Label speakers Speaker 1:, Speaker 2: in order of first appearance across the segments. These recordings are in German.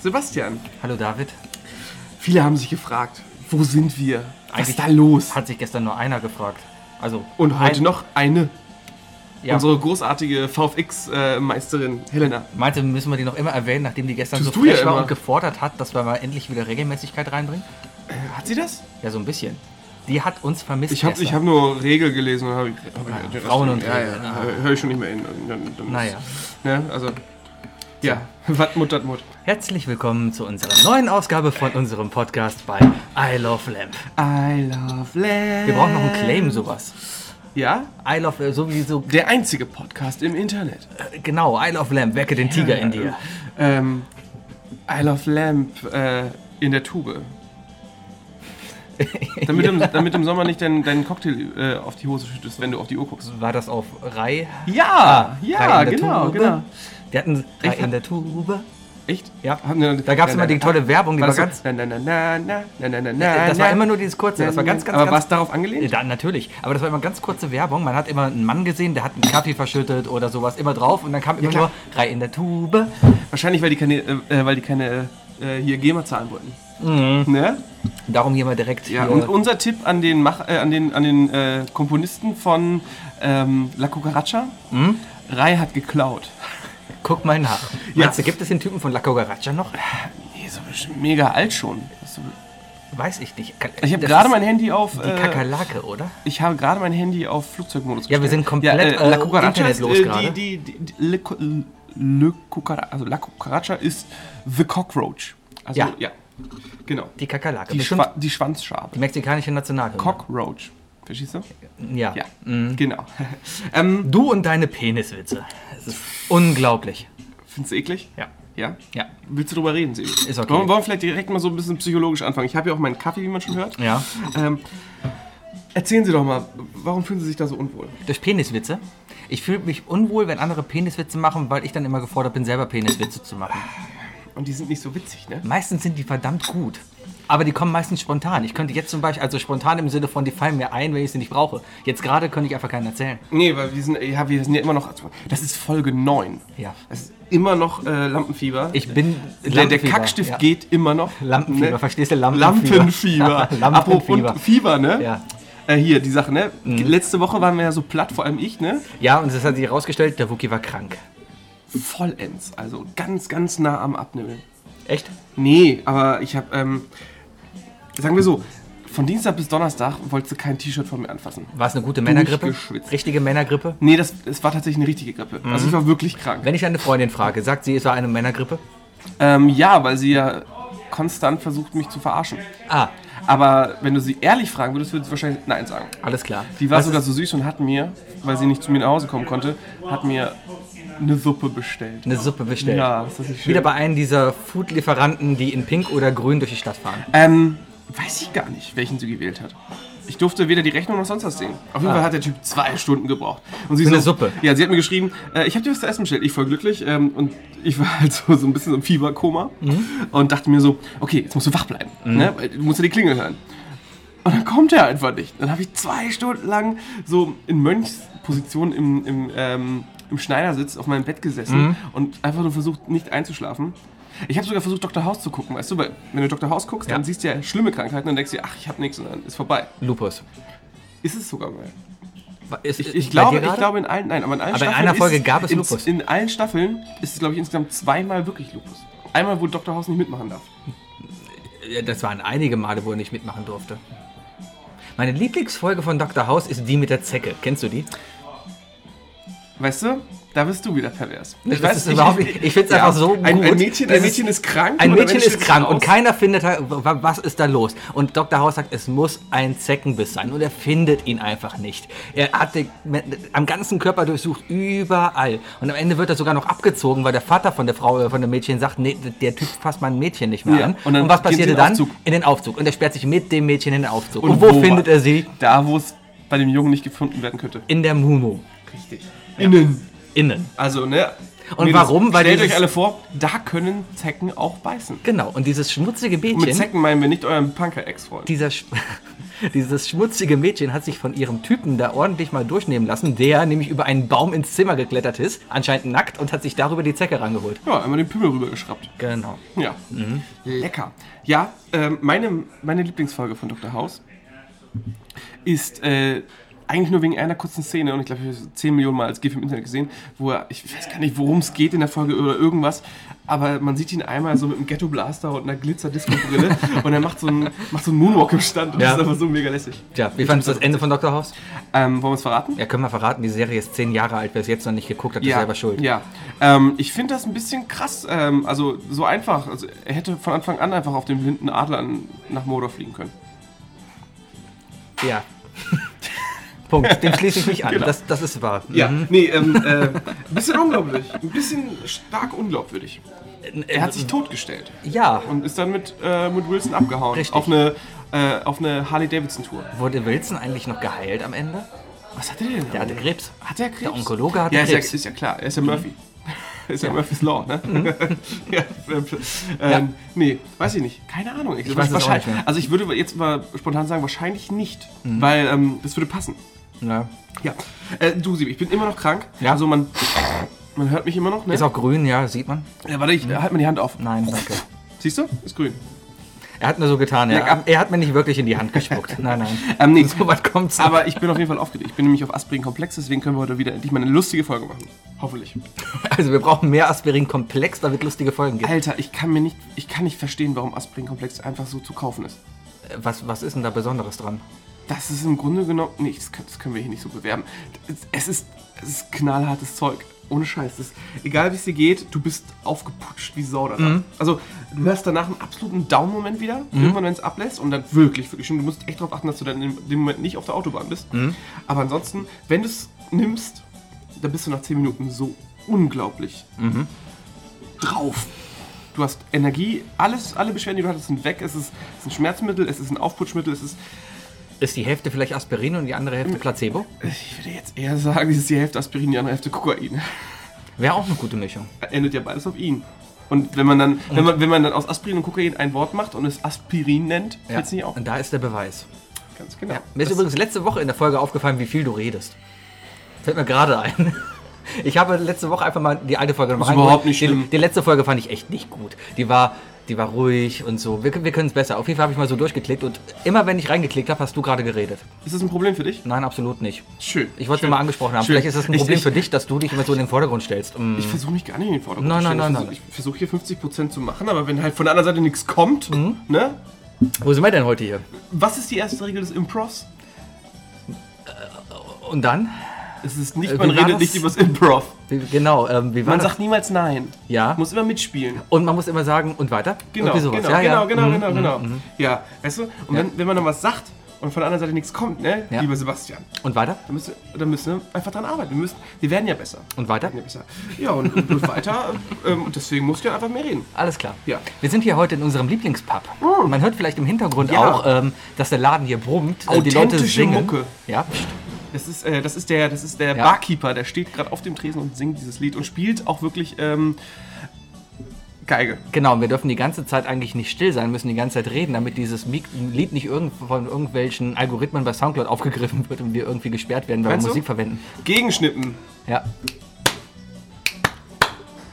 Speaker 1: Sebastian,
Speaker 2: Hallo David.
Speaker 1: viele haben sich gefragt, wo sind wir? Was
Speaker 2: Eigentlich-
Speaker 1: ist da los?
Speaker 2: Hat sich gestern nur einer gefragt. Also
Speaker 1: Und heute
Speaker 2: ein-
Speaker 1: noch eine,
Speaker 2: Ja,
Speaker 1: unsere großartige VFX-Meisterin äh, Helena.
Speaker 2: meinte, müssen wir die noch immer erwähnen, nachdem die gestern
Speaker 1: Tust
Speaker 2: so
Speaker 1: du ja
Speaker 2: frech war
Speaker 1: immer.
Speaker 2: und gefordert hat, dass wir mal endlich wieder Regelmäßigkeit reinbringen?
Speaker 1: Hat sie das?
Speaker 2: Ja, so ein bisschen. Die hat uns vermisst.
Speaker 1: Ich habe
Speaker 2: gestern.
Speaker 1: ich hab nur Regel gelesen. und Hab ich, hab ich- den Rest-
Speaker 2: Frauen und
Speaker 1: ja,
Speaker 2: Regeln,
Speaker 1: ja,
Speaker 2: ah.
Speaker 1: Höre ich schon nicht mehr hin. Dann, dann
Speaker 2: Naja.
Speaker 1: Ist, ne? Also, ja, wat mut, dat mut.
Speaker 2: Herzlich willkommen zu unserer neuen Ausgabe von unserem Podcast bei I Love Lamp.
Speaker 1: I love Land.
Speaker 2: Wir brauchen noch einen
Speaker 1: Äh.
Speaker 2: Claim, sowas.
Speaker 1: Ja,
Speaker 2: I Love, äh, so wie so,
Speaker 1: der einzige Podcast im Internet.
Speaker 2: genau, I Love Lamp, wecke den Tiger in dir.
Speaker 1: Äh, Ähm, I love Lamp äh, in der Tube. Damit, im, damit im Sommer nicht dein, deinen Cocktail äh, auf die Hose schüttest, wenn du auf die Uhr guckst.
Speaker 2: War das auf Rai?
Speaker 1: Ja,
Speaker 2: Rai
Speaker 1: ja,
Speaker 2: in der
Speaker 1: genau,
Speaker 2: Tube?
Speaker 1: genau.
Speaker 2: Die hatten Rai
Speaker 1: Echt?
Speaker 2: in der Tube.
Speaker 1: Echt?
Speaker 2: Ja.
Speaker 1: Haben wir-
Speaker 2: Da gab es immer die tolle Werbung, die
Speaker 1: War
Speaker 2: war
Speaker 1: das so?
Speaker 2: ganz.
Speaker 1: Na, na, na, na, na, na, na, na, na,
Speaker 2: Das war immer nur dieses kurze,
Speaker 1: na,
Speaker 2: das war ganz,
Speaker 1: na.
Speaker 2: ganz,
Speaker 1: Aber war
Speaker 2: ganz
Speaker 1: es darauf angelehnt?
Speaker 2: Ja, Äh, natürlich. Aber das war immer ganz kurze Werbung. Man hat immer einen Mann gesehen, der hat einen Kaffee verschüttet oder sowas immer drauf und dann kam immer
Speaker 1: klar.
Speaker 2: nur Rei in der Tube.
Speaker 1: Wahrscheinlich, weil die keine, äh, weil die keine äh, hier GEMA zahlen wollten. Ne?
Speaker 2: Mhm. Darum hier mal direkt.
Speaker 1: Ja,
Speaker 2: hier.
Speaker 1: und unser Tipp an den, Mach äh, an den, an den äh, Komponisten von ähm, La Cucaracha,
Speaker 2: Mhm.
Speaker 1: Rai hat geklaut.
Speaker 2: Guck mal nach.
Speaker 1: Ja.
Speaker 2: Meinst du, gibt es den Typen von La Cucaracha noch?
Speaker 1: Nee, so bestimmt mega alt schon. Das-
Speaker 2: Weiß ich nicht. Kann-
Speaker 1: Ich habe
Speaker 2: das
Speaker 1: gerade
Speaker 2: ist
Speaker 1: mein Handy auf.
Speaker 2: Die
Speaker 1: Äh,
Speaker 2: Kakerlake, oder?
Speaker 1: ich habe gerade mein Handy auf Flugzeugmodus
Speaker 2: Ja, wir sind komplett,
Speaker 1: äh, La
Speaker 2: äh,
Speaker 1: Cucaracha ist,
Speaker 2: internetlos
Speaker 1: äh,
Speaker 2: gerade.
Speaker 1: die, die, die, die Le, Cu- Le Cucaracha, also La Cucaracha ist The Cockroach. Also
Speaker 2: Ja.
Speaker 1: ja, genau.
Speaker 2: Die Kakerlake.
Speaker 1: Die,
Speaker 2: Bestimmt
Speaker 1: Schwa die Schwanzschabe.
Speaker 2: die mexikanische Nationalhymne.
Speaker 1: Cockroach. Verstehst du?
Speaker 2: Ja.
Speaker 1: Ja,
Speaker 2: Mhm.
Speaker 1: genau. ähm,
Speaker 2: Du und deine Peniswitze. Es ist unglaublich.
Speaker 1: findest du eklig?
Speaker 2: Ja.
Speaker 1: Ja?
Speaker 2: Ja.
Speaker 1: Willst du drüber reden, Sebi?
Speaker 2: Ist okay.
Speaker 1: Wollen, wir- wollen wir vielleicht direkt mal so ein bisschen psychologisch anfangen? Ich habe ja auch meinen Kaffee, wie man schon hört.
Speaker 2: Ja.
Speaker 1: Ähm, erzählen Sie doch mal, warum fühlen Sie sich da so unwohl?
Speaker 2: Durch Peniswitze. Ich fühle mich unwohl, wenn andere Peniswitze machen, weil ich dann immer gefordert bin, selber Peniswitze zu machen.
Speaker 1: Und die sind nicht so witzig, ne?
Speaker 2: Meistens sind die verdammt gut. Aber die kommen meistens spontan. Ich könnte jetzt zum Beispiel, also spontan im Sinne von, die fallen mir ein, wenn ich sie nicht brauche. Jetzt gerade könnte ich einfach keinen erzählen.
Speaker 1: Nee, weil wir sind ja, wir sind ja immer noch. also, Das ist Folge 9.
Speaker 2: Ja.
Speaker 1: Das ist immer noch äh, Lampenfieber.
Speaker 2: Ich bin.
Speaker 1: der, der
Speaker 2: Lampenfieber.
Speaker 1: Kackstift
Speaker 2: ja.
Speaker 1: geht immer noch.
Speaker 2: Lampenfieber,
Speaker 1: ne?
Speaker 2: verstehst du? Lampenfieber.
Speaker 1: Lampenfieber.
Speaker 2: Lampenfieber.
Speaker 1: Apropos Fieber, ne?
Speaker 2: Ja. Mhm.
Speaker 1: Äh, hier, die Sache, ne? Letzte Woche waren wir ja so platt, vor allem ich, ne?
Speaker 2: ja, und es hat sich herausgestellt, der Wookie war krank.
Speaker 1: Vollends. Also ganz, ganz nah am Abnimmeln.
Speaker 2: Echt?
Speaker 1: Nee, aber ich habe, ähm, sagen wir so, von Dienstag bis Donnerstag wolltest du kein T-Shirt von mir anfassen.
Speaker 2: War es eine gute Männergrippe?
Speaker 1: Durchgeschwitzt.
Speaker 2: Richtige Männergrippe?
Speaker 1: Nee, das, es war tatsächlich eine richtige Grippe.
Speaker 2: Mhm.
Speaker 1: Also ich war wirklich krank.
Speaker 2: Wenn ich eine Freundin frage, sagt sie, es war eine Männergrippe?
Speaker 1: Ähm, ja, weil sie ja konstant versucht, mich zu verarschen.
Speaker 2: Ah,
Speaker 1: Aber wenn du sie ehrlich fragen würdest, würde sie wahrscheinlich Nein sagen.
Speaker 2: alles klar.
Speaker 1: Die war
Speaker 2: Was
Speaker 1: sogar
Speaker 2: ist
Speaker 1: so süß und hat mir, weil sie nicht zu mir nach Hause kommen konnte, hat mir eine Suppe bestellt.
Speaker 2: eine Suppe bestellt.
Speaker 1: Ja, ist das nicht schön?
Speaker 2: Wieder bei einem dieser Food-Lieferanten, die in Pink oder Grün durch die Stadt fahren.
Speaker 1: Ähm, weiß ich gar nicht, welchen sie gewählt hat. Ich durfte weder die Rechnung noch sonst was sehen. Auf jeden
Speaker 2: Ah.
Speaker 1: Fall hat der Typ zwei Stunden gebraucht. Und sie
Speaker 2: Für eine Suppe.
Speaker 1: Ja, sie hat mir geschrieben, äh, ich habe dir was zu essen bestellt. Ich voll glücklich ähm, und ich war halt so, so ein bisschen so im Fieberkoma
Speaker 2: Mhm.
Speaker 1: und dachte mir so, okay, jetzt musst du wach bleiben. Ne? Weil Du musst ja die Klingel hören. Und dann kommt er einfach nicht. Dann habe ich zwei Stunden lang so in Mönchsposition im, im, ähm, im Schneidersitz auf meinem Bett gesessen
Speaker 2: Mhm.
Speaker 1: und einfach nur versucht, nicht einzuschlafen. Ich habe sogar versucht, Dr. House zu gucken, weißt du, weil wenn du Dr. House guckst,
Speaker 2: Ja.
Speaker 1: dann siehst du ja schlimme Krankheiten und denkst dir, ach, ich habe nichts und dann ist vorbei.
Speaker 2: Lupus.
Speaker 1: Ist es sogar mal.
Speaker 2: Ist,
Speaker 1: Ich,
Speaker 2: ist
Speaker 1: ich
Speaker 2: bei
Speaker 1: glaube,
Speaker 2: dir
Speaker 1: ich
Speaker 2: gerade?
Speaker 1: glaube in allen, nein, aber in allen
Speaker 2: Aber in
Speaker 1: Staffeln
Speaker 2: einer Folge
Speaker 1: ist,
Speaker 2: gab es
Speaker 1: in,
Speaker 2: Lupus.
Speaker 1: In allen Staffeln ist es glaube ich insgesamt zweimal wirklich Lupus. Einmal, wo Dr. House nicht mitmachen darf.
Speaker 2: Ja, Äh, Das waren einige Male, wo er nicht mitmachen durfte. Meine Lieblingsfolge von Dr. House ist die mit der Zecke. Kennst du die?
Speaker 1: Weißt du? Da bist du wieder pervers.
Speaker 2: Das ist überhaupt nicht- ich find's einfach so
Speaker 1: Ein, ein
Speaker 2: gut.
Speaker 1: Mädchen, ein
Speaker 2: Dieses-
Speaker 1: Mädchen ist krank.
Speaker 2: Ein
Speaker 1: oder
Speaker 2: Mädchen
Speaker 1: Mensch
Speaker 2: ist krank und
Speaker 1: raus.
Speaker 2: keiner findet, da- wa- was ist da los? Und Dr. House sagt, es muss ein Zeckenbiss sein und er findet ihn einfach nicht. Er hat den, am ganzen Körper durchsucht, überall. Und am Ende wird er sogar noch abgezogen, weil der Vater von der Frau, äh, von dem Mädchen sagt, nee, der Typ fasst mein Mädchen nicht mehr
Speaker 1: Ja,
Speaker 2: an.
Speaker 1: und dann
Speaker 2: was
Speaker 1: geht sie
Speaker 2: passierte
Speaker 1: in den
Speaker 2: dann?
Speaker 1: Aufzug.
Speaker 2: In den Aufzug. Und er sperrt sich mit dem Mädchen in den Aufzug. Und,
Speaker 1: Und
Speaker 2: wo,
Speaker 1: wo
Speaker 2: findet
Speaker 1: war-
Speaker 2: er sie?
Speaker 1: Da, wo es bei dem Jungen nicht gefunden werden könnte.
Speaker 2: In der Mumu.
Speaker 1: Richtig. Innen.
Speaker 2: innen.
Speaker 1: Also, ne?
Speaker 2: Und
Speaker 1: mir
Speaker 2: warum? Weil
Speaker 1: Das, stellt
Speaker 2: dieses-
Speaker 1: euch alle vor, da können Zecken auch beißen.
Speaker 2: Genau, und dieses schmutzige
Speaker 1: Und mit
Speaker 2: Mädchen,
Speaker 1: Zecken meinen wir nicht euren Punker-Ex-Freund.
Speaker 2: dieser Sch dieses schmutzige Mädchen hat sich von ihrem Typen da ordentlich mal durchnehmen lassen, der nämlich über einen Baum ins Zimmer geklettert ist, anscheinend nackt, und hat sich darüber die Zecke rangeholt.
Speaker 1: Ja, einmal den Pimmel rübergeschraubt.
Speaker 2: Genau.
Speaker 1: Ja. Lecker. Ja, ähm, meine, meine Lieblingsfolge von Dr. House ist äh, eigentlich nur wegen einer kurzen Szene, und ich glaube, ich habe es 10 Millionen Mal als GIF im Internet gesehen, wo er, ich weiß gar nicht, worum es geht in der Folge oder irgendwas, aber man sieht ihn einmal so mit einem Ghetto-Blaster und einer Glitzer-Disco-Brille und er macht so einen, macht so einen Moonwalk im Stand und
Speaker 2: Ja.
Speaker 1: das ist einfach so mega lässig.
Speaker 2: Tja, wie fandest du das Ende von Dr. House?
Speaker 1: Ähm, wollen wir es verraten?
Speaker 2: Ja, können wir verraten, die Serie ist zehn Jahre alt. Wer es jetzt noch nicht geguckt hat, ist selber schuld.
Speaker 1: Ja. Ähm, ich finde das ein bisschen krass, ähm, also so einfach. Also, er hätte von Anfang an einfach auf dem blinden Adler n- nach Mordor fliegen können.
Speaker 2: Ja. Punkt. Dem schließe ich mich an.
Speaker 1: Genau.
Speaker 2: Das, das ist wahr.
Speaker 1: Ja,
Speaker 2: Mhm.
Speaker 1: nee, ähm, äh, ein bisschen unglaublich. Ein bisschen stark unglaubwürdig. Er hat sich totgestellt
Speaker 2: Ja.
Speaker 1: und ist dann mit, äh, mit Wilson abgehauen.
Speaker 2: Richtig.
Speaker 1: Auf eine, äh, auf eine Harley-Davidson-Tour.
Speaker 2: Wurde Wilson eigentlich noch geheilt am Ende?
Speaker 1: Was hat er denn?
Speaker 2: Der hatte Krebs.
Speaker 1: hat er Krebs?
Speaker 2: Der Onkologe hatte
Speaker 1: ja, ist ja,
Speaker 2: Krebs. Mhm.
Speaker 1: ist ja klar. Er ist ja Murphy. Ist ja, Murphy's Law, ne? ja, ähm, ähm, nee, weiß ich nicht. Keine Ahnung. Ich,
Speaker 2: weiß es auch
Speaker 1: wahrscheinlich-
Speaker 2: nicht mehr. Mhm.
Speaker 1: Also ich würde jetzt mal spontan sagen, wahrscheinlich nicht. Weil ähm, das würde passen.
Speaker 2: Ja.
Speaker 1: Ja. Äh, du, Sieb, ich bin immer noch krank.
Speaker 2: Ja.
Speaker 1: Also man, man hört mich immer noch, ne?
Speaker 2: Ist auch grün, ja, sieht man.
Speaker 1: Ja, warte, ich halt mal die Hand auf.
Speaker 2: Nein, danke.
Speaker 1: Siehst du? Ist grün.
Speaker 2: Er hat nur so getan,
Speaker 1: Leck ab.
Speaker 2: ja. Er hat mir nicht wirklich in die Hand gespuckt. Nein, nein.
Speaker 1: Ähm, nee.
Speaker 2: So weit kommt's. nicht.
Speaker 1: Aber ich bin auf jeden Fall aufgeregt. Ich bin nämlich auf Aspirin komplex, deswegen können wir heute wieder endlich mal eine lustige Folge machen. Hoffentlich.
Speaker 2: also wir brauchen mehr Aspirin-Komplex, damit lustige Folgen gibt.
Speaker 1: Alter, ich kann mir nicht, ich kann nicht verstehen, warum Aspirin komplex einfach so zu kaufen ist.
Speaker 2: Äh, Was, was ist denn da Besonderes dran?
Speaker 1: Das ist im Grunde genommen, nee, das, kann, das können wir hier nicht so bewerben. Es- Es ist, es ist knallhartes Zeug. Ohne Scheiß. Das, egal wie es dir geht, du bist aufgeputscht wie Sau danach. Also, du hast danach einen absoluten Down-Moment wieder, irgendwann, wenn es ablässt. Und dann wirklich, wirklich schlimm. Du musst echt darauf achten, dass du dann in dem Moment nicht auf der Autobahn bist. Aber ansonsten, wenn du es nimmst, dann bist du nach 10 Minuten so unglaublich drauf. Du hast Energie, alles, alle Beschwerden, die du hattest, sind weg. Es ist, es ist ein Schmerzmittel, es ist ein Aufputschmittel, es ist
Speaker 2: Ist die Hälfte vielleicht Aspirin und die andere
Speaker 1: Hm.
Speaker 2: Hälfte Placebo?
Speaker 1: Ich würde jetzt eher sagen, es ist die Hälfte Aspirin, die andere Hälfte Kokain.
Speaker 2: Wäre auch eine gute Mischung.
Speaker 1: Endet ja beides auf ihn. Und wenn man dann, wenn man, wenn man dann aus Aspirin und Kokain ein Wort macht und es Aspirin nennt, fällt es nicht auf.
Speaker 2: Und da ist der Beweis.
Speaker 1: Ganz genau.
Speaker 2: Mir ist
Speaker 1: Das-
Speaker 2: übrigens letzte Woche in der Folge aufgefallen, wie viel du redest. Fällt mir gerade ein. Ich habe letzte Woche einfach mal die alte Folge nochmal
Speaker 1: Ist
Speaker 2: reingeholt.
Speaker 1: überhaupt nicht
Speaker 2: die,
Speaker 1: schlimm.
Speaker 2: die letzte Folge fand ich echt nicht gut. Die war, die war ruhig und so. Wir, wir können es besser. Auf jeden Fall habe ich mal so durchgeklickt und immer wenn ich reingeklickt habe, hast du gerade geredet.
Speaker 1: ist das ein Problem für dich?
Speaker 2: Nein, absolut nicht.
Speaker 1: Schön.
Speaker 2: Ich wollte es nur mal angesprochen haben.
Speaker 1: Schön.
Speaker 2: Vielleicht ist das ein
Speaker 1: Ich-
Speaker 2: Problem
Speaker 1: ich-
Speaker 2: für dich, dass du dich immer so in den Vordergrund stellst. Mm.
Speaker 1: Ich versuche mich gar nicht in den Vordergrund
Speaker 2: Nein,
Speaker 1: zu
Speaker 2: nein,
Speaker 1: stellen.
Speaker 2: nein,
Speaker 1: Ich versuche versuch hier 50% zu machen, aber wenn halt von der anderen Seite nichts kommt,
Speaker 2: Mhm.
Speaker 1: ne?
Speaker 2: Wo sind wir denn heute hier?
Speaker 1: Was ist die erste Regel des Improvs?
Speaker 2: Und dann?
Speaker 1: Es ist nicht,
Speaker 2: Äh,
Speaker 1: man
Speaker 2: wie war
Speaker 1: redet
Speaker 2: das?
Speaker 1: nicht über das Improv.
Speaker 2: Wie, genau, ähm, wie war
Speaker 1: Man
Speaker 2: das?
Speaker 1: sagt niemals nein.
Speaker 2: Ja.
Speaker 1: Muss immer mitspielen.
Speaker 2: und man muss immer sagen, und weiter?
Speaker 1: Genau,
Speaker 2: Irgendwie sowas.
Speaker 1: genau,
Speaker 2: ja,
Speaker 1: genau,
Speaker 2: ja.
Speaker 1: genau,
Speaker 2: Mm,
Speaker 1: genau,
Speaker 2: mm.
Speaker 1: genau. Ja, weißt du, und
Speaker 2: Ja.
Speaker 1: Wenn, wenn man dann was sagt und von der anderen Seite nichts kommt, ne,
Speaker 2: Ja.
Speaker 1: lieber Sebastian,
Speaker 2: Und weiter?
Speaker 1: dann müssen, dann müssen wir einfach dran arbeiten. Wir, müssen, wir werden ja besser.
Speaker 2: Und weiter?
Speaker 1: Wir werden ja, besser. ja und, und bloß weiter, ähm, und deswegen musst du ja einfach mehr reden.
Speaker 2: Alles klar.
Speaker 1: Ja. Hm.
Speaker 2: Wir sind hier heute in unserem Lieblingspub. Man hört vielleicht im Hintergrund
Speaker 1: Ja.
Speaker 2: auch, ähm, dass der Laden hier brummt. äh, die Leute
Speaker 1: Authentische
Speaker 2: singen.
Speaker 1: Mucke.
Speaker 2: Ja.
Speaker 1: Das ist, äh, das ist der, das ist der
Speaker 2: Ja.
Speaker 1: Barkeeper, der steht gerade auf dem Tresen und singt dieses Lied und spielt auch wirklich ähm, Geige.
Speaker 2: Genau, und wir dürfen die ganze Zeit eigentlich nicht still sein, müssen die ganze Zeit reden, damit dieses Mik Lied nicht irgend von irgendwelchen Algorithmen bei Soundcloud aufgegriffen wird und wir irgendwie gesperrt werden, weil
Speaker 1: Meinst
Speaker 2: wir
Speaker 1: du?
Speaker 2: Musik verwenden.
Speaker 1: Gegenschnippen.
Speaker 2: Ja.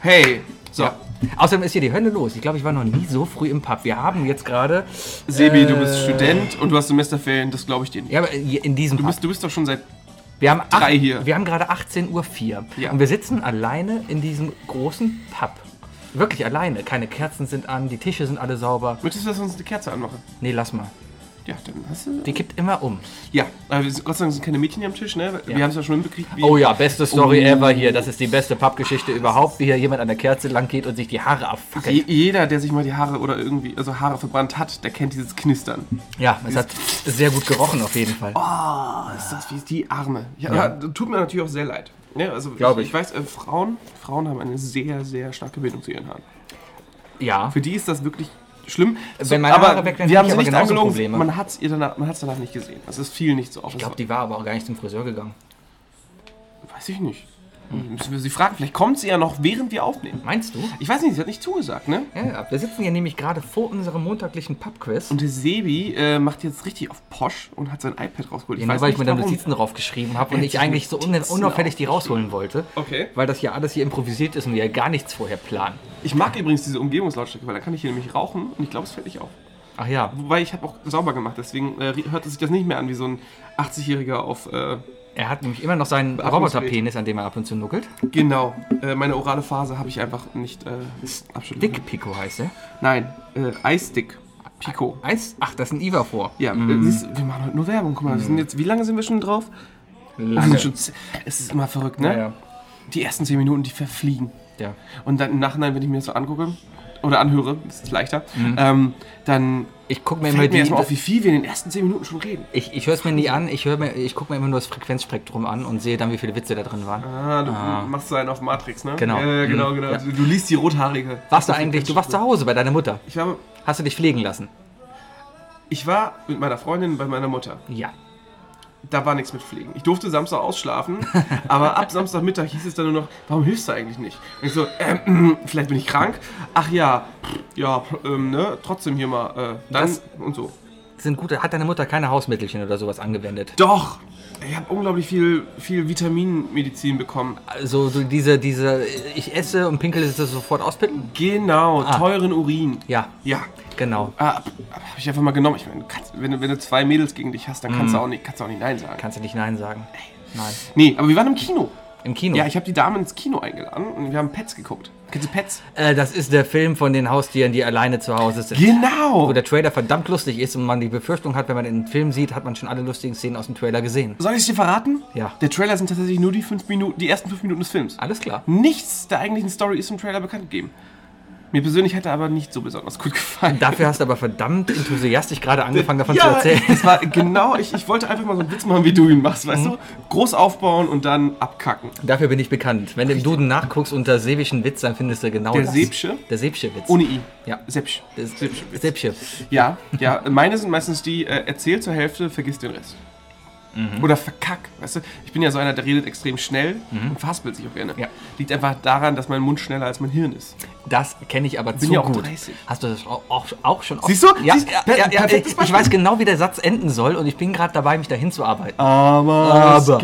Speaker 1: Hey. So,
Speaker 2: ja. Außerdem ist hier die Hölle los. Ich glaube, ich war noch nie so früh im Pub. Wir haben jetzt gerade.
Speaker 1: Sebi, du bist Student und du hast Semesterferien, das glaube ich dir nicht.
Speaker 2: Äh. Ja, aber hier in diesem
Speaker 1: Du
Speaker 2: Pub.
Speaker 1: bist, du bist doch schon seit
Speaker 2: Wir haben, acht,
Speaker 1: Drei hier.
Speaker 2: Wir haben gerade 18.04 Uhr. vier
Speaker 1: Ja.
Speaker 2: Und wir sitzen alleine in diesem großen Pub. Wirklich alleine. Keine Kerzen sind an, die Tische sind alle sauber.
Speaker 1: Möchtest du, dass wir uns eine Kerze anmachen?
Speaker 2: Nee, lass mal.
Speaker 1: Ja, dann hast du.
Speaker 2: Die kippt immer um.
Speaker 1: Ja, aber wir sind, Gott sei Dank sind keine Mädchen hier am Tisch, ne? Wir haben es ja schon mitbekriegt, wie.
Speaker 2: Oh ja, beste Story
Speaker 1: Oh.
Speaker 2: ever hier. Das ist die beste Pub-Geschichte überhaupt, wie hier jemand an der Kerze lang geht und sich die Haare abfackelt.
Speaker 1: Je, jeder, der sich mal die Haare oder irgendwie, also Haare verbrannt hat, der kennt dieses Knistern.
Speaker 2: Ja, es hat sehr gut gerochen auf jeden Fall.
Speaker 1: Ah, ist das wie die Arme. Ja,
Speaker 2: Ja.
Speaker 1: ja, tut mir natürlich auch sehr leid. Ja, also
Speaker 2: Glaub ich.
Speaker 1: ich weiß, äh, Frauen, Frauen haben eine sehr, sehr starke Bindung zu ihren Haaren.
Speaker 2: Ja.
Speaker 1: Für die ist das wirklich schlimm.
Speaker 2: Wenn meine
Speaker 1: aber
Speaker 2: Haare weg wären,
Speaker 1: wir haben
Speaker 2: hätte ich
Speaker 1: sie
Speaker 2: aber
Speaker 1: nicht
Speaker 2: genauso
Speaker 1: angelogen.
Speaker 2: Probleme.
Speaker 1: Man hat es danach, man hat's danach nicht gesehen. Das ist viel nicht so oft.
Speaker 2: Ich glaube, die war aber auch gar nicht zum Friseur gegangen.
Speaker 1: weiß ich nicht. Müssen wir sie fragen. Vielleicht kommt sie ja noch, während wir aufnehmen.
Speaker 2: Meinst du?
Speaker 1: Ich weiß nicht, sie hat nicht zugesagt, ne?
Speaker 2: Ja, ja. Wir sitzen ja nämlich gerade vor unserem montaglichen Pubquiz.
Speaker 1: Und der Sebi äh, macht jetzt richtig auf Posch und hat sein iPad rausgeholt.
Speaker 2: Genau, weil ich mir dann
Speaker 1: warum.
Speaker 2: Notizen draufgeschrieben habe und
Speaker 1: Ja,
Speaker 2: ich
Speaker 1: ich
Speaker 2: eigentlich so un
Speaker 1: Notizen
Speaker 2: unauffällig die rausholen wollte.
Speaker 1: Okay.
Speaker 2: Weil das ja alles hier improvisiert ist und wir ja gar nichts vorher planen.
Speaker 1: Ich mag übrigens diese Umgebungslautstärke, weil da kann ich hier nämlich rauchen und ich glaube, es fällt nicht auf.
Speaker 2: Ach ja,
Speaker 1: Wobei ich habe auch sauber gemacht, deswegen äh, hört es sich das nicht mehr an wie so ein 80-Jähriger auf. Äh,
Speaker 2: er hat nämlich immer noch seinen
Speaker 1: Beatmungsgerät.
Speaker 2: Roboterpenis, an dem er ab und zu nuckelt.
Speaker 1: genau, äh, meine orale Phase habe ich einfach nicht äh, abschütteln
Speaker 2: Dick Pico heißt er.
Speaker 1: können. Nein, äh, Eisdick. Pico.
Speaker 2: Eis? Ach, das ist ein Iva vor.
Speaker 1: Ja,
Speaker 2: Mhm.
Speaker 1: äh, siehst, du, wir machen heute nur Werbung. Guck mal, wir sind jetzt, wie lange sind wir schon drauf? Wir
Speaker 2: Lange.
Speaker 1: sind schon ze- es ist immer verrückt, ne?
Speaker 2: Ja, ja.
Speaker 1: Die ersten 10 Minuten, die verfliegen.
Speaker 2: ja.
Speaker 1: Und dann im Nachhinein, wenn ich mir das so angucke oder anhöre, ist leichter, ähm, dann
Speaker 2: Ich gucke mir immer
Speaker 1: fällt mir
Speaker 2: Mhm. die.
Speaker 1: erstmal auf, wie viel wir in den ersten 10 Minuten schon reden.
Speaker 2: ich ich höre es mir nie an, ich, hör mir- ich gucke mir immer nur das Frequenzspektrum an und sehe dann, wie viele Witze da drin waren.
Speaker 1: Ah, du machst so einen auf Matrix, ne?
Speaker 2: Genau.
Speaker 1: Ja, genau,
Speaker 2: Mhm.
Speaker 1: genau.
Speaker 2: Ja.
Speaker 1: Du, du liest die Rothaarige.
Speaker 2: Warst du eigentlich, du warst zu Hause bei deiner Mutter.
Speaker 1: Ich war,
Speaker 2: Hast du dich pflegen lassen?
Speaker 1: ich war mit meiner Freundin bei meiner Mutter.
Speaker 2: Ja.
Speaker 1: Da war nichts mit Pflegen. Ich durfte Samstag ausschlafen, aber ab Samstagmittag hieß es dann nur noch, warum hilfst du eigentlich nicht? Und ich so, ähm, vielleicht bin ich krank. Ach ja, ja, ähm, ne, trotzdem hier mal, äh, dann
Speaker 2: Das-
Speaker 1: und so.
Speaker 2: Sind gute, hat deine Mutter keine Hausmittelchen oder sowas angewendet?
Speaker 1: Doch, ich habe unglaublich viel, viel Vitaminmedizin bekommen.
Speaker 2: Also so diese, diese, ich esse und pinkel ist das sofort auspitten?
Speaker 1: Genau,
Speaker 2: Ah.
Speaker 1: teuren Urin.
Speaker 2: Ja,
Speaker 1: Ja,
Speaker 2: genau.
Speaker 1: Ah, hab hab ich einfach mal genommen. Ich meine, du kannst- wenn, du- wenn du zwei Mädels gegen dich hast, dann kannst, du
Speaker 2: Mhm.
Speaker 1: auch nicht, kannst du auch nicht Nein sagen.
Speaker 2: Kannst du nicht Nein sagen? Nein.
Speaker 1: nee, aber wir waren im Kino.
Speaker 2: Im Kino.
Speaker 1: Ja, ich habe die Damen ins Kino eingeladen und wir haben Pets geguckt. Kennst du Pets?
Speaker 2: äh, das ist der Film von den Haustieren, die alleine zu Hause sind.
Speaker 1: Genau!
Speaker 2: Wo der Trailer verdammt lustig ist und man die Befürchtung hat, wenn man den Film sieht, hat man schon alle lustigen Szenen aus dem Trailer gesehen.
Speaker 1: Soll ich es dir verraten?
Speaker 2: Ja.
Speaker 1: Der Trailer sind tatsächlich nur die, fünf Minuten, die ersten fünf Minuten des Films.
Speaker 2: Alles klar.
Speaker 1: Nichts der eigentlichen Story ist im Trailer bekannt gegeben. Mir persönlich hat er aber nicht so besonders gut gefallen.
Speaker 2: Dafür hast du aber verdammt enthusiastisch gerade angefangen, davon zu
Speaker 1: ja,
Speaker 2: erzählen.
Speaker 1: das war genau, ich, ich wollte einfach mal so einen Witz machen, wie du ihn machst,
Speaker 2: Mhm.
Speaker 1: weißt du? Groß aufbauen und dann abkacken.
Speaker 2: Dafür bin ich bekannt. Wenn du im Duden nachguckst unter sebischen Witz, dann findest du genau
Speaker 1: Der
Speaker 2: das.
Speaker 1: Sebsche?
Speaker 2: Der sebsche Witz.
Speaker 1: Ohne I.
Speaker 2: Ja.
Speaker 1: Sepsch. Sepsch.
Speaker 2: Sebsche.
Speaker 1: Ja, ja, meine sind meistens die, äh, erzähl zur Hälfte, vergiss den Rest.
Speaker 2: Mhm.
Speaker 1: Oder verkack, weißt du? Ich bin ja so einer, der redet extrem schnell und verhaspelt sich auch gerne.
Speaker 2: Mhm. Ja.
Speaker 1: Liegt einfach daran, dass mein Mund schneller als mein Hirn ist.
Speaker 2: Das kenne ich aber zu
Speaker 1: ja auch
Speaker 2: gut.
Speaker 1: 30.
Speaker 2: Hast du das auch, auch, auch schon oft?
Speaker 1: Siehst du?
Speaker 2: Ja,
Speaker 1: Siehst-
Speaker 2: ja,
Speaker 1: per-
Speaker 2: ja, ja, ich,
Speaker 1: perfektes
Speaker 2: ich
Speaker 1: Beispiel.
Speaker 2: weiß genau, wie der Satz enden soll und ich bin gerade dabei, mich dahin zu arbeiten.
Speaker 1: Ah, Aber,
Speaker 2: aber, also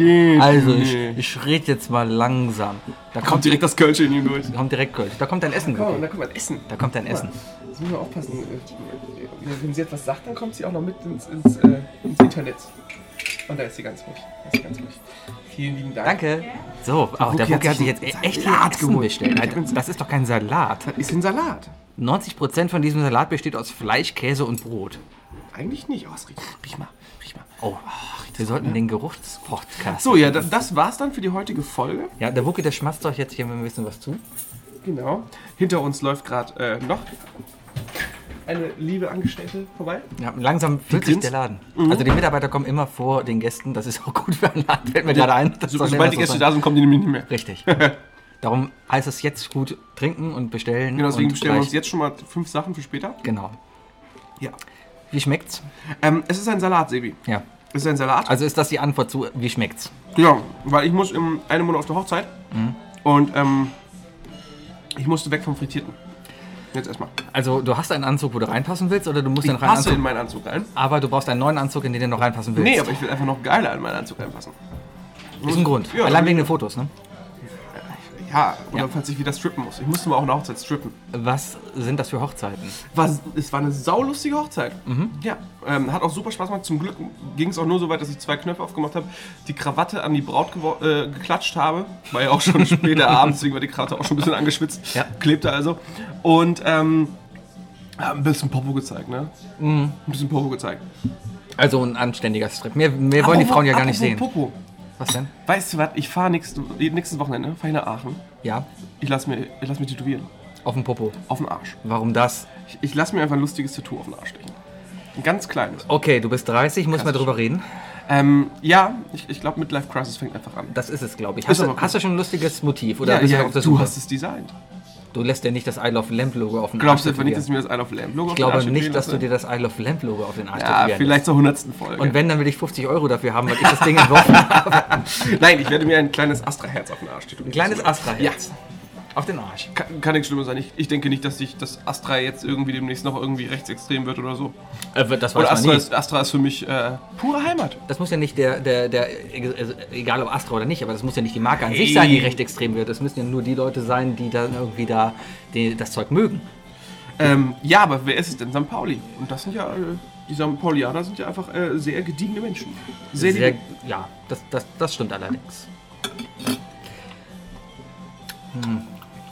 Speaker 2: ich, ich rede jetzt mal langsam. Da
Speaker 1: Kommt
Speaker 2: kommt,
Speaker 1: direkt das Kölsch in ihn durch.
Speaker 2: kommt direkt Kölsch. Da kommt dein Essen.
Speaker 1: Oh, und
Speaker 2: Guki.
Speaker 1: da kommt ein Essen.
Speaker 2: Da kommt dein Essen.
Speaker 1: Jetzt müssen wir aufpassen. Äh, Wenn sie etwas sagt, dann kommt sie auch noch mit ins, ins, äh, ins Internet. Und da ist sie ganz ruhig. Da ist sie ganz ruhig. Vielen lieben Dank.
Speaker 2: Danke. So, auch der
Speaker 1: Wookie hat
Speaker 2: Wookie hat sich
Speaker 1: sich
Speaker 2: jetzt e-
Speaker 1: einen
Speaker 2: echt viel
Speaker 1: Salat
Speaker 2: Essen
Speaker 1: geholt.
Speaker 2: bestellt.
Speaker 1: Ich hab
Speaker 2: Alter,
Speaker 1: ihn-
Speaker 2: Das ist doch kein Salat.
Speaker 1: Das ist ein Salat.
Speaker 2: 90% von diesem Salat besteht aus Fleisch, Käse und Brot.
Speaker 1: Eigentlich nicht. Oh, es riecht. Riech mal. Riech mal.
Speaker 2: Oh, wir sollten den Geruchspodcast.
Speaker 1: So, ja, da- das war's dann für die heutige Folge.
Speaker 2: Ja, der Wookie, der schmatzt euch jetzt hier ein bisschen was zu.
Speaker 1: Genau. Hinter uns läuft gerade äh, noch eine liebe Angestellte vorbei.
Speaker 2: Ja, langsam füllt sich
Speaker 1: Grinst. Mhm.
Speaker 2: der Laden. Also die Mitarbeiter kommen immer vor den Gästen. Das ist auch gut für einen Laden, fällt mir gerade ein. Das
Speaker 1: So,
Speaker 2: soll
Speaker 1: sobald die
Speaker 2: immer so
Speaker 1: Gäste
Speaker 2: sein.
Speaker 1: da sind, kommen die nämlich nicht mehr.
Speaker 2: Richtig. Darum heißt es jetzt gut trinken und bestellen.
Speaker 1: Genau, deswegen
Speaker 2: und
Speaker 1: bestellen wir
Speaker 2: gleich-
Speaker 1: uns jetzt schon mal fünf Sachen für später.
Speaker 2: Genau.
Speaker 1: Ja.
Speaker 2: Wie schmeckt's?
Speaker 1: Ähm, es ist ein Salat, Sebi.
Speaker 2: Ja.
Speaker 1: Es ist ein Salat.
Speaker 2: Also ist das die Antwort zu wie schmeckt's?
Speaker 1: Ja, weil ich muss im einen Monat auf der Hochzeit
Speaker 2: Mhm.
Speaker 1: und ähm, ich musste weg vom Frittierten. Jetzt erstmal.
Speaker 2: Also du hast einen Anzug, wo du reinpassen willst, oder du musst
Speaker 1: Ich
Speaker 2: dann rein
Speaker 1: passe in
Speaker 2: Anzug,
Speaker 1: meinen Anzug rein.
Speaker 2: aber du brauchst einen neuen Anzug, in den du noch reinpassen willst.
Speaker 1: Nee, aber ich will einfach noch geiler in meinen Anzug reinpassen.
Speaker 2: ist ein Grund.
Speaker 1: Ja,
Speaker 2: Allein wegen den Fotos, ne?
Speaker 1: Ja, oder falls ich wieder strippen muss. Ich musste mal auch eine Hochzeit strippen.
Speaker 2: Was sind das für Hochzeiten?
Speaker 1: War, es war eine saulustige Hochzeit.
Speaker 2: Mhm.
Speaker 1: Ja, ähm, hat auch super Spaß gemacht. Zum Glück ging es auch nur so weit, dass ich zwei Knöpfe aufgemacht habe, die Krawatte an die Braut gewo- äh, geklatscht habe. War ja auch schon später abends, deswegen war die Krawatte auch schon ein bisschen angeschwitzt.
Speaker 2: Ja.
Speaker 1: Klebte also. Und ähm, hab ein bisschen Popo gezeigt, ne?
Speaker 2: Mhm.
Speaker 1: Ein bisschen Popo gezeigt.
Speaker 2: Also ein anständiger Strip. Mehr, mehr wollen die
Speaker 1: Apropos-
Speaker 2: Frauen ja gar nicht sehen.
Speaker 1: apropos Popo.
Speaker 2: Was denn?
Speaker 1: Weißt du was? Ich fahre nächstes, nächstes Wochenende fahr ich nach Aachen.
Speaker 2: Ja,
Speaker 1: Ich lass, mir, ich lass mich tätowieren.
Speaker 2: auf den Popo.
Speaker 1: Auf den Arsch.
Speaker 2: Warum das?
Speaker 1: Ich, ich lass mir einfach ein lustiges Tattoo auf den Arsch stechen. Ein ganz kleines.
Speaker 2: Okay, du bist 30, muss man drüber reden.
Speaker 1: Ähm, ja, ich, ich glaube, Midlife Crisis fängt einfach an.
Speaker 2: Das ist es, glaube ich. Hast,
Speaker 1: Ist
Speaker 2: du,
Speaker 1: aber cool.
Speaker 2: hast du schon ein lustiges Motiv? Oder
Speaker 1: Ja,
Speaker 2: bist du
Speaker 1: ja,
Speaker 2: auf der
Speaker 1: du
Speaker 2: Suche?
Speaker 1: hast es designt.
Speaker 2: Du lässt ja nicht das I Love Lamp Logo auf den
Speaker 1: Glaubst du
Speaker 2: Arsch
Speaker 1: etwa nicht, dass
Speaker 2: tätowieren.
Speaker 1: ich mir das Isle of Lamb Logo
Speaker 2: Ich glaube nicht, dass du dir das I Love Lamp Logo auf den Arsch
Speaker 1: Ja,
Speaker 2: tätowieren
Speaker 1: vielleicht zur hundertsten Folge.
Speaker 2: lässt. Und wenn, dann will ich 50 Euro dafür haben, weil ich das Ding entworfen habe.
Speaker 1: Nein, ich werde mir ein kleines Astra-Herz auf den Arsch tätowieren.
Speaker 2: Ein kleines Astra
Speaker 1: Ja.
Speaker 2: Auf den Arsch.
Speaker 1: Kann, kann nichts Schlimmes sein. Ich, ich denke nicht, dass sich das Astra jetzt irgendwie demnächst noch irgendwie rechtsextrem wird oder so.
Speaker 2: Äh, das
Speaker 1: Oder
Speaker 2: weiß
Speaker 1: Astra
Speaker 2: man nie.
Speaker 1: ist, Astra ist für mich äh, pure Heimat.
Speaker 2: Das muss ja nicht der, der, der, also egal ob Astra oder nicht, aber das muss ja nicht die Marke an sich sein, die recht extrem wird. Das müssen ja nur die Leute sein, die dann irgendwie da die, das Zeug mögen.
Speaker 1: Ähm, ja, aber wer ist es denn? St. Pauli. Und das sind ja, äh, die St. Paulianer sind ja einfach äh, sehr gediegene Menschen. Sehr,
Speaker 2: Sehr,
Speaker 1: lieb.
Speaker 2: ja, das, das, das stimmt allerdings.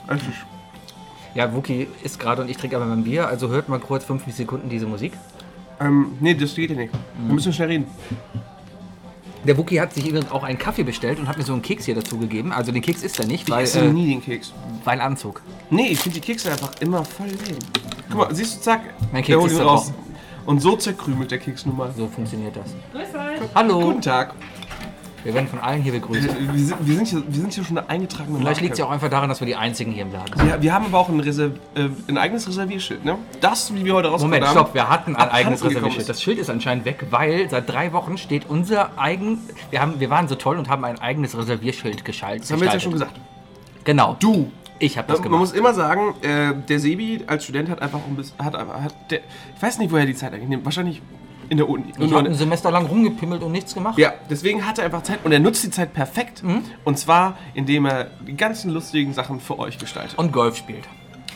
Speaker 1: Also, ich-
Speaker 2: Ja, Wookie ist gerade und ich trinke aber mein Bier, also hört mal kurz fünf Sekunden diese Musik.
Speaker 1: ähm, nee, das geht ja nicht.
Speaker 2: Mhm.
Speaker 1: Wir müssen schnell reden.
Speaker 2: Der Wookie hat sich übrigens auch einen Kaffee bestellt und hat mir so einen Keks hier dazu gegeben. Also den Keks ist er nicht,
Speaker 1: Ich
Speaker 2: weil,
Speaker 1: esse
Speaker 2: äh,
Speaker 1: nie den Keks.
Speaker 2: weil Anzug.
Speaker 1: Nee, ich finde die Kekse einfach immer voll leer. Guck mal, siehst du, zack,
Speaker 2: Mein Keks
Speaker 1: der holt
Speaker 2: ist
Speaker 1: ihn raus.
Speaker 2: zerbrochen.
Speaker 1: Und so zerkrümelt der Keks nun mal.
Speaker 2: So funktioniert das. Hallo.
Speaker 1: Guten Tag.
Speaker 2: Wir werden von allen hier begrüßt.
Speaker 1: Wir, wir, sind, wir, sind, hier, wir sind hier schon eine eingetragene
Speaker 2: Vielleicht liegt es ja
Speaker 1: ja
Speaker 2: auch einfach daran, dass wir die Einzigen hier im Laden sind.
Speaker 1: wir, wir haben aber auch ein, Reserv, äh, ein eigenes Reservierschild, ne? Das, wie wir heute rausgefunden
Speaker 2: Moment,
Speaker 1: haben.
Speaker 2: stopp, wir hatten ein
Speaker 1: Abhanden
Speaker 2: eigenes
Speaker 1: gekommen
Speaker 2: Reservierschild.
Speaker 1: ist.
Speaker 2: Das Schild ist anscheinend weg, weil seit drei Wochen steht unser eigen. Wir, haben, wir waren so toll und haben ein eigenes Reservierschild geschaltet.
Speaker 1: Das haben wir jetzt ja schon gesagt.
Speaker 2: Genau.
Speaker 1: Du,
Speaker 2: Ich habe das
Speaker 1: Man, man
Speaker 2: gemacht.
Speaker 1: muss immer sagen, äh, der Sebi als Student hat einfach ein bisschen, hat, einfach- hat der, ich weiß nicht, woher die Zeit eigentlich nimmt, wahrscheinlich in der Uni.
Speaker 2: Ich habe ein
Speaker 1: Und,
Speaker 2: Semester lang rumgepimmelt und nichts gemacht.
Speaker 1: ja, Mhm. deswegen hat er einfach Zeit und er nutzt die Zeit perfekt. Und zwar, indem er die ganzen lustigen Sachen für euch gestaltet.
Speaker 2: Und Golf spielt.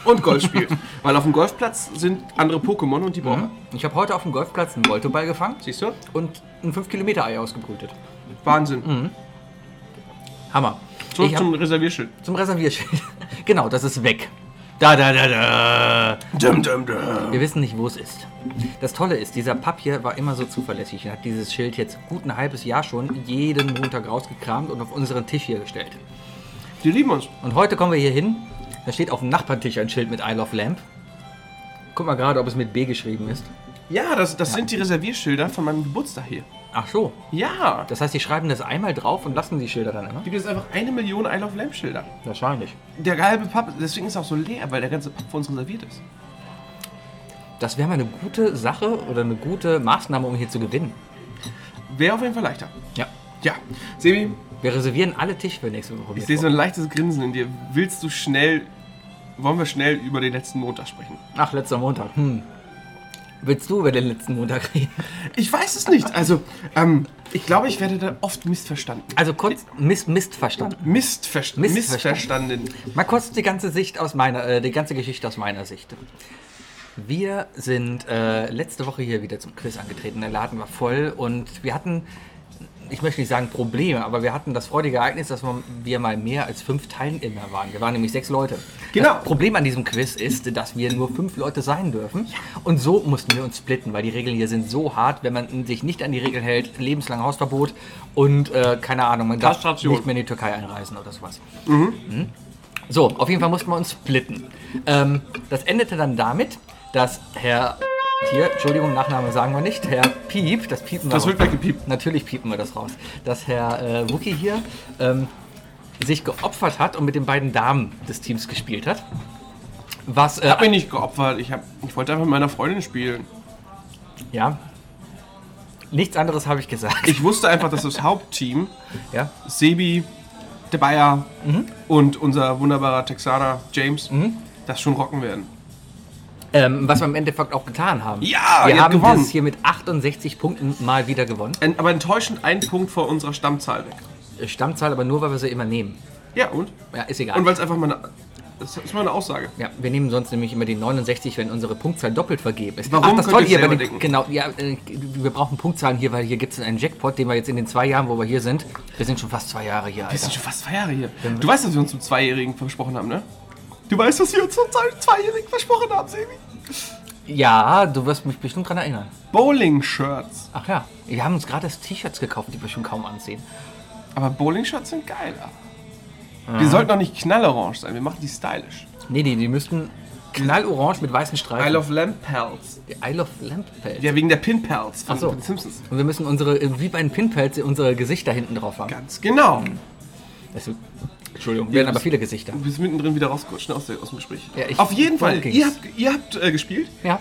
Speaker 1: Und Golf spielt. Weil auf dem Golfplatz sind andere Pokémon und die brauchen.
Speaker 2: Ich habe heute auf dem Golfplatz einen Voltoball gefangen
Speaker 1: Siehst du?
Speaker 2: und ein 5-Kilometer-Ei ausgebrütet.
Speaker 1: Wahnsinn.
Speaker 2: Hammer.
Speaker 1: Zurück
Speaker 2: Ich hab-
Speaker 1: zum Reservierschild.
Speaker 2: Zum Reservierschild. genau, das ist weg. Da, da, da, da.
Speaker 1: Dum, dum, dum.
Speaker 2: Wir wissen nicht, wo es ist. Das Tolle ist, dieser Papp hier war immer so zuverlässig und hat dieses Schild jetzt gut ein halbes Jahr schon jeden Montag rausgekramt und auf unseren Tisch hier gestellt.
Speaker 1: Die lieben uns.
Speaker 2: Und heute kommen wir hier hin. Da steht auf dem Nachbartisch ein Schild mit I Love Lamp. Guck mal gerade, ob es mit B geschrieben ist.
Speaker 1: Ja, das, das sind die Reservierschilder von meinem Geburtstag hier.
Speaker 2: Ach so.
Speaker 1: Ja.
Speaker 2: Das heißt, die schreiben das einmal drauf und lassen die Schilder dann immer?
Speaker 1: Gibt es einfach eine Million Isle of Lamp Schilder.
Speaker 2: Wahrscheinlich.
Speaker 1: Der halbe Papp, deswegen ist er auch so leer, weil der ganze Papp für uns reserviert ist.
Speaker 2: Das wäre mal eine gute Sache oder eine gute Maßnahme, um hier zu gewinnen.
Speaker 1: Wäre auf jeden Fall leichter.
Speaker 2: Ja.
Speaker 1: Ja, Sebi,
Speaker 2: Wir reservieren alle Tische für nächste Woche.
Speaker 1: ich sehe so ein leichtes Grinsen in dir. Willst du schnell, wollen wir schnell über den letzten Montag sprechen?
Speaker 2: Ach, letzter Montag. Hm. Willst du über den letzten Montag reden?
Speaker 1: Ich weiß es nicht. Also, ähm, ich glaube, ich werde da oft missverstanden.
Speaker 2: Also kurz Mist, Mist verstanden.
Speaker 1: Mistverst
Speaker 2: Missverstanden.
Speaker 1: missverstanden.
Speaker 2: Mal kurz die ganze Sicht aus meiner, äh, die ganze Geschichte aus meiner Sicht. Wir sind äh, letzte Woche hier wieder zum Quiz angetreten. Der Laden war voll und wir hatten, ich möchte nicht sagen Probleme, aber wir hatten das freudige Ereignis, dass wir- wir mal mehr als fünf Teilnehmer waren. Wir waren nämlich sechs Leute.
Speaker 1: Genau.
Speaker 2: Das Problem an diesem Quiz ist, dass wir nur fünf Leute sein dürfen. Und so mussten wir uns splitten, weil die Regeln hier sind so hart, wenn man sich nicht an die Regeln hält, lebenslang Hausverbot und äh, keine Ahnung, man darf
Speaker 1: Kastration.
Speaker 2: nicht mehr in die Türkei einreisen oder sowas. So, auf jeden Fall mussten wir uns splitten. Ähm, das endete dann damit, dass Herr hier, Entschuldigung, Nachname sagen wir nicht, Herr Piep, das piepen wir
Speaker 1: Das
Speaker 2: raus.
Speaker 1: wird weggepiept.
Speaker 2: Natürlich piepen wir das raus, dass Herr äh, Wookie hier ähm, sich geopfert hat und mit den beiden Damen des Teams gespielt hat. Was, äh,
Speaker 1: Ich habe mich nicht geopfert. Ich, hab, ich wollte einfach mit meiner Freundin spielen.
Speaker 2: ja, nichts anderes habe ich gesagt.
Speaker 1: Ich wusste einfach, dass das Hauptteam,
Speaker 2: Ja,
Speaker 1: Sebi, der Bayer und unser wunderbarer Texaner James, das schon rocken werden.
Speaker 2: ähm, was wir im Endeffekt auch getan haben.
Speaker 1: Ja,
Speaker 2: wir
Speaker 1: ihr habt
Speaker 2: haben
Speaker 1: gewonnen.
Speaker 2: das hier mit 68 Punkten mal wieder gewonnen.
Speaker 1: Ein, aber enttäuschend ein Punkt vor unserer Stammzahl weg.
Speaker 2: Stammzahl aber nur, weil wir sie immer nehmen.
Speaker 1: Ja, und?
Speaker 2: Ja, ist egal.
Speaker 1: Und weil es einfach mal eine, das ist mal eine Aussage.
Speaker 2: Ja, wir nehmen sonst nämlich immer die 69, wenn unsere Punktzahl doppelt vergeben ist.
Speaker 1: Warum?
Speaker 2: das
Speaker 1: Könnt
Speaker 2: Tolle
Speaker 1: ihr
Speaker 2: hier bei
Speaker 1: selber
Speaker 2: den,
Speaker 1: denken.
Speaker 2: genau, ja, äh, wir brauchen Punktzahlen hier, weil hier gibt es einen Jackpot, den wir jetzt in den zwei Jahren, wo wir hier sind, wir sind schon fast zwei Jahre hier,
Speaker 1: Wir
Speaker 2: Alter.
Speaker 1: sind schon fast zwei Jahre hier. Du weißt, dass wir uns zum Zweijährigen versprochen haben, ne? Du weißt, was wir uns zum Zwei- Zweijährigen versprochen haben, Sebi.
Speaker 2: Ja, du wirst mich bestimmt dran erinnern.
Speaker 1: Bowling-Shirts.
Speaker 2: Ach ja, wir haben uns gerade das T-Shirts gekauft, die wir schon kaum anziehen.
Speaker 1: Aber Bowling-Shirts sind geiler. Die sollten doch nicht knallorange sein, wir machen die stylisch.
Speaker 2: Nee, nee, die müssten knallorange mit weißen Streifen.
Speaker 1: Isle of Lamp Pals.
Speaker 2: Die I love Lamp Pelz.
Speaker 1: Ja, wegen der Pin-Pals von
Speaker 2: Ach so.
Speaker 1: den Simpsons.
Speaker 2: Und wir müssen unsere, äh, wie bei den Pinpelz, unsere Gesichter hinten drauf haben.
Speaker 1: Ganz genau.
Speaker 2: Es, Entschuldigung, werden
Speaker 1: bist-
Speaker 2: aber viele Gesichter.
Speaker 1: Du bist mittendrin wieder rausgerutscht ne, aus, der- aus dem Gespräch.
Speaker 2: Ja, ich-
Speaker 1: Auf jeden
Speaker 2: worum
Speaker 1: Fall,
Speaker 2: ging's?
Speaker 1: ihr habt, ihr habt äh, gespielt
Speaker 2: Ja.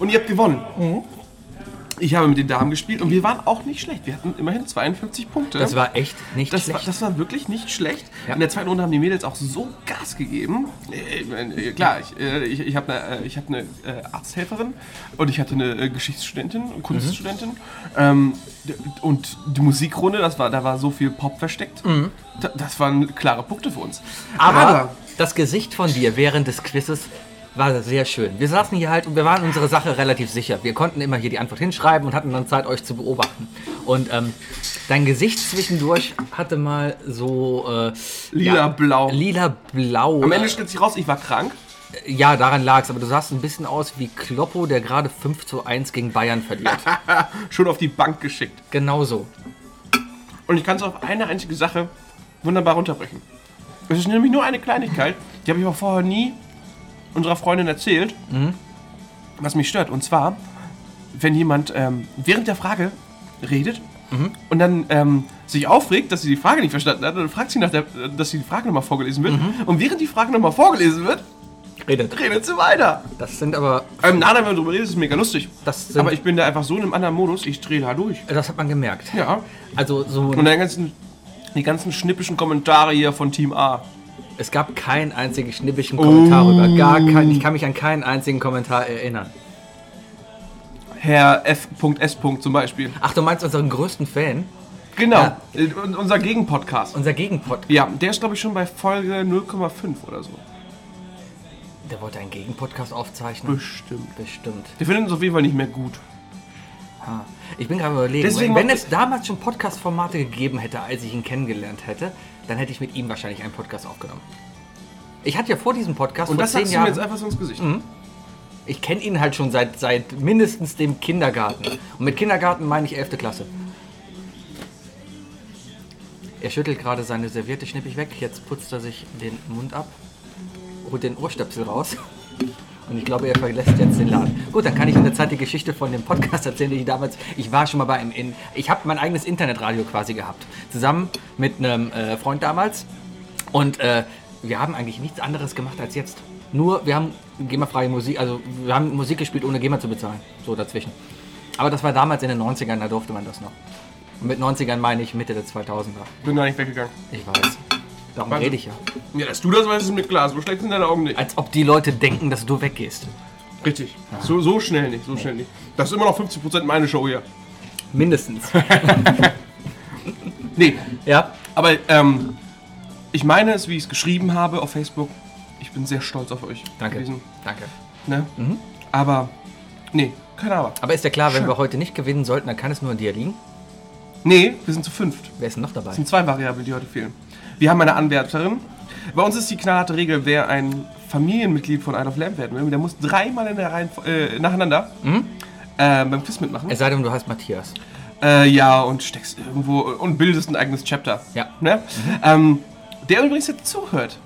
Speaker 1: und ihr habt gewonnen.
Speaker 2: Mhm.
Speaker 1: Ich habe mit den Damen gespielt und wir waren auch nicht schlecht. Wir hatten immerhin 52 Punkte.
Speaker 2: Das war echt nicht
Speaker 1: Das war,
Speaker 2: schlecht.
Speaker 1: das war wirklich nicht schlecht.
Speaker 2: Ja.
Speaker 1: In der zweiten Runde haben die Mädels auch so Gas gegeben. Äh, ich meine, äh, klar, ich, äh, ich, ich habe eine, äh, ich hab eine äh, Arzthelferin und ich hatte eine äh, Geschichtsstudentin und
Speaker 2: Mhm.
Speaker 1: Kunststudentin. Ähm, d- und die Musikrunde, das war, da war so viel Pop versteckt. Da, das waren klare Punkte für uns.
Speaker 2: Mhm. Aber, das Gesicht von dir während des Quizzes war sehr schön. Wir saßen hier halt und wir waren unsere Sache relativ sicher. Wir konnten immer hier die Antwort hinschreiben und hatten dann Zeit, euch zu beobachten. Und ähm, dein Gesicht zwischendurch hatte mal so äh,
Speaker 1: Lila-blau.
Speaker 2: lila-blau.
Speaker 1: am Ende stellt sich raus, ich war krank.
Speaker 2: ja, daran lag's. Aber du sahst ein bisschen aus wie Kloppo, der gerade 5 zu 1 gegen Bayern verliert. Genau
Speaker 1: Schon auf die Bank geschickt.
Speaker 2: Genauso.
Speaker 1: Und ich kann es auf eine einzige Sache wunderbar runterbrechen. Es ist nämlich nur eine Kleinigkeit, die habe ich auch vorher nie unserer Freundin erzählt,
Speaker 2: Mhm.
Speaker 1: was mich stört. Und zwar, wenn jemand ähm, während der Frage redet
Speaker 2: Mhm.
Speaker 1: und dann ähm, sich aufregt, dass sie die Frage nicht verstanden hat, und dann fragt sie nach der, dass sie die Frage nochmal vorgelesen wird.
Speaker 2: Mhm.
Speaker 1: Und während die Frage nochmal vorgelesen wird,
Speaker 2: Redet.
Speaker 1: redet sie weiter.
Speaker 2: Das sind aber.
Speaker 1: Ähm, na, wenn man drüber redet, ist es mega lustig.
Speaker 2: Das sind,
Speaker 1: Aber ich bin da einfach so in einem anderen Modus, ich drehe da durch.
Speaker 2: das hat man gemerkt.
Speaker 1: Ja.
Speaker 2: Also so.
Speaker 1: Und dann ganzen, die ganzen schnippischen Kommentare hier von Team A.
Speaker 2: Es gab keinen einzigen schnippischen Kommentar rüber. Gar
Speaker 1: Oh.
Speaker 2: kein, ich kann mich an keinen einzigen Kommentar erinnern.
Speaker 1: Herr F.S. zum Beispiel.
Speaker 2: Ach, du meinst unseren größten Fan?
Speaker 1: Genau.
Speaker 2: Ja.
Speaker 1: Äh, und Unser Gegenpodcast.
Speaker 2: Unser Gegenpod.
Speaker 1: Ja, der ist, glaube ich, schon bei Folge 0,5 oder so.
Speaker 2: Der wollte einen Gegenpodcast aufzeichnen.
Speaker 1: Bestimmt.
Speaker 2: Bestimmt.
Speaker 1: Wir finden uns auf jeden Fall nicht mehr gut.
Speaker 2: Ah, Ich bin gerade überlegen.
Speaker 1: Deswegen
Speaker 2: wenn
Speaker 1: mo-
Speaker 2: es damals schon Podcast-Formate gegeben hätte, als ich ihn kennengelernt hätte, dann hätte ich mit ihm wahrscheinlich einen Podcast aufgenommen. Ich hatte ja vor diesem Podcast
Speaker 1: Und
Speaker 2: vor
Speaker 1: das
Speaker 2: zehn
Speaker 1: sagst du mir jetzt
Speaker 2: Jahren. Mhm.
Speaker 1: einfach so ins Gesicht.
Speaker 2: Ich kenne ihn halt schon seit, seit mindestens dem Kindergarten. Und mit Kindergarten meine ich 11. Klasse. Er schüttelt gerade seine Serviette schnippig weg. Jetzt putzt er sich den Mund ab, holt den Ohrstöpsel raus. Und ich glaube, er verlässt jetzt den Laden. Gut, dann kann ich in der Zeit die Geschichte von dem Podcast erzählen, den ich damals. Ich war schon mal bei einem. In, ich habe mein eigenes Internetradio quasi gehabt. Zusammen mit einem äh, Freund damals. Und äh, wir haben eigentlich nichts anderes gemacht als jetzt. Nur, wir haben GEMA-freie Musik, also wir haben Musik gespielt, ohne GEMA zu bezahlen. So dazwischen. Aber das war damals in den 90ern, da durfte man das noch. Und mit 90ern meine ich Mitte der 2000er.
Speaker 1: Bin gar nicht weggegangen.
Speaker 2: Ich weiß. Darum
Speaker 1: Wahnsinn.
Speaker 2: rede ich ja.
Speaker 1: Ja, dass du das weißt, ist mit Glas. So schlecht sind deine Augen nicht.
Speaker 2: Als ob die Leute denken, dass du weggehst.
Speaker 1: Richtig. So, so schnell nicht, so schnell nicht. Das ist immer noch 50% meine Show hier.
Speaker 2: Mindestens.
Speaker 1: Nee,
Speaker 2: ja?
Speaker 1: aber ähm, ich meine es, wie ich es geschrieben habe auf Facebook. Ich bin sehr stolz auf euch.
Speaker 2: Danke.
Speaker 1: gewesen,
Speaker 2: Danke.
Speaker 1: Ne?
Speaker 2: Mhm.
Speaker 1: Aber, nee, kein Aber.
Speaker 2: Aber ist ja klar, wenn
Speaker 1: Schön.
Speaker 2: wir heute nicht gewinnen sollten, dann kann es nur an dir liegen.
Speaker 1: Nee, wir sind zu fünft.
Speaker 2: Wer ist denn noch dabei?
Speaker 1: Es sind zwei Variablen, die heute fehlen. Wir haben eine Anwärterin. Bei uns ist die knallharte Regel, wer ein Familienmitglied von Isle of Lamb werden will, der muss dreimal in der Reihen, äh, nacheinander
Speaker 2: Mhm.
Speaker 1: äh, beim Quiz mitmachen.
Speaker 2: Es sei denn, du heißt Matthias.
Speaker 1: Äh, ja, und steckst irgendwo und bildest ein eigenes Chapter.
Speaker 2: Ja. Mhm.
Speaker 1: Ne? Ähm, der übrigens jetzt zuhört.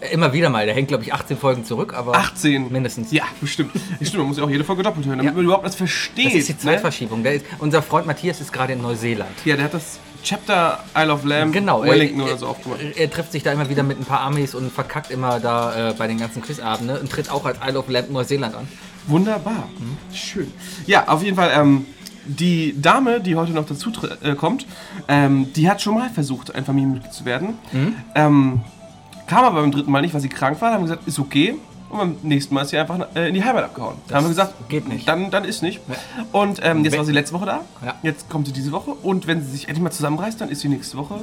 Speaker 2: Äh, Immer wieder mal. Der hängt, glaube ich, 18 Folgen zurück, aber
Speaker 1: 18.
Speaker 2: mindestens.
Speaker 1: Ja, bestimmt. Stimmt, man muss ja auch jede Folge doppelt hören, damit
Speaker 2: Ja.
Speaker 1: man überhaupt das versteht.
Speaker 2: Das ist die
Speaker 1: ne?
Speaker 2: Zeitverschiebung. Der ist, unser Freund Matthias ist gerade in Neuseeland.
Speaker 1: Ja, der hat das Chapter Isle of Lamb
Speaker 2: Genau, er-
Speaker 1: Wellington
Speaker 2: er-
Speaker 1: oder so aufgemacht.
Speaker 2: Er trifft sich da immer wieder mit ein paar Amis und verkackt immer da äh, bei den ganzen Quizabenden und tritt auch als Isle of Lamp Neuseeland an.
Speaker 1: Wunderbar. Schön. Ja, auf jeden Fall, ähm, die Dame, die heute noch dazu tr- äh, kommt, ähm, die hat schon mal versucht, ein Familienmitglied zu werden.
Speaker 2: Mhm.
Speaker 1: Ähm, kam aber beim dritten Mal nicht, weil sie krank war. Dann haben wir gesagt, ist okay. Und beim nächsten Mal ist sie einfach äh, in die Heimat abgehauen. Dann haben wir gesagt,
Speaker 2: geht nicht.
Speaker 1: Dann, dann ist nicht. Und ähm, jetzt
Speaker 2: Wenn-
Speaker 1: war sie letzte Woche da.
Speaker 2: Ja.
Speaker 1: Jetzt kommt sie diese Woche. Und wenn sie sich endlich mal zusammenreißt, dann ist sie nächste Woche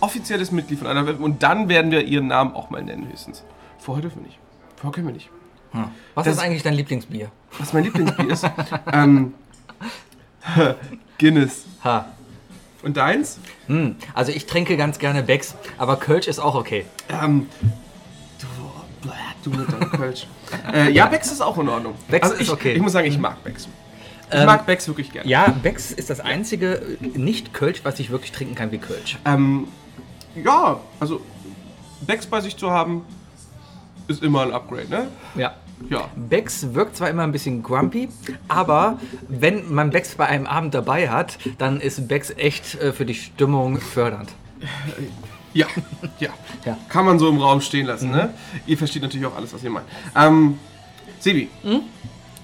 Speaker 1: offizielles Mitglied von einer Welt. Und dann werden wir ihren Namen auch mal nennen, höchstens. Vorher dürfen wir nicht. Vorher können wir nicht.
Speaker 2: Was
Speaker 1: Das-
Speaker 2: ist eigentlich dein Lieblingsbier?
Speaker 1: Was mein Lieblingsbier ist? ähm, Guinness.
Speaker 2: Ha.
Speaker 1: Und deins?
Speaker 2: Hm. Also ich trinke ganz gerne Becks, aber Kölsch ist auch okay.
Speaker 1: Ähm, du, bläh, du mit deinem Kölsch. äh, ja, Becks ist auch in Ordnung.
Speaker 2: Becks
Speaker 1: Also
Speaker 2: ist
Speaker 1: ich,
Speaker 2: okay.
Speaker 1: Ich muss sagen, ich mag Becks. Ich
Speaker 2: Ähm,
Speaker 1: mag Becks wirklich gerne.
Speaker 2: Ja, Becks ist das einzige äh, nicht Kölsch, was ich wirklich trinken kann wie Kölsch.
Speaker 1: Ähm, ja, also Becks bei sich zu haben, ist immer ein Upgrade, ne?
Speaker 2: Ja.
Speaker 1: Ja.
Speaker 2: Becks wirkt zwar immer ein bisschen grumpy, aber wenn man Becks bei einem Abend dabei hat, dann ist Becks echt äh, für die Stimmung fördernd.
Speaker 1: Ja, ja.
Speaker 2: Ja.
Speaker 1: Kann man so im Raum stehen lassen, ne?
Speaker 2: Mhm.
Speaker 1: Ihr versteht natürlich auch alles, was ihr meint. Ähm, Sebi,
Speaker 2: Mhm.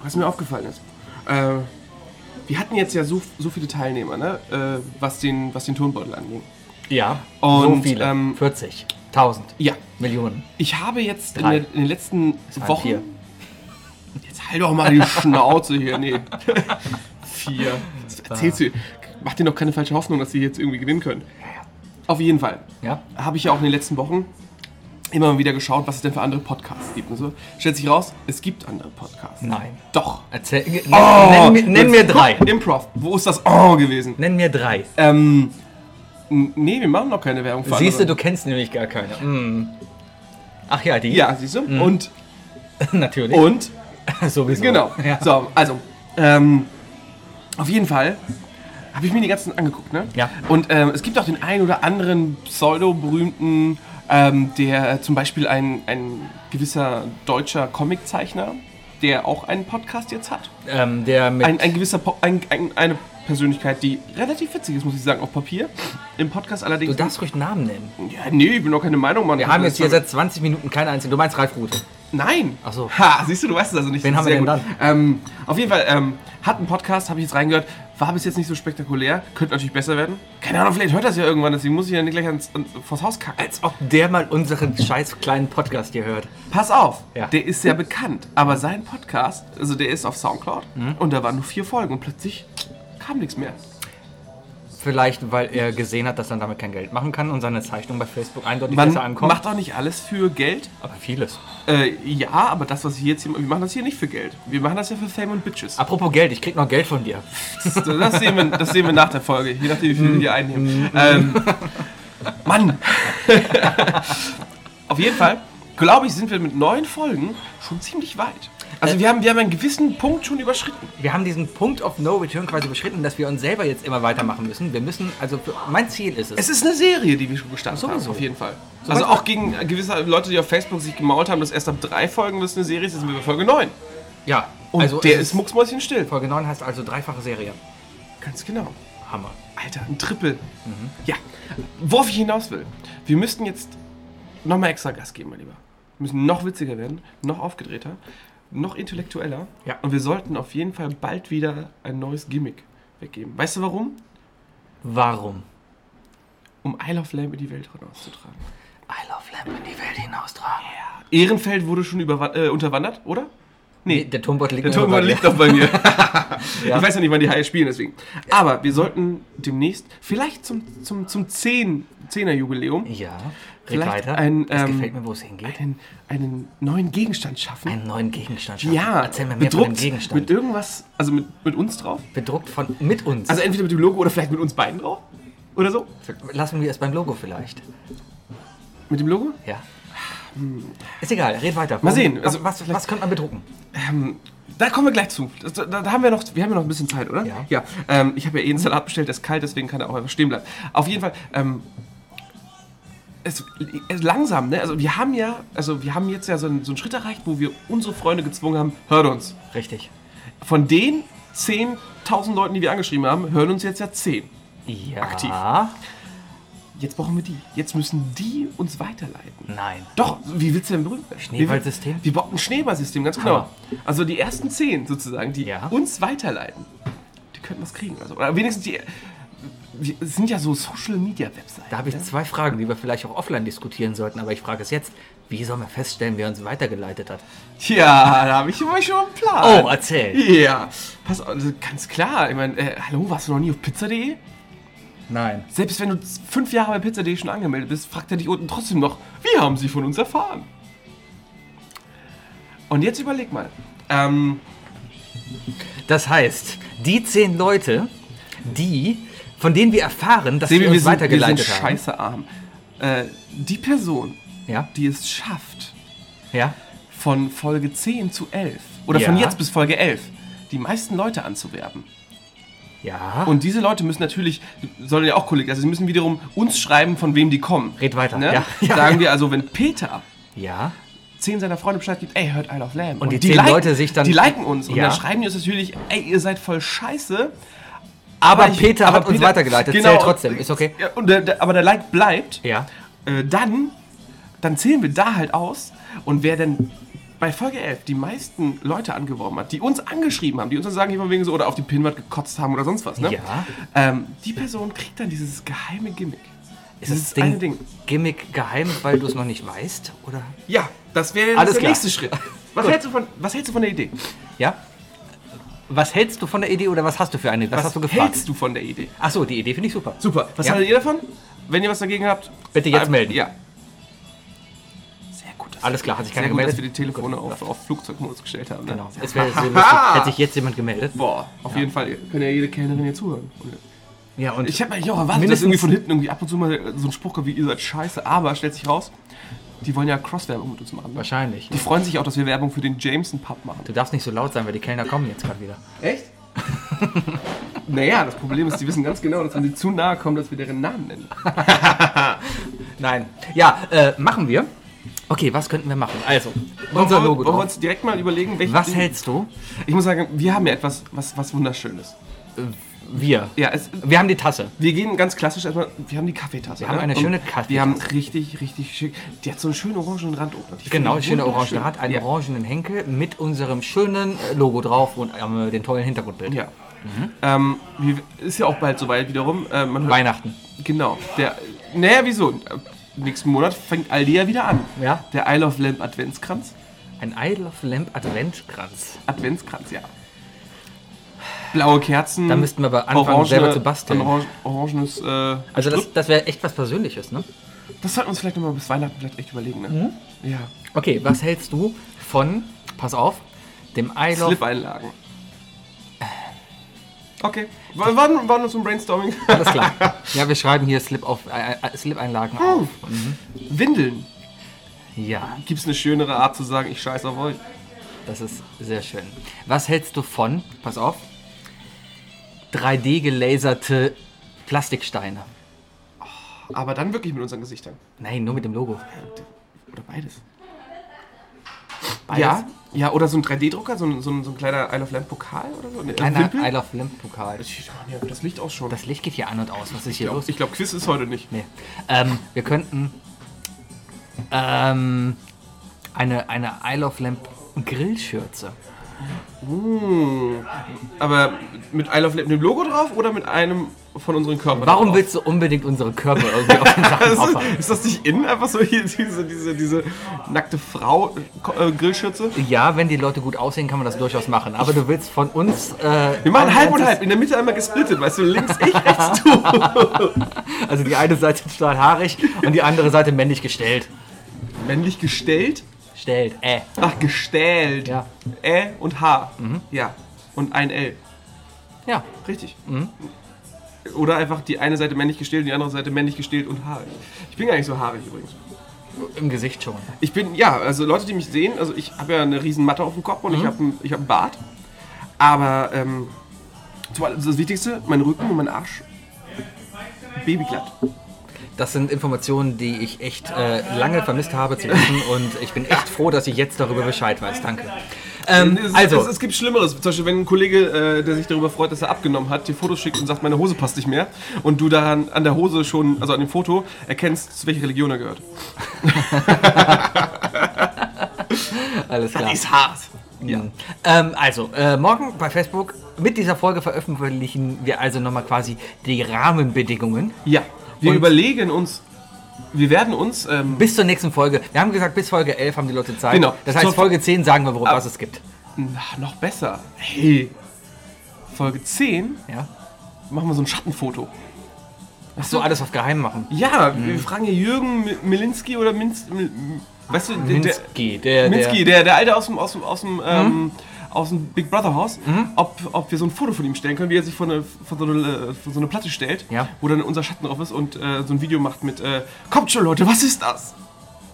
Speaker 1: was mir aufgefallen ist. Äh, wir hatten jetzt ja so, so viele Teilnehmer, ne? Äh, was, den, was den Turnbeutel anging.
Speaker 2: Ja. so
Speaker 1: Und,
Speaker 2: viele.
Speaker 1: ähm,
Speaker 2: 40. 1000.
Speaker 1: Ja,
Speaker 2: Millionen.
Speaker 1: ich habe jetzt in,
Speaker 2: Drei.
Speaker 1: der, in den letzten
Speaker 2: waren
Speaker 1: Wochen.
Speaker 2: vier.
Speaker 1: Jetzt halt doch mal die Schnauze hier. Nee. vier. Was erzählst du? Mach dir noch keine falsche Hoffnung, dass sie jetzt irgendwie gewinnen können. Auf jeden Fall.
Speaker 2: Ja.
Speaker 1: habe ich ja auch in den letzten Wochen immer mal wieder geschaut, was es denn für andere Podcasts gibt und so. Stellt sich raus, es gibt andere Podcasts.
Speaker 2: Nein.
Speaker 1: Doch.
Speaker 2: Erzähl, nenn,
Speaker 1: Oh,
Speaker 2: nenn, mir- nenn mir
Speaker 1: jetzt
Speaker 2: drei.
Speaker 1: guck, Improv. Wo ist das Oh gewesen?
Speaker 2: Nenn mir drei.
Speaker 1: Ähm, n- nee, wir machen noch keine Werbung für
Speaker 2: Siehst du, du
Speaker 1: andere.
Speaker 2: kennst nämlich gar keine. Mm. Ach ja, die.
Speaker 1: Ja, siehst du? Und,
Speaker 2: Natürlich.
Speaker 1: und,
Speaker 2: Sowieso.
Speaker 1: genau.
Speaker 2: Ja.
Speaker 1: So, also, ähm, auf jeden Fall habe ich mir die ganzen angeguckt, ne?
Speaker 2: Ja.
Speaker 1: Und ähm, es gibt auch den einen oder anderen pseudo-berühmten, ähm, der zum Beispiel ein, ein gewisser deutscher Comiczeichner, der auch einen Podcast jetzt hat.
Speaker 2: Ähm, der mit.
Speaker 1: Ein, ein gewisser, Po- ein, ein, eine Persönlichkeit, die relativ witzig ist, muss ich sagen, auf Papier. Im Podcast
Speaker 2: du
Speaker 1: allerdings.
Speaker 2: darfst ruhig Namen nennen.
Speaker 1: ja, nee, ich bin auch keine Meinung, Mann. Also,
Speaker 2: Wir haben jetzt hier seit 20 Minuten keine einzige. Du meinst Ralf Rute.
Speaker 1: Nein.
Speaker 2: Ach so.
Speaker 1: Ha, siehst du, du weißt es also nicht.
Speaker 2: Wen
Speaker 1: Das ist
Speaker 2: haben wir
Speaker 1: sehr gut. Ähm, auf jeden Fall, ähm, hat einen Podcast, habe ich jetzt reingehört, war bis jetzt nicht so spektakulär, könnte natürlich besser werden. Keine Ahnung, vielleicht hört das ja irgendwann, deswegen muss ich ja nicht gleich ans, ans, vors Haus kacken.
Speaker 2: Als ob der mal unseren scheiß kleinen Podcast hier hört.
Speaker 1: Pass auf,
Speaker 2: Ja.
Speaker 1: der ist ja bekannt, aber sein Podcast, also der ist auf Soundcloud
Speaker 2: Mhm.
Speaker 1: und da waren nur vier Folgen und plötzlich kam nichts mehr.
Speaker 2: Vielleicht, weil er gesehen hat, dass er damit kein Geld machen kann und seine Zeichnung bei Facebook eindeutig
Speaker 1: Man
Speaker 2: besser ankommt.
Speaker 1: macht auch nicht alles für Geld.
Speaker 2: aber vieles.
Speaker 1: Äh, ja, aber das, was wir jetzt hier, wir machen das hier nicht für Geld. Wir machen das ja für Fame und Bitches.
Speaker 2: Apropos Geld, ich krieg noch Geld von dir.
Speaker 1: So, Das sehen, wir, das sehen wir nach der Folge, je nachdem, wie viel wir
Speaker 2: Mhm.
Speaker 1: einnehmen. Ähm, Mann! Auf jeden Fall, glaube ich, sind wir mit neun Folgen schon ziemlich weit.
Speaker 2: Äh.
Speaker 1: Also, wir haben, wir haben einen gewissen Punkt schon überschritten.
Speaker 2: Wir haben diesen Punkt of No Return quasi überschritten, dass wir uns selber jetzt immer weitermachen müssen. Wir müssen, also für, mein Ziel ist es.
Speaker 1: Es ist eine Serie, die wir schon gestartet
Speaker 2: Sowieso.
Speaker 1: haben, auf jeden Fall. Also, auch gegen gewisse Leute, die auf Facebook sich gemault haben, dass erst ab drei Folgen das eine Serie ist, jetzt sind wir bei Folge neun.
Speaker 2: ja,
Speaker 1: Und
Speaker 2: also
Speaker 1: der
Speaker 2: es
Speaker 1: ist mucksmäuschenstill.
Speaker 2: Folge 9 heißt also dreifache Serie.
Speaker 1: Ganz genau.
Speaker 2: Hammer.
Speaker 1: Alter, ein Triple. Ja, worauf ich hinaus will. Wir müssten jetzt nochmal extra Gas geben, mein Lieber. Wir müssen noch witziger werden, noch aufgedrehter, noch intellektueller.
Speaker 2: Ja.
Speaker 1: Und wir sollten auf jeden Fall bald wieder ein neues Gimmick weggeben. Weißt du warum?
Speaker 2: Warum?
Speaker 1: Um Isle of Lamb in die Welt hinauszutragen.
Speaker 2: I love Lamp in die Welt hinaustragen.
Speaker 1: Ehrenfeld wurde schon überwa- äh, unterwandert, oder?
Speaker 2: Nee, der Turmbeutel liegt
Speaker 1: Der
Speaker 2: nur
Speaker 1: Turm
Speaker 2: bei dir.
Speaker 1: liegt doch bei mir.
Speaker 2: Ja.
Speaker 1: Ich weiß ja nicht, wann die Haie spielen, deswegen. Aber wir sollten demnächst, vielleicht zum, zum, zum 10, 10er-Jubiläum,
Speaker 2: Ja, red
Speaker 1: Vielleicht
Speaker 2: weiter.
Speaker 1: ein,
Speaker 2: es
Speaker 1: ähm,
Speaker 2: gefällt mir, wo es hingeht.
Speaker 1: einen, einen neuen Gegenstand schaffen.
Speaker 2: Einen neuen Gegenstand schaffen.
Speaker 1: ja,
Speaker 2: Erzähl mir mehr
Speaker 1: bedruckt
Speaker 2: von dem
Speaker 1: mit
Speaker 2: Gegenstand.
Speaker 1: irgendwas, also mit, mit uns drauf.
Speaker 2: Bedruckt von, mit uns.
Speaker 1: Also entweder mit dem Logo oder vielleicht mit uns beiden drauf. Oder so.
Speaker 2: Lassen wir es beim Logo vielleicht.
Speaker 1: Mit dem Logo?
Speaker 2: Ja. Ist egal, red weiter.
Speaker 1: Mal sehen,
Speaker 2: Was,
Speaker 1: also
Speaker 2: was, was könnte man bedrucken?
Speaker 1: Da kommen wir gleich zu. Das, da, da haben wir, noch, wir haben ja noch ein bisschen Zeit, oder?
Speaker 2: Ja.
Speaker 1: ja ähm, ich habe ja eh einen Salat bestellt, der ist kalt, deswegen kann er auch einfach stehen bleiben. Auf jeden Fall, ähm, es, es langsam, ne? Also wir haben ja, also wir haben jetzt ja so einen, so einen Schritt erreicht, wo wir unsere Freunde gezwungen haben, hört uns.
Speaker 2: Richtig.
Speaker 1: Von den 10.000 Leuten, die wir angeschrieben haben, hören uns jetzt ja 10.
Speaker 2: Ja.
Speaker 1: Aktiv. Jetzt brauchen wir die. Jetzt müssen die uns weiterleiten.
Speaker 2: Nein.
Speaker 1: Doch, wie willst du denn berühmt werden?
Speaker 2: Schneeballsystem?
Speaker 1: Wir, wir bauen ein Schneeballsystem, ganz genau.
Speaker 2: Hammer.
Speaker 1: Also die ersten zehn sozusagen, die
Speaker 2: Ja.
Speaker 1: uns weiterleiten, die könnten was kriegen. Also, oder wenigstens die. wir- Es sind ja so Social Media Webseiten.
Speaker 2: Da habe ich zwei Fragen, die wir vielleicht auch offline diskutieren sollten, aber ich frage es jetzt. Wie sollen wir feststellen, wer uns weitergeleitet hat?
Speaker 1: Tja, da habe ich immer schon einen Plan.
Speaker 2: Oh, erzähl!
Speaker 1: Ja, pass auf, also ganz klar. Ich meine, äh, hallo, warst du noch nie auf pizza.de?
Speaker 2: Nein.
Speaker 1: Selbst wenn du z- fünf Jahre bei pizza.de schon angemeldet bist, fragt er dich unten trotzdem noch, wie haben sie von uns erfahren? Und jetzt überleg mal. Ähm,
Speaker 2: Das heißt, die zehn Leute, die, von denen wir erfahren, dass
Speaker 1: Sebi,
Speaker 2: sie
Speaker 1: wir
Speaker 2: uns
Speaker 1: sind, wir sind
Speaker 2: weitergeleitet haben.
Speaker 1: scheiße arm. Äh, die Person,
Speaker 2: Ja,
Speaker 1: die es schafft,
Speaker 2: ja.
Speaker 1: von Folge 10 zu 11 oder
Speaker 2: Ja.
Speaker 1: von jetzt bis Folge 11 die meisten Leute anzuwerben.
Speaker 2: Ja.
Speaker 1: Und diese Leute müssen natürlich, sollen ja auch Kollegen, also sie müssen wiederum uns schreiben, von wem die kommen.
Speaker 2: Red weiter,
Speaker 1: Ne?
Speaker 2: ja. Ja,
Speaker 1: Sagen
Speaker 2: ja.
Speaker 1: wir also, wenn Peter
Speaker 2: ja.
Speaker 1: zehn seiner Freunde Bescheid gibt, ey, hört Isle of Lamb.
Speaker 2: Und die zehn Leute sich dann-
Speaker 1: Die liken uns und
Speaker 2: Ja.
Speaker 1: dann schreiben die uns natürlich, ey, ihr seid voll scheiße.
Speaker 2: Aber
Speaker 1: ich-
Speaker 2: Peter
Speaker 1: aber Genau.
Speaker 2: hat uns weitergeleitet. Zählt trotzdem, ist okay.
Speaker 1: Ja, und der, der, aber der Like bleibt.
Speaker 2: Ja.
Speaker 1: äh, dann, dann zählen wir da halt aus und wer denn bei Folge 11 die meisten Leute angeworben hat, die uns angeschrieben haben, die uns dann sagen, hier von wegen so, oder auf die Pinwand gekotzt haben oder sonst was, ne?
Speaker 2: Ja.
Speaker 1: Ähm, die Person kriegt dann dieses geheime Gimmick.
Speaker 2: Ist das,
Speaker 1: Dieses
Speaker 2: Ding,
Speaker 1: eine Ding.
Speaker 2: Gimmick geheim, weil du es noch nicht weißt? Oder?
Speaker 1: Ja, das wäre
Speaker 2: Alles
Speaker 1: der
Speaker 2: klar.
Speaker 1: nächste Schritt. Was hältst, du von, was hältst du von der Idee?
Speaker 2: Ja? Was hältst du von der Idee oder was hast du für eine? Was, hast du gefragt?
Speaker 1: hältst du von der Idee?
Speaker 2: Achso, die Idee finde ich super.
Speaker 1: Super. Was
Speaker 2: Ja.
Speaker 1: haltet ihr davon? Wenn ihr was dagegen habt,
Speaker 2: Bitte jetzt
Speaker 1: ähm,
Speaker 2: melden.
Speaker 1: Ja. Sehr gut. dass-
Speaker 2: Alles klar, hat sich
Speaker 1: Sehr
Speaker 2: keiner
Speaker 1: gut, dass
Speaker 2: gemeldet.
Speaker 1: wir die Telefone auf, auf Flugzeugmodus gestellt haben. Ne?
Speaker 2: Genau. Es wäre sehr lustig, hätte sich jetzt jemand gemeldet.
Speaker 1: Boah, auf jeden Fall. Können ja jede Kellnerin hier zuhören. Und
Speaker 2: Ja, und
Speaker 1: Ich habe eigentlich auch erwartet, dass
Speaker 2: Mindestens-
Speaker 1: irgendwie von hinten irgendwie ab und zu mal so ein Spruch kommt, wie ihr seid scheiße, aber stellt sich raus, die wollen ja Cross-Werbung mit uns machen. Ne?
Speaker 2: wahrscheinlich.
Speaker 1: Die freuen sich auch, dass wir Werbung für den Jameson Pub machen.
Speaker 2: Du darfst nicht so laut sein, weil die Kellner kommen jetzt gerade wieder.
Speaker 1: Echt? naja, das Problem ist, die wissen ganz genau, dass wenn sie zu nahe kommen, dass wir deren Namen nennen.
Speaker 2: Nein. Ja, äh, machen wir. Okay, was könnten wir machen? Also, unser
Speaker 1: Wollen wir-
Speaker 2: Logo
Speaker 1: Wollen wir
Speaker 2: drauf.
Speaker 1: uns direkt mal überlegen, welches.
Speaker 2: Was hältst du?
Speaker 1: Ich muss sagen, wir haben ja etwas, was, was wunderschönes.
Speaker 2: Wir.
Speaker 1: Ja, es,
Speaker 2: Wir haben die Tasse.
Speaker 1: wir gehen ganz klassisch erstmal. Wir haben die Kaffeetasse. Wir
Speaker 2: haben eine schöne
Speaker 1: Wir
Speaker 2: Kaffeetasse.
Speaker 1: haben richtig, richtig schick. Die hat so einen schönen orangenen Rand oben. Ich
Speaker 2: Genau,
Speaker 1: finde die
Speaker 2: schöne
Speaker 1: wunderschön.
Speaker 2: orange Rad, einen
Speaker 1: ja.
Speaker 2: orangenen Henkel mit unserem schönen äh, Logo drauf und ähm, den tollen Hintergrundbild.
Speaker 1: Ja.
Speaker 2: Mhm.
Speaker 1: Ähm, wir, ist ja auch bald soweit wiederum. Äh, man hört,
Speaker 2: Weihnachten.
Speaker 1: Genau. Der, naja, wieso? Äh, Nächsten Monat fängt Aldea wieder an.
Speaker 2: Ja.
Speaker 1: Der Isle of Lamp Adventskranz.
Speaker 2: Ein Isle of Lamp Adventkranz.
Speaker 1: Adventskranz, ja. Blaue Kerzen.
Speaker 2: Da müssten wir aber anfangen, selber zu basteln.
Speaker 1: Orange, orangenes. Äh,
Speaker 2: Also
Speaker 1: Strip.
Speaker 2: das, das wäre echt was Persönliches, ne?
Speaker 1: Das sollten wir uns vielleicht nochmal bis Weihnachten vielleicht echt überlegen, ne? Ja.
Speaker 2: Okay, was hältst du von, pass auf, dem Isle of...
Speaker 1: Slip-Einlagen. Okay. W- Wann waren wir zum Brainstorming?
Speaker 2: Alles klar. Ja, wir schreiben hier Slip auf, äh, äh, Slip-Einlagen auf.
Speaker 1: Windeln.
Speaker 2: Ja,
Speaker 1: Gibt es eine schönere Art zu sagen, ich scheiß auf euch?
Speaker 2: das ist sehr schön. Was hältst du von, pass auf, 3D gelaserte Plastiksteine?
Speaker 1: Aber dann wirklich mit unseren Gesichtern.
Speaker 2: Nein, nur mit dem Logo.
Speaker 1: Äh, Oder beides.
Speaker 2: Beides?
Speaker 1: Ja, ja, oder so ein 3D-Drucker, so ein, so, ein, so ein kleiner Isle of Lamp Pokal oder so. Ein
Speaker 2: Kleiner
Speaker 1: Wimpel?
Speaker 2: Isle of Lamp-Pokal.
Speaker 1: Ich- ja, Das Licht auch schon.
Speaker 2: Das Licht geht hier an und aus. Was ist hier los?
Speaker 1: Ich glaube, Quiz ist heute nicht.
Speaker 2: Nee. Ähm, wir könnten ähm, eine, eine Isle of Lamp Grillschürze.
Speaker 1: Aber mit Isle of Lamp dem Logo drauf oder mit einem von unseren Körpern?
Speaker 2: Warum
Speaker 1: drauf?
Speaker 2: willst du unbedingt unsere Körper irgendwie auf den Sachen
Speaker 1: Ist
Speaker 2: opfern?
Speaker 1: das, ist das nicht in? Einfach so hier diese, diese, diese nackte Frau äh, Grillschürze?
Speaker 2: Ja, wenn die Leute gut aussehen, kann man das durchaus machen. Aber du willst von uns. Äh,
Speaker 1: Wir machen halb und
Speaker 2: ganzes-
Speaker 1: halb, in der Mitte einmal gesplittet, weißt du, links ich, rechts du.
Speaker 2: Also die eine Seite total haarig und die andere Seite männlich gestellt.
Speaker 1: Männlich gestellt?
Speaker 2: Stellt, äh.
Speaker 1: Ach, gestellt.
Speaker 2: Ja.
Speaker 1: Ä und H. Ja. Und ein L.
Speaker 2: Ja,
Speaker 1: Richtig. Oder einfach die eine Seite männlich gestellt und die andere Seite männlich gestellt und haarig. Ich bin gar nicht so haarig übrigens.
Speaker 2: im Gesicht schon.
Speaker 1: Ich bin, ja, also Leute, die mich sehen, also ich habe ja eine riesen Matte auf dem Kopf und ich habe einen, ich hab einen Bart. Aber ähm, zum- also das Wichtigste, mein Rücken und mein Arsch. Babyglatt.
Speaker 2: Das sind Informationen, die ich echt äh, lange vermisst habe zu wissen und ich bin echt froh, dass ich jetzt darüber Bescheid weiß. Danke. Ähm,
Speaker 1: Es, also. es,
Speaker 2: also,
Speaker 1: es gibt Schlimmeres. Zum Beispiel, wenn ein Kollege, äh, der sich darüber freut, dass er abgenommen hat, dir Fotos schickt und sagt, meine Hose passt nicht mehr. Und du daran an der Hose schon, also an dem Foto, erkennst, zu welcher Religion er gehört.
Speaker 2: alles klar.
Speaker 1: Ist hart.
Speaker 2: Ja. Ähm, also, äh, morgen bei Facebook mit dieser Folge veröffentlichen wir also nochmal quasi die Rahmenbedingungen.
Speaker 1: Ja. Wir
Speaker 2: Und-
Speaker 1: überlegen uns, wir werden uns. Ähm,
Speaker 2: Bis zur nächsten Folge. Wir haben gesagt, bis Folge 11 haben die Leute Zeit.
Speaker 1: Genau.
Speaker 2: Das heißt,
Speaker 1: Zur-
Speaker 2: Folge 10 sagen wir, worum was es gibt.
Speaker 1: na, noch besser. Hey. Folge 10
Speaker 2: Ja?
Speaker 1: machen wir so ein Schattenfoto.
Speaker 2: So alles auf geheim machen.
Speaker 1: Ja,
Speaker 2: Mhm.
Speaker 1: wir fragen hier Jürgen Mi- Milinski oder Minz. Mil- M- Weißt du, der, der,
Speaker 2: Minsky, der, Mhm.
Speaker 1: Minsky, der, der Alte aus dem, aus dem, aus dem, ähm, aus dem Big Brother Haus, ob, ob wir so ein Foto von ihm stellen können, wie er sich von, eine, von, so, eine, von so eine Platte stellt,
Speaker 2: Ja.
Speaker 1: wo dann unser Schatten drauf ist und äh, so ein Video macht mit äh, Kommt schon, Leute, was ist das?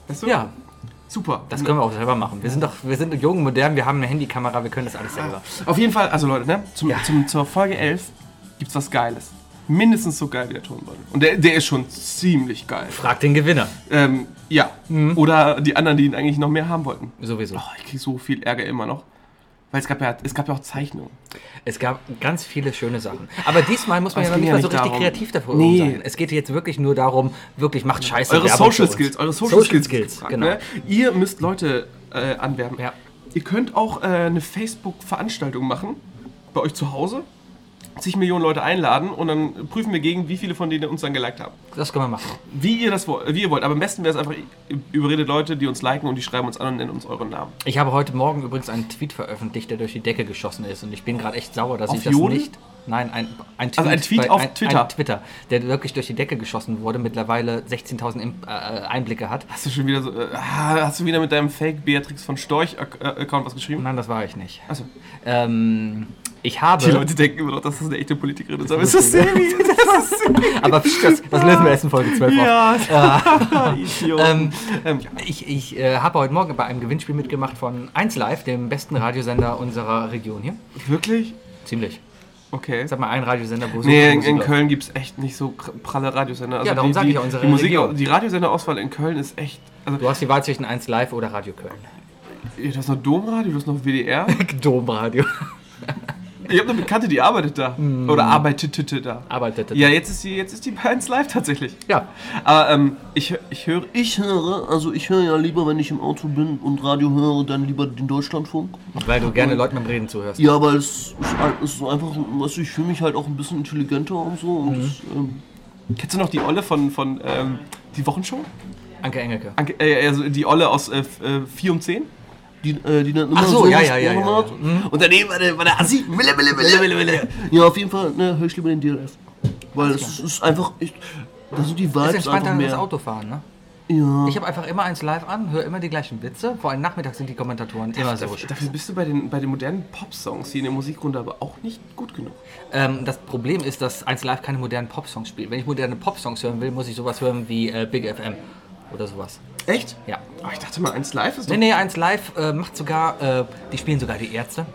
Speaker 1: Weißt du?
Speaker 2: Ja,
Speaker 1: Super.
Speaker 2: das können wir auch selber machen. Wir sind doch, wir sind jung, modern, wir haben eine Handykamera, wir können das alles selber.
Speaker 1: Auf jeden Fall, also Leute, ne? Zum,
Speaker 2: Ja.
Speaker 1: zum, zur Folge 11 gibt's was Geiles. Mindestens so geil wie der Tonbeutel. Und der, der ist schon ziemlich geil.
Speaker 2: Frag den Gewinner.
Speaker 1: Ähm,
Speaker 2: Mhm.
Speaker 1: ja. Oder die anderen, die ihn eigentlich noch mehr haben wollten.
Speaker 2: Sowieso.
Speaker 1: Oh, ich krieg so viel Ärger immer noch. Weil es gab ja, es gab ja auch Zeichnungen.
Speaker 2: Es gab ganz viele schöne Sachen. Aber diesmal muss man
Speaker 1: Aber es
Speaker 2: ja noch nicht
Speaker 1: ging
Speaker 2: mal
Speaker 1: ja
Speaker 2: so
Speaker 1: nicht
Speaker 2: richtig
Speaker 1: darum.
Speaker 2: kreativ dafür
Speaker 1: Nee. Genau.
Speaker 2: sein. Es geht jetzt wirklich nur darum, wirklich macht scheiße.
Speaker 1: Eure
Speaker 2: Werbung für
Speaker 1: Social
Speaker 2: uns.
Speaker 1: Skills, eure Social, Skills, gefragt,
Speaker 2: genau.
Speaker 1: ne? Ihr müsst Leute äh, anwerben.
Speaker 2: Ja.
Speaker 1: Ihr könnt auch äh, eine Facebook-Veranstaltung machen, bei euch zu Hause, zig Millionen Leute einladen und dann prüfen wir gegen, wie viele von denen uns dann geliked haben.
Speaker 2: Das kann man machen.
Speaker 1: Wie ihr das wo- wie ihr wollt, aber am besten wäre es einfach, ihr überredet Leute, die uns liken und die schreiben uns an und nennen uns euren Namen.
Speaker 2: Ich habe heute Morgen übrigens einen Tweet veröffentlicht, der durch die Decke geschossen ist. Und ich bin gerade echt sauer, dass
Speaker 1: Auf
Speaker 2: ich das
Speaker 1: Jodel?
Speaker 2: nicht. Nein, ein, ein Tweet,
Speaker 1: Also ein Tweet auf
Speaker 2: ein,
Speaker 1: Twitter.
Speaker 2: Ein Twitter, der wirklich durch die Decke geschossen wurde, mittlerweile 16.000 Im- äh, Einblicke hat.
Speaker 1: Hast du schon wieder so, äh, ah, hast du wieder mit deinem Fake Beatrix von Storch-Account was geschrieben?
Speaker 2: Nein, das war ich nicht.
Speaker 1: Achso.
Speaker 2: Ähm, ich habe.
Speaker 1: Die Leute denken immer noch, dass das eine echte Politikerin ist, aber es ist Sammy. Das ist Sammy.
Speaker 2: aber pst, das, das lösen wir erst in Folge 12 auf.
Speaker 1: Ja, Idiot.
Speaker 2: Ähm,
Speaker 1: Ähm, ja.
Speaker 2: Ich, ich äh, habe heute Morgen bei einem Gewinnspiel mitgemacht von 1Live, dem besten Radiosender unserer Region hier.
Speaker 1: Wirklich?
Speaker 2: Ziemlich.
Speaker 1: Okay.
Speaker 2: Sag mal, ein Radiosender, wo so
Speaker 1: Nee,
Speaker 2: viel
Speaker 1: in,
Speaker 2: Musik
Speaker 1: in
Speaker 2: läuft.
Speaker 1: Köln gibt es echt nicht so kr- pralle Radiosender. Also
Speaker 2: Ja, darum
Speaker 1: die-
Speaker 2: sag
Speaker 1: die,
Speaker 2: ich ja, unsere
Speaker 1: die Musik,
Speaker 2: Region.
Speaker 1: Die Radiosenderauswahl in Köln ist echt. Also,
Speaker 2: Du hast die Wahl zwischen 1Live oder Radio Köln.
Speaker 1: du hast noch Domradio, du hast noch WDR.
Speaker 2: Domradio.
Speaker 1: ich habe eine Bekannte, die arbeitet da.
Speaker 2: Hm.
Speaker 1: Oder arbeitete da.
Speaker 2: Arbeitete.
Speaker 1: Ja, jetzt ist die, jetzt ist die bei 1 live tatsächlich.
Speaker 2: ja.
Speaker 1: Aber ähm, ich, ich höre.
Speaker 3: Ich höre, also ich höre ja lieber, wenn ich im Auto bin und Radio höre, dann lieber den Deutschlandfunk.
Speaker 2: Weil du gerne Leuten beim Reden zuhörst.
Speaker 3: Ja, weil es ist, ein- es ist einfach, weißt du, ich fühle mich halt auch ein bisschen intelligenter und so. Und es,
Speaker 2: Mhm.
Speaker 3: ähm,
Speaker 1: Kennst du noch die Olle von. von ähm, die Wochenshow?
Speaker 2: Anke Engelke.
Speaker 1: Anke- äh, Also die Olle aus äh, f- äh, 4 um 10?
Speaker 3: die, äh, die dann immer
Speaker 2: Ach so, ja, ja, ja,
Speaker 3: gesprochen
Speaker 2: ja, Mhm.
Speaker 3: hat.
Speaker 2: ja.
Speaker 3: Und daneben war der, war der Assi. Wille, wille, wille, wille, wille. Ja, auf jeden Fall ne, höre ich lieber den DLF. Weil es ist einfach, ich, da sind die
Speaker 2: Das ist
Speaker 3: Vibes
Speaker 2: entspannter
Speaker 3: einfach
Speaker 2: als das
Speaker 3: mehr.
Speaker 2: Autofahren, ne?
Speaker 3: Ja.
Speaker 2: Ich habe einfach immer 1Live an, höre immer die gleichen Witze. Vor allem nachmittags sind die Kommentatoren immer so
Speaker 1: Dafür dafür bist du bei den, bei den modernen Pop-Songs hier in der Musikrunde aber auch nicht gut genug.
Speaker 2: Ähm, das Problem ist, dass 1Live keine modernen Popsongs spielt. Wenn ich moderne Popsongs hören will, muss ich sowas hören wie äh, Big FM oder sowas.
Speaker 1: Echt?
Speaker 2: Ja.
Speaker 1: Oh, ich dachte mal, 1 live ist doch.
Speaker 2: Nee, nee, 1Live äh, macht sogar, äh, die spielen sogar die Ärzte.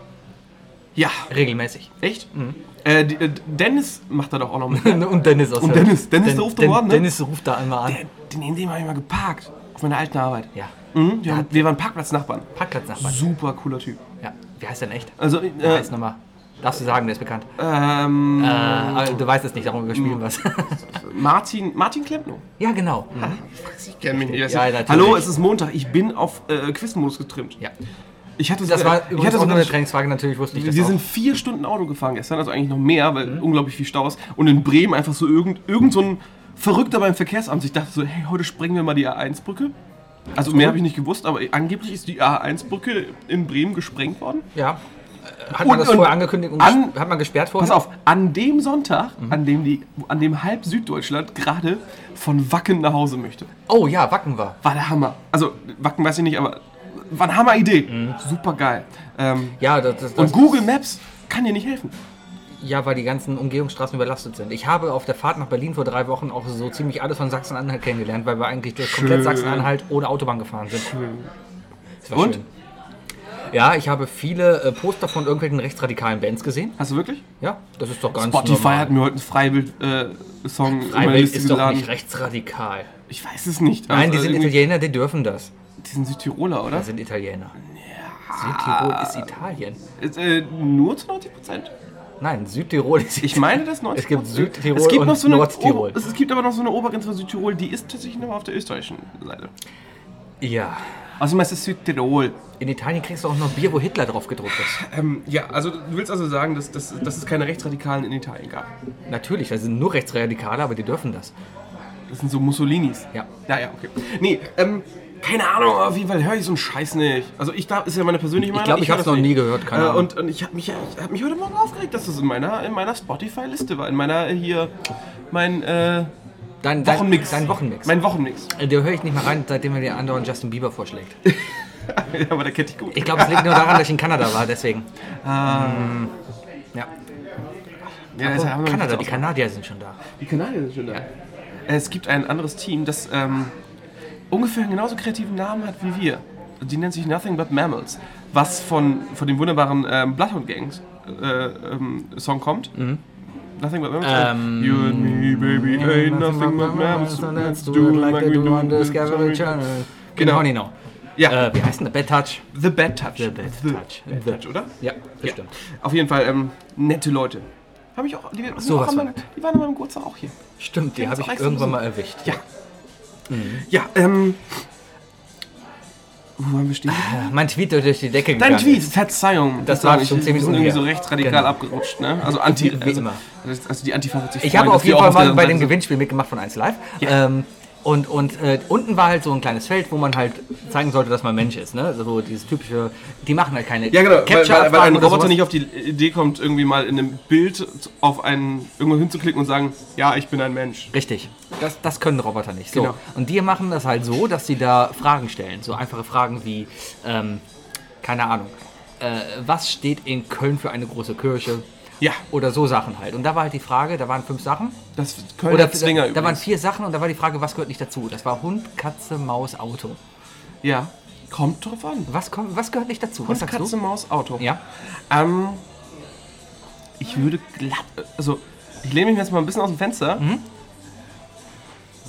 Speaker 1: Ja.
Speaker 2: Regelmäßig.
Speaker 1: Echt?
Speaker 2: Mhm.
Speaker 1: Äh, die, äh, Dennis macht da doch auch noch mit. ne?
Speaker 2: Und Dennis aus
Speaker 1: Und
Speaker 2: der-
Speaker 1: Dennis. Dennis, der ruft am Morgen, ne?
Speaker 2: Dennis ruft da einmal an.
Speaker 1: Der- Den neben dem habe ich mal geparkt. Auf meiner alten Arbeit.
Speaker 2: Ja.
Speaker 1: Mhm, wir, haben, wir waren Parkplatznachbarn.
Speaker 2: Parkplatznachbarn.
Speaker 1: Super cooler Typ.
Speaker 2: Ja. Wie heißt der denn echt?
Speaker 1: Also,
Speaker 2: Äh,
Speaker 1: äh,
Speaker 2: heißt nochmal. Darfst du sagen, der ist bekannt.
Speaker 1: ähm,
Speaker 2: Äh, aber du weißt es nicht, darum
Speaker 1: Mm.
Speaker 2: überspielen wir es.
Speaker 1: Martin, Martin Klempno.
Speaker 2: ja, genau.
Speaker 1: Mm. Ich kenne mich nicht.
Speaker 2: Ja,
Speaker 1: Ja,
Speaker 2: natürlich.
Speaker 1: Hallo, es ist Montag. Ich bin auf äh, Quizmodus getrimmt.
Speaker 2: Ja.
Speaker 1: Ich hatte
Speaker 2: Das
Speaker 1: sogar-
Speaker 2: war
Speaker 1: ich
Speaker 2: übrigens
Speaker 1: hatte
Speaker 2: auch nur
Speaker 1: sogar
Speaker 2: eine
Speaker 1: eine
Speaker 2: Trainingsfrage, natürlich wusste ich das
Speaker 1: Wir
Speaker 2: auch. Mhm.
Speaker 1: sind vier Stunden Auto gefahren gestern, also eigentlich noch mehr, weil unglaublich viel Staus. Und in Bremen einfach so irgend, irgend so ein Verrückter beim Verkehrsamt. Ich dachte so, hey, heute sprengen wir mal die A1-Brücke. Also mehr habe ich nicht gewusst, aber angeblich ist die A1-Brücke in Bremen gesprengt worden.
Speaker 2: Ja. Äh, Hat
Speaker 1: Und-
Speaker 2: man das
Speaker 1: und
Speaker 2: vorher angekündigt und
Speaker 1: an-
Speaker 2: ges- hat man gesperrt vorher?
Speaker 1: Pass auf, an dem Sonntag,
Speaker 2: Mhm.
Speaker 1: an dem, die, an dem halb Süddeutschland gerade von Wacken nach Hause möchte,
Speaker 2: Oh ja, Wacken war.
Speaker 1: war der Hammer. Also Wacken weiß ich nicht, aber war eine Hammer-Idee. Super geil. Ähm,
Speaker 2: Mhm. Ja, das, das, das
Speaker 1: und Google Maps kann dir nicht helfen.
Speaker 2: ja, weil die ganzen Umgehungsstraßen überlastet sind. Ich habe auf der Fahrt nach Berlin vor drei Wochen auch so ziemlich alles von Sachsen-Anhalt kennengelernt, weil wir eigentlich durch komplett
Speaker 1: Schön.
Speaker 2: Sachsen-Anhalt ohne Autobahn gefahren sind. Das war
Speaker 1: Und?
Speaker 2: schön. Ja, ich habe viele äh, Poster von irgendwelchen rechtsradikalen Bands gesehen.
Speaker 1: Hast du wirklich?
Speaker 2: Ja, das ist doch ganz
Speaker 1: Spotify
Speaker 2: normal.
Speaker 1: hat mir heute einen Freiwild-Song in meine
Speaker 2: Freiwild
Speaker 1: Liste
Speaker 2: ist doch nicht
Speaker 1: geladen.
Speaker 2: rechtsradikal.
Speaker 1: Ich weiß es nicht.
Speaker 2: Nein, die
Speaker 1: Also
Speaker 2: sind
Speaker 1: irgendwie-
Speaker 2: Italiener, die dürfen das.
Speaker 1: die sind Südtiroler, oder?
Speaker 2: Die sind Italiener. Südtirol ist Italien.
Speaker 1: Ist, äh, nur zu 90 Prozent.
Speaker 2: Nein, Südtirol ist
Speaker 1: Ich meine das 90
Speaker 2: Es gibt Südtirol
Speaker 1: es gibt
Speaker 2: und
Speaker 1: noch so eine
Speaker 2: Nordtirol.
Speaker 1: Ober- Es gibt aber noch so eine Obergrenze von Südtirol, die ist tatsächlich noch auf der österreichischen Seite.
Speaker 2: Ja.
Speaker 1: Also, es ist Südtirol.
Speaker 2: In Italien kriegst du auch noch Bier, wo Hitler drauf gedruckt ist.
Speaker 1: Ähm, ja, also du willst also sagen, dass, dass, dass es keine Rechtsradikalen in Italien gab.
Speaker 2: Natürlich, da sind nur Rechtsradikale, aber die dürfen das.
Speaker 1: Das sind so Mussolinis.
Speaker 2: Ja.
Speaker 1: Ja, ja, okay. Nee, ähm, keine Ahnung, oh, auf jeden Fall höre ich so einen Scheiß nicht. Also ich darf, ist ja meine persönliche Meinung.
Speaker 2: glaub, ich
Speaker 1: hör
Speaker 2: hab's
Speaker 1: das
Speaker 2: noch
Speaker 1: nicht. Äh,
Speaker 2: nie gehört, keine Ahnung.
Speaker 1: Und, und ich habe mich, ich hab mich heute Morgen aufgeregt, dass das in meiner, in meiner Spotify-Liste war. In meiner äh, hier, mein äh,
Speaker 2: Dein, dein
Speaker 1: Wochenmix.
Speaker 2: Dein Wochenmix.
Speaker 1: Mein Wochenmix.
Speaker 2: Äh, da höre ich nicht mehr rein, seitdem er dir andauernd Justin Bieber vorschlägt.
Speaker 1: ja, aber der kennt dich gut.
Speaker 2: Ich glaube, es liegt nur daran, dass ich in Kanada war, deswegen. Ähm. Ja.
Speaker 1: Ah. ja, das haben wir
Speaker 2: Kanada,
Speaker 1: nicht
Speaker 2: die
Speaker 1: so-
Speaker 2: Kanadier sind schon da.
Speaker 1: die Kanadier sind schon da. Es gibt ein anderes Team, das ähm, ungefähr einen genauso kreativen Namen hat wie wir. Die nennt sich Nothing But Mammals, was von, von dem wunderbaren ähm, Bloodhound Gangs äh, ähm, Song kommt. Nothing But Mammals?
Speaker 2: Mhm.
Speaker 1: äh,
Speaker 2: Ähm,
Speaker 1: you and me, baby, ain't nothing but mammals. Let's do it like we do. it.
Speaker 2: Genau,
Speaker 1: Genau.
Speaker 2: genau.
Speaker 1: Ja.
Speaker 2: Äh, wie heißt denn der? Bad Touch.
Speaker 1: The Bad Touch.
Speaker 2: The Bad Touch.
Speaker 1: Bad
Speaker 2: The-
Speaker 1: Touch, oder?
Speaker 2: Ja,
Speaker 1: Ja.
Speaker 2: bestimmt.
Speaker 1: Auf jeden Fall ähm, nette Leute. Hab ich auch, die, sind auch an
Speaker 2: Sowas von
Speaker 1: meinem-
Speaker 2: nett.
Speaker 1: die waren an meinem Geburtstag auch hier.
Speaker 2: Stimmt, die
Speaker 1: Ja,
Speaker 2: habe
Speaker 1: das
Speaker 2: ich
Speaker 1: ist
Speaker 2: irgendwann
Speaker 1: so.
Speaker 2: mal erwischt.
Speaker 1: Ja. Ja, ähm. Wo waren wir stehen?
Speaker 2: Mein Tweet, der durch die Decke
Speaker 1: Dein
Speaker 2: gegangen
Speaker 1: Tweet,
Speaker 2: ist.
Speaker 1: Verzeihung.
Speaker 2: Das
Speaker 1: war
Speaker 2: war
Speaker 1: nicht-
Speaker 2: schon
Speaker 1: wir
Speaker 2: ziemlich
Speaker 1: sind irgendwie so
Speaker 2: unfair.
Speaker 1: rechtsradikal
Speaker 2: Genau.
Speaker 1: abgerissen, ne? Also anti.
Speaker 2: Wie- wie
Speaker 1: also,
Speaker 2: immer.
Speaker 1: Also die also Antifa wird sich
Speaker 2: Ich
Speaker 1: freuen,
Speaker 2: habe
Speaker 1: dass
Speaker 2: auf
Speaker 1: wir
Speaker 2: jeden Fall
Speaker 1: auch
Speaker 2: mal
Speaker 1: auf
Speaker 2: bei
Speaker 1: deren
Speaker 2: dem
Speaker 1: Seite
Speaker 2: Gewinnspiel mitgemacht von 1 Live. Ähm, und und äh, unten war halt so ein kleines Feld, wo man halt zeigen sollte, dass man Mensch ist. Ne? So dieses typische, die machen halt keine
Speaker 1: sind. Ja, genau, weil, weil, weil ein
Speaker 2: Capture-Abfragen oder
Speaker 1: Roboter
Speaker 2: sowas.
Speaker 1: nicht auf die Idee kommt, irgendwie mal in einem Bild zu- auf einen irgendwo hinzuklicken und sagen, ja, ich bin ein Mensch.
Speaker 2: Richtig. Das, das können Roboter nicht. So.
Speaker 1: Genau.
Speaker 2: Und die machen das halt so, dass sie da Fragen stellen. So einfache Fragen wie, ähm, keine Ahnung, äh, was steht in Köln für eine große Kirche?
Speaker 1: Ja,
Speaker 2: Oder so Sachen halt. Und da war halt die Frage, da waren fünf Sachen.
Speaker 1: das Kölner
Speaker 2: Oder
Speaker 1: Zwinger
Speaker 2: da, da waren
Speaker 1: übrigens.
Speaker 2: vier Sachen und da war die Frage, was gehört nicht dazu? Das war Hund, Katze, Maus, Auto.
Speaker 1: Ja, kommt drauf an.
Speaker 2: Was, kommt, was gehört nicht dazu? Was
Speaker 1: Und
Speaker 2: sagst
Speaker 1: Katze,
Speaker 2: du?
Speaker 1: Maus, Auto.
Speaker 2: Ja.
Speaker 1: Ähm, ich würde glatt. Also, ich lehne mich jetzt mal ein bisschen aus dem Fenster
Speaker 2: Mhm.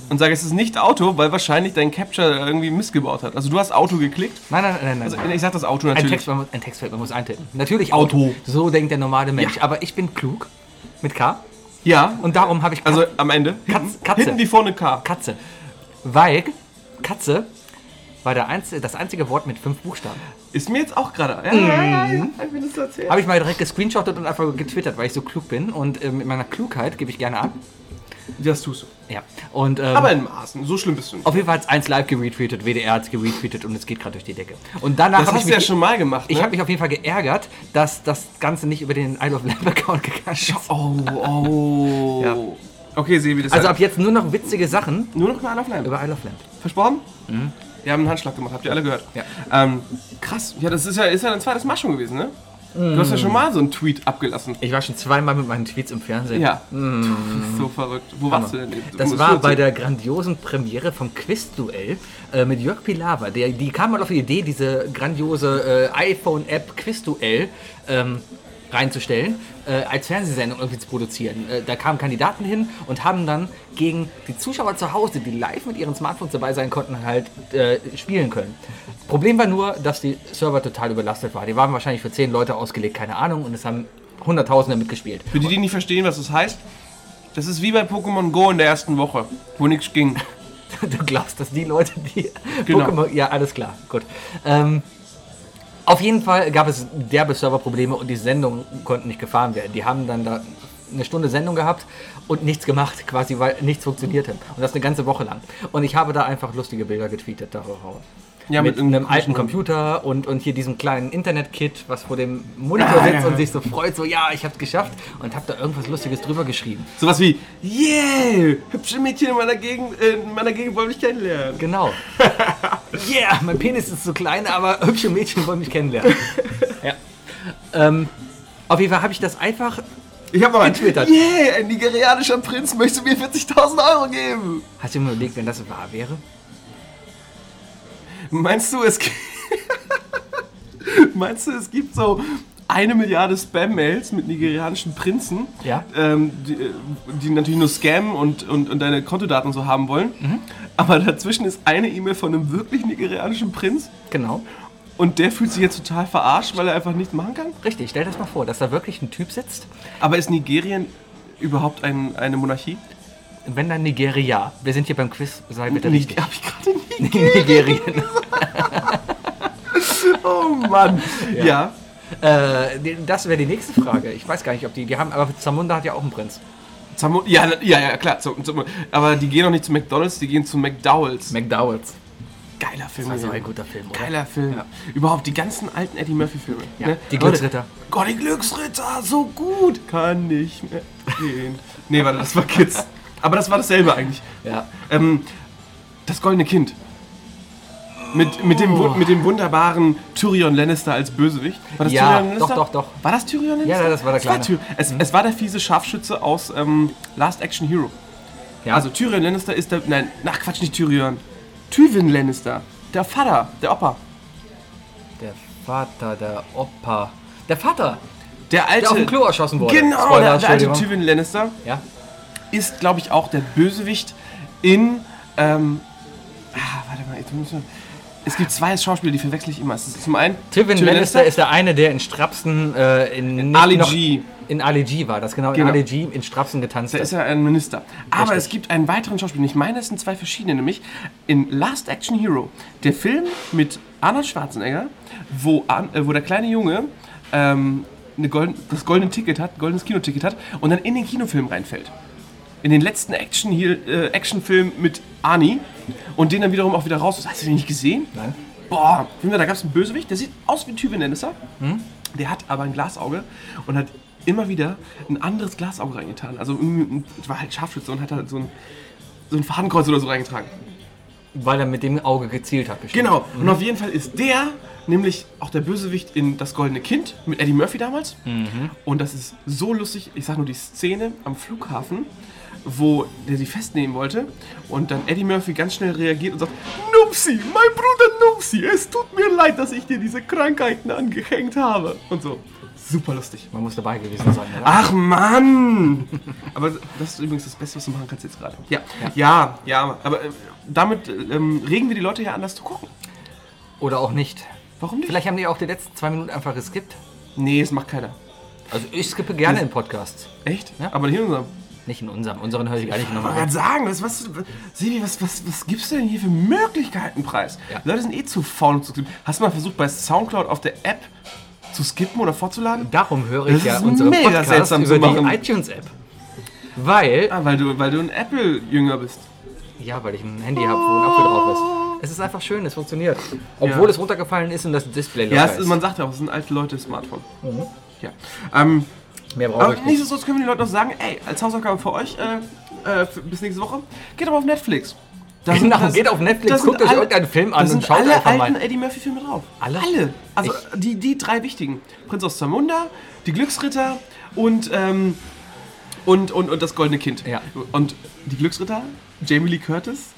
Speaker 1: und sage, es ist nicht Auto, weil wahrscheinlich dein Capture irgendwie missgebaut hat. Also, du hast Auto geklickt.
Speaker 2: Nein, nein, nein, nein.
Speaker 1: Also,
Speaker 2: nein.
Speaker 1: ich sag das Auto
Speaker 2: Ein,
Speaker 1: natürlich.
Speaker 2: Text, man muss, ein Textfeld, man muss eintippen. Natürlich
Speaker 1: Auto.
Speaker 2: So denkt der normale Mensch.
Speaker 1: Ja.
Speaker 2: Aber ich bin klug mit K
Speaker 1: Ja,
Speaker 2: und darum habe ich
Speaker 1: also am Ende.
Speaker 2: Katz-
Speaker 1: hinten,
Speaker 2: Katze.
Speaker 1: Hinten wie vorne K.
Speaker 2: Katze. Weil Katze war der einzige, das einzige Wort mit fünf Buchstaben.
Speaker 1: Ist mir jetzt auch gerade. Ja, ja, ja, ja.
Speaker 2: Mhm.
Speaker 1: Hab ich mir das erzählt?
Speaker 2: Habe ich mal direkt gescreenshottet und einfach getwittert, weil ich so klug bin. Und ähm, mit meiner Klugheit gebe ich gerne ab.
Speaker 1: Das tust du.
Speaker 2: Ja. Und, ähm,
Speaker 1: Aber in Maßen. So schlimm bist du nicht.
Speaker 2: auf jeden Fall hat es 1 live geretweetet, WDR hat es geretweetet und es geht gerade durch die Decke. Und danach
Speaker 1: Das
Speaker 2: habe
Speaker 1: hast
Speaker 2: ich
Speaker 1: du
Speaker 2: mich,
Speaker 1: ja schon mal gemacht.
Speaker 2: ich
Speaker 1: ne?
Speaker 2: habe mich auf jeden Fall geärgert, dass das Ganze nicht über den Isle of Lamb Account gegangen ist.
Speaker 1: Oh, oh.
Speaker 2: Ja.
Speaker 1: Okay, Sebi, das
Speaker 2: Also ab jetzt nur noch witzige Sachen
Speaker 1: nur noch eine Anlaufnahme.
Speaker 2: über Isle of Lamb.
Speaker 1: Versprochen? Wir haben einen Handschlag gemacht, habt ihr alle gehört.
Speaker 2: Mhm. Ja.
Speaker 1: Ähm, krass, ja, das ist ja, ist ja dein zweites Mal schon gewesen, ne? Du
Speaker 2: Mhm.
Speaker 1: hast ja schon mal so einen Tweet abgelassen.
Speaker 2: Ich war schon zweimal mit meinen Tweets im Fernsehen.
Speaker 1: Ja. Du bist so verrückt. Wo warst du denn eben? Du
Speaker 2: Mhm. Das
Speaker 1: musst
Speaker 2: war
Speaker 1: kurz-
Speaker 2: bei der grandiosen Premiere vom Quizduell äh, mit Jörg Pilawa. Der, die kam mal auf die Idee, diese grandiose äh, iPhone-App Quizduell ähm, reinzustellen, äh, als Fernsehsendung irgendwie zu produzieren. Äh, da kamen Kandidaten hin und haben dann gegen die Zuschauer zu Hause, die live mit ihren Smartphones dabei sein konnten, halt äh, spielen können. Problem war nur, dass die Server total überlastet waren. Die waren wahrscheinlich für zehn Leute ausgelegt, keine Ahnung, und es haben Hunderttausende mitgespielt.
Speaker 1: Für die, die nicht verstehen, was das heißt, das ist wie bei Pokémon Go in der ersten Woche, wo nichts ging.
Speaker 2: Du glaubst, dass die Leute, die
Speaker 1: Genau.
Speaker 2: Pokémon. Ja, alles klar, gut. Ähm, auf jeden Fall gab es derbe Serverprobleme und die Sendungen konnten nicht gefahren werden. Die haben dann da eine Stunde Sendung gehabt und nichts gemacht, quasi, weil nichts funktionierte. Und das eine ganze Woche lang. Und ich habe da einfach lustige Bilder getweetet darüber.
Speaker 1: Ja,
Speaker 2: mit,
Speaker 1: irgendeinem
Speaker 2: einem alten
Speaker 1: komischen-
Speaker 2: Computer und, und hier diesem kleinen Internet-Kit, was vor dem Monitor sitzt und sich so freut, so ja, ich hab's geschafft und hab da irgendwas Lustiges drüber geschrieben.
Speaker 1: Sowas wie, yeah, hübsche Mädchen in meiner Gegend, äh, in meiner Gegend wollen mich kennenlernen.
Speaker 2: Genau. Yeah, mein Penis ist so klein, aber hübsche Mädchen wollen mich kennenlernen. ja. Ähm, auf jeden Fall habe ich das einfach.
Speaker 1: Ich hab mal einen
Speaker 2: Getwittert.
Speaker 1: yeah, ein nigerianischer Prinz möchte mir 40.000 Euro geben.
Speaker 2: Hast du mir überlegt, wenn das wahr wäre?
Speaker 1: Meinst du, es gibt. Meinst du, es gibt so eine Milliarde Spam-Mails mit nigerianischen Prinzen,
Speaker 2: Ja.
Speaker 1: ähm, die, äh, die natürlich nur scammen und, und, und deine Kontodaten und so haben wollen?
Speaker 2: Mhm.
Speaker 1: Aber dazwischen ist eine E-Mail von einem wirklich nigerianischen Prinz
Speaker 2: Genau.
Speaker 1: und der fühlt sich jetzt total verarscht, weil er einfach nichts machen kann.
Speaker 2: Richtig, stell das mal vor, dass da wirklich ein Typ sitzt.
Speaker 1: Aber ist Nigerien überhaupt ein, eine Monarchie?
Speaker 2: Und wenn dann Nigeria. Wir sind hier beim Quiz, sei bitte
Speaker 1: Nicht,
Speaker 2: richtig.
Speaker 1: hab ich gerade nie.
Speaker 2: Nigerien.
Speaker 1: Oh Mann. ja.
Speaker 2: äh, die- das wäre die nächste Frage. Ich weiß gar nicht, ob die. Die haben, aber Zamunda hat ja auch einen Prinz.
Speaker 1: Zamu- Ja, ja, ja, klar. Zum, zum, aber die gehen doch nicht zu McDonalds, die gehen zu McDowells.
Speaker 2: McDowells.
Speaker 1: Geiler Film.
Speaker 2: Das war so ein
Speaker 1: gewesen.
Speaker 2: guter Film, oder?
Speaker 1: Geiler Film. Überhaupt die ganzen alten Eddie Murphy-Filme.
Speaker 2: Ja, die Glücksritter.
Speaker 1: Leute, Gott, die Glücksritter, so gut. Kann nicht mehr gehen. Nee, warte, das war Kids. Aber das war dasselbe eigentlich.
Speaker 2: Ja.
Speaker 1: Ähm, das goldene Kind. Mit, mit, dem, wun- mit dem wunderbaren Tyrion Lannister als Bösewicht. War das
Speaker 2: Ja,
Speaker 1: Tyrion Lannister?
Speaker 2: doch, doch, doch.
Speaker 1: War das Tyrion Lannister?
Speaker 2: ja, das war der
Speaker 1: Es,
Speaker 2: Kleine. Mhm.
Speaker 1: Tyr- es, es war der fiese Scharfschütze aus ähm, Last Action Hero.
Speaker 2: Ja.
Speaker 1: Also Tyrion Lannister ist der. Nein, ach Quatsch, nicht Tyrion. Tywin Lannister. Der Vater, der Opa.
Speaker 2: Der Vater, der Opa. Der Vater,
Speaker 1: Der alte.
Speaker 2: der auf dem Klo erschossen wurde.
Speaker 1: Genau,
Speaker 2: Spoiler,
Speaker 1: der, der alte
Speaker 2: Entschuldigung.
Speaker 1: Tywin Lannister
Speaker 2: Ja.
Speaker 1: ist, glaube ich, auch der Bösewicht in. Ähm, ah, warte mal, jetzt muss man. Es gibt zwei Schauspieler, die verwechsel ich immer. Es ist zum einen
Speaker 2: Tywin Lannister ist der eine, der in Strapsen äh, in, nicht
Speaker 1: Ali G.
Speaker 2: in Ali G war das genau,
Speaker 1: Genau.
Speaker 2: in Ali G in Strapsen getanzt
Speaker 1: Da
Speaker 2: hat.
Speaker 1: ist ja ein Minister. Aber
Speaker 2: Richtig.
Speaker 1: es gibt einen weiteren Schauspieler. Ich meine, es sind zwei verschiedene, nämlich in Last Action Hero, der Film mit Arnold Schwarzenegger, wo, Arn- äh, wo der kleine Junge ähm, eine golden, das goldene Ticket hat, goldenes Kinoticket hat und dann in den Kinofilm reinfällt. In den letzten Action äh, Actionfilm mit Arnie und den dann wiederum auch wieder raus. Hast du den nicht gesehen?
Speaker 2: Nein.
Speaker 1: Boah, Junge, da gab es einen Bösewicht, der sieht aus wie Tywin Lannister. Der hat aber ein Glasauge und hat immer wieder ein anderes Glasauge reingetan. Also mm, es war halt Scharfschütze und hat halt so ein, so ein Fadenkreuz oder so reingetragen.
Speaker 2: Weil er mit dem Auge gezielt hat. bestimmt.
Speaker 1: Genau. Und auf jeden Fall ist der nämlich auch der Bösewicht in Das Goldene Kind mit Eddie Murphy damals. Und das ist so lustig. Ich sag nur die Szene am Flughafen, wo der sie festnehmen wollte und dann Eddie Murphy ganz schnell reagiert und sagt: Nupsi, mein Bruder Nupsi, es tut mir leid, dass ich dir diese Krankheiten angehängt habe. Und so. Super lustig.
Speaker 2: Man muss dabei gewesen sein. Oder?
Speaker 1: Ach Mann! aber das ist übrigens das Beste, was du machen kannst jetzt gerade. Ja, ja, ja. Aber äh, damit äh, ähm, regen wir die Leute ja an, das zu gucken.
Speaker 2: oder auch nicht.
Speaker 1: Warum nicht?
Speaker 2: Vielleicht haben die auch die letzten zwei Minuten einfach geskippt.
Speaker 1: Nee, das macht keiner.
Speaker 2: Also ich skippe gerne in Podcasts.
Speaker 1: Echt?
Speaker 2: Ja.
Speaker 1: Aber hier unser.
Speaker 2: Nicht in unserem. Unseren höre ich gar nicht
Speaker 1: Ich
Speaker 2: nochmal
Speaker 1: wollte
Speaker 2: an.
Speaker 1: gerade sagen, das, was, Sebi, was, was, was gibst du denn hier für Möglichkeiten preis?
Speaker 2: Ja.
Speaker 1: Die Leute sind eh zu faul, um zu skippen. Hast du mal versucht, bei Soundcloud auf der App zu skippen oder vorzuladen?
Speaker 2: Darum höre ich
Speaker 1: Das
Speaker 2: ja
Speaker 1: ist
Speaker 2: unsere
Speaker 1: mega
Speaker 2: Podcasts
Speaker 1: seltsam zu
Speaker 2: über die
Speaker 1: machen.
Speaker 2: iTunes-App. Weil,
Speaker 1: Ah, weil du, weil du ein Apple-Jünger bist.
Speaker 2: ja, weil ich ein Handy habe, wo ein Apfel drauf ist. Es ist einfach schön, es funktioniert. Obwohl
Speaker 1: Ja.
Speaker 2: es runtergefallen ist und das Display locker
Speaker 1: Ja,
Speaker 2: ist.
Speaker 1: es, man sagt ja auch, es sind alte Leute Smartphone.
Speaker 2: Mhm.
Speaker 1: Ja. Ähm,
Speaker 2: Mehr
Speaker 1: aber
Speaker 2: brauche ich nicht.
Speaker 1: nichtsdestotrotz können wir den Leuten noch sagen, ey, als Hausaufgabe für euch, äh, äh, für, bis nächste Woche, geht aber auf Netflix. Da sind-
Speaker 2: Genau,
Speaker 1: das-
Speaker 2: geht auf Netflix,
Speaker 1: das sind
Speaker 2: guckt euch
Speaker 1: alle-
Speaker 2: irgendeinen Film
Speaker 1: Da
Speaker 2: an und
Speaker 1: sind
Speaker 2: schaut
Speaker 1: alle
Speaker 2: einfach
Speaker 1: alten
Speaker 2: mal.
Speaker 1: Eddie Murphy Filme drauf.
Speaker 2: Alle?
Speaker 1: Alle. Also
Speaker 2: Ich-
Speaker 1: die, die drei wichtigen. Prinz aus Zamunda, die Glücksritter und, ähm, und, und, und das goldene Kind.
Speaker 2: Ja.
Speaker 1: Und die Glücksritter, Jamie Lee Curtis,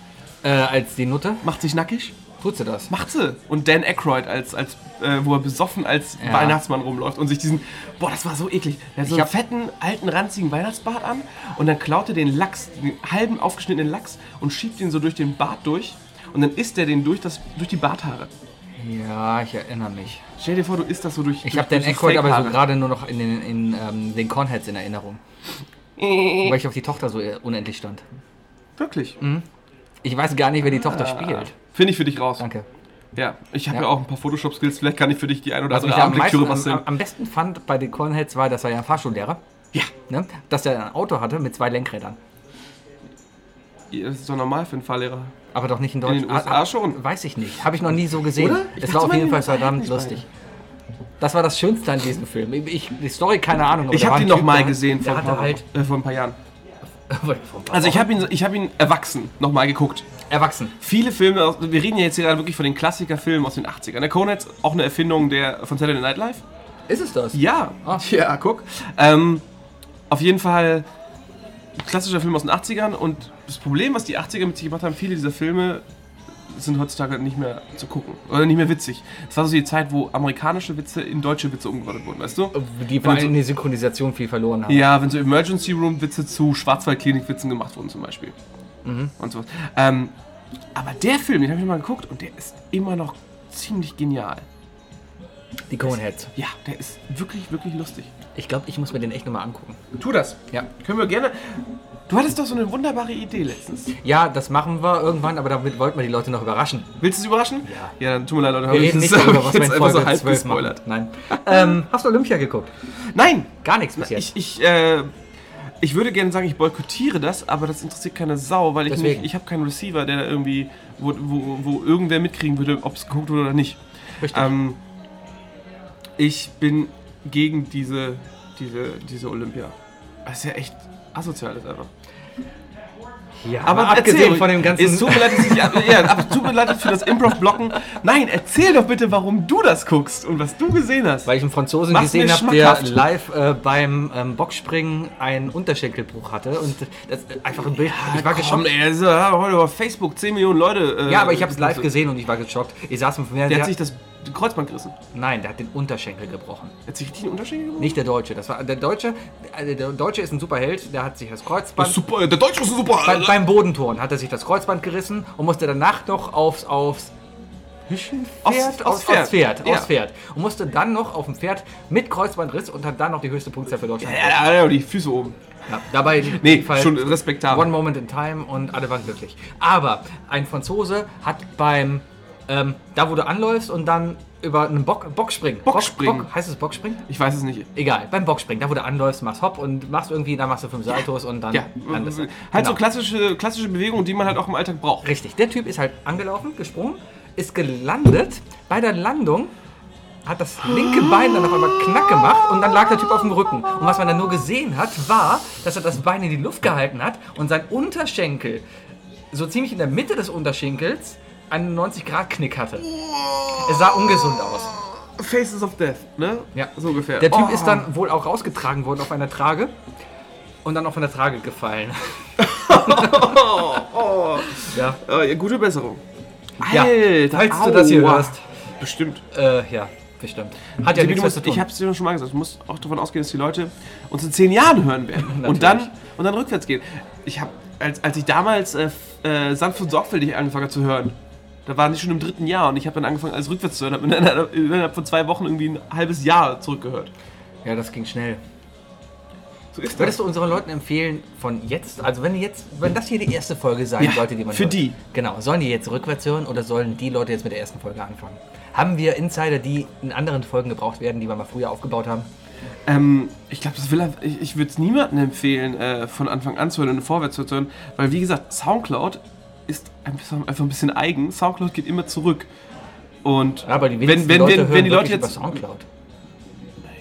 Speaker 2: Äh, als die Nutte,
Speaker 1: macht sich nackig.
Speaker 2: tut sie das.
Speaker 1: Macht sie. Und Dan Aykroyd, als, als, äh, wo er besoffen als
Speaker 2: Ja.
Speaker 1: Weihnachtsmann rumläuft und sich diesen, boah, das war so eklig. Er hat so
Speaker 2: Ich
Speaker 1: einen
Speaker 2: hab-
Speaker 1: fetten, alten, ranzigen Weihnachtsbart an und dann klaut er den Lachs, den halben aufgeschnittenen Lachs und schiebt ihn so durch den Bart durch. Und dann isst er den durch, das, durch die Barthaare.
Speaker 2: Ja, ich erinnere mich.
Speaker 1: Stell dir vor, du isst das so durch
Speaker 2: Ich
Speaker 1: durch-
Speaker 2: habe den
Speaker 1: durch
Speaker 2: Aykroyd aber so
Speaker 1: Fake-Haare.
Speaker 2: gerade nur noch in den, in, ähm, den Cornheads in Erinnerung. Weil ich auf die Tochter so äh, unendlich stand.
Speaker 1: Wirklich.
Speaker 2: Mhm. Ich weiß gar nicht, wer die Tochter spielt.
Speaker 1: Finde ich für dich raus.
Speaker 2: Danke.
Speaker 1: Ja. Ich habe
Speaker 2: Ja. Also
Speaker 1: ja. auch ein paar Photoshop-Skills. Vielleicht kann ich für dich die ein oder
Speaker 2: Was
Speaker 1: andere
Speaker 2: mich da am,
Speaker 1: Abendlektüre
Speaker 2: meisten,
Speaker 1: basteln.
Speaker 2: am, am besten fand bei den Cornheads war, das war ja ein Fahrschullehrer,
Speaker 1: Ja.
Speaker 2: ne? dass er ein Auto hatte mit zwei Lenkrädern.
Speaker 1: Das ist doch normal für einen Fahrlehrer.
Speaker 2: Aber doch nicht in
Speaker 1: den
Speaker 2: Deutschland.
Speaker 1: USA schon.
Speaker 2: Weiß ich nicht. Habe ich noch nie so gesehen.
Speaker 1: Oder? Ich
Speaker 2: Es
Speaker 1: dachte
Speaker 2: war auf
Speaker 1: mal,
Speaker 2: jeden
Speaker 1: die
Speaker 2: Fall
Speaker 1: USA hätten
Speaker 2: verdammt
Speaker 1: die
Speaker 2: lustig. Das war das Schönste an diesem Film. Ich, die Story, keine Ahnung. aber
Speaker 1: Ich
Speaker 2: da war
Speaker 1: habe
Speaker 2: ein
Speaker 1: den
Speaker 2: Typ,
Speaker 1: nochmal
Speaker 2: der-
Speaker 1: gesehen
Speaker 2: Der
Speaker 1: vor ein,
Speaker 2: hatte
Speaker 1: paar,
Speaker 2: halt.
Speaker 1: äh, vor ein paar Jahren. Also ich habe ihn, ich hab ihn erwachsen nochmal geguckt.
Speaker 2: Erwachsen.
Speaker 1: Viele Filme, aus, wir reden ja jetzt hier gerade wirklich von den Klassikerfilmen aus den 80ern. Der Coneheads, auch eine Erfindung der, von Saturday Night Live.
Speaker 2: Ist es das?
Speaker 1: Ja,
Speaker 2: Ah.
Speaker 1: ja, guck. Ähm, auf jeden Fall ein klassischer Film aus den 80ern und das Problem, was die 80er mit sich gemacht haben, viele dieser Filme sind heutzutage nicht mehr zu gucken oder nicht mehr witzig. Es war so die Zeit, wo amerikanische Witze in deutsche Witze umgewandelt wurden, weißt du?
Speaker 2: Die vor
Speaker 1: Wenn du so-
Speaker 2: allem die Synchronisation viel verloren haben.
Speaker 1: Ja, wenn so Emergency Room Witze zu Schwarzwaldklinik-Witzen gemacht wurden zum Beispiel.
Speaker 2: Mhm.
Speaker 1: Und sowas. Ähm, aber der Film, den habe ich mal geguckt und der ist immer noch ziemlich genial.
Speaker 2: Die Coneheads.
Speaker 1: Ja, der ist wirklich, wirklich lustig.
Speaker 2: Ich glaube, ich muss mir den echt nochmal angucken.
Speaker 1: Tu das.
Speaker 2: Ja.
Speaker 1: Können wir gerne. Du hattest doch so eine wunderbare Idee letztens.
Speaker 2: Ja, das machen wir irgendwann, aber damit wollten wir die Leute noch überraschen.
Speaker 1: Willst du es überraschen?
Speaker 2: Ja.
Speaker 1: Ja, dann tut mir leid, Leute.
Speaker 2: Wir
Speaker 1: hab ich
Speaker 2: reden nicht
Speaker 1: das-
Speaker 2: darüber,
Speaker 1: hab
Speaker 2: was
Speaker 1: ich
Speaker 2: wir in
Speaker 1: jetzt einfach so
Speaker 2: Folge
Speaker 1: halb
Speaker 2: 12 machen.
Speaker 1: gespoilert.
Speaker 2: Nein. Ähm, hast du Olympia geguckt?
Speaker 1: Nein!
Speaker 2: Gar nichts bis jetzt.
Speaker 1: Ich, ich, äh, ich würde gerne sagen, ich boykottiere das, aber das interessiert keine Sau, weil ich
Speaker 2: Deswegen.
Speaker 1: nicht, ich habe keinen Receiver, der da irgendwie, wo, wo, wo irgendwer mitkriegen würde, ob es geguckt wurde oder nicht.
Speaker 2: Richtig.
Speaker 1: Ähm, ich bin gegen diese, diese, diese Olympia. Das ist ja echt asozial, das einfach.
Speaker 2: ja,
Speaker 1: Aber
Speaker 2: abgesehen
Speaker 1: erzähl,
Speaker 2: von dem ganzen...
Speaker 1: Es tut mir leid, dass ich, ja, aber es tut mir leid für das Improv-Blocken. Nein, erzähl doch bitte, warum du das guckst und was du gesehen hast.
Speaker 2: Weil ich einen Franzosen
Speaker 1: Mach's mir
Speaker 2: gesehen habe, der
Speaker 1: schmackhaft.
Speaker 2: live äh, beim ähm, Boxspringen einen Unterschenkelbruch hatte und das äh, einfach ein Bild. ich war
Speaker 1: Komm,
Speaker 2: geschockt.
Speaker 1: ey, das ist ja heute auf Facebook 10 Millionen Leute. äh,
Speaker 2: Ja, aber ich habe es live
Speaker 1: das-
Speaker 2: gesehen und ich war geschockt. Ich saß im
Speaker 1: Der
Speaker 2: Fernseher.
Speaker 1: hat sich das Kreuzband gerissen.
Speaker 2: Nein, der hat den Unterschenkel gebrochen.
Speaker 1: Hat sich richtig einen Unterschied gemacht?
Speaker 2: Nicht der Deutsche. Das war der Deutsche. Also der Deutsche ist ein Superheld. Der hat sich das Kreuzband
Speaker 1: super, ne? der Deutsche ist super.
Speaker 2: Bei, beim Bodentoren hat er sich das Kreuzband gerissen und musste danach noch aufs, aufs
Speaker 1: Ost-
Speaker 2: Pferd, aus,
Speaker 1: Ostpferd.
Speaker 2: aus Pferd,
Speaker 1: Ja.
Speaker 2: aus Pferd. Und musste dann noch auf dem Pferd mit Kreuzbandriss und hat dann noch die höchste Punktzahl für Deutschland.
Speaker 1: Ja, da hat er auch äh, die Füße oben.
Speaker 2: Ja, dabei
Speaker 1: Nee,
Speaker 2: jedenfalls
Speaker 1: schon respektabel.
Speaker 2: One Moment in Time und alle waren glücklich. Aber ein Franzose hat beim, ähm, da wo du anläufst und dann über einen Bock, Bockspringen.
Speaker 1: Bockspringen.
Speaker 2: Bock, Bock, heißt es Bockspringen?
Speaker 1: Ich weiß es nicht.
Speaker 2: Egal, beim Bockspringen, da wo du anläufst, machst Hopp und machst irgendwie, dann machst du fünf Saltos und dann
Speaker 1: Ja,
Speaker 2: landest du.
Speaker 1: halt
Speaker 2: Genau.
Speaker 1: so klassische, klassische Bewegungen, die man halt auch im Alltag braucht.
Speaker 2: Richtig, der Typ ist halt angelaufen, gesprungen, ist gelandet. Bei der Landung hat das linke Bein dann auf einmal knack gemacht und dann lag der Typ auf dem Rücken. Und was man dann nur gesehen hat, war, dass er das Bein in die Luft gehalten hat und sein Unterschenkel so ziemlich in der Mitte des Unterschenkels einen 90-Grad-Knick hatte. Es sah ungesund aus.
Speaker 1: Faces of Death, ne?
Speaker 2: Ja.
Speaker 1: So ungefähr.
Speaker 2: Der Typ
Speaker 1: Oh.
Speaker 2: ist dann wohl auch rausgetragen worden auf einer Trage und dann auch von der Trage gefallen. Ja,
Speaker 1: Äh, gute Besserung.
Speaker 2: Ja, falls du das hier
Speaker 1: aua.
Speaker 2: hörst.
Speaker 1: Bestimmt.
Speaker 2: äh, ja, bestimmt. Hat ja
Speaker 1: Sabine, du
Speaker 2: nichts was
Speaker 1: musst,
Speaker 2: zu tun.
Speaker 1: ich hab's dir schon mal gesagt, du musst auch davon ausgehen, dass die Leute uns in zehn Jahren hören werden.
Speaker 2: Natürlich.
Speaker 1: und, dann, und dann rückwärts gehen. Ich hab, als, als ich damals äh, f- äh, sanft und sorgfältig angefangen hab zu hören, da waren die schon im dritten Jahr und ich habe dann angefangen, alles rückwärts zu hören. Hab innerhalb, innerhalb von zwei Wochen irgendwie ein halbes Jahr zurückgehört.
Speaker 2: Ja, das ging schnell.
Speaker 1: So ist
Speaker 2: Würdest du unseren Leuten empfehlen, von jetzt, also wenn die jetzt, wenn das hier die erste Folge sein
Speaker 1: Ja,
Speaker 2: sollte, die man
Speaker 1: für
Speaker 2: hört,
Speaker 1: die.
Speaker 2: Genau, sollen die jetzt rückwärts hören oder sollen die Leute jetzt mit der ersten Folge anfangen? Haben wir Insider, die in anderen Folgen gebraucht werden, die wir mal früher aufgebaut haben?
Speaker 1: Ähm, ich glaube, das will er, ich, ich würde es niemandem empfehlen, äh, von Anfang an zu hören und vorwärts zu hören, weil wie gesagt, Soundcloud ist ein bisschen, einfach ein bisschen eigen. Soundcloud geht immer zurück. Und
Speaker 2: Aber die
Speaker 1: wenn, wenn,
Speaker 2: wenigsten
Speaker 1: wenn,
Speaker 2: Leute hören
Speaker 1: wenn die Leute
Speaker 2: wirklich
Speaker 1: jetzt.
Speaker 2: über Soundcloud.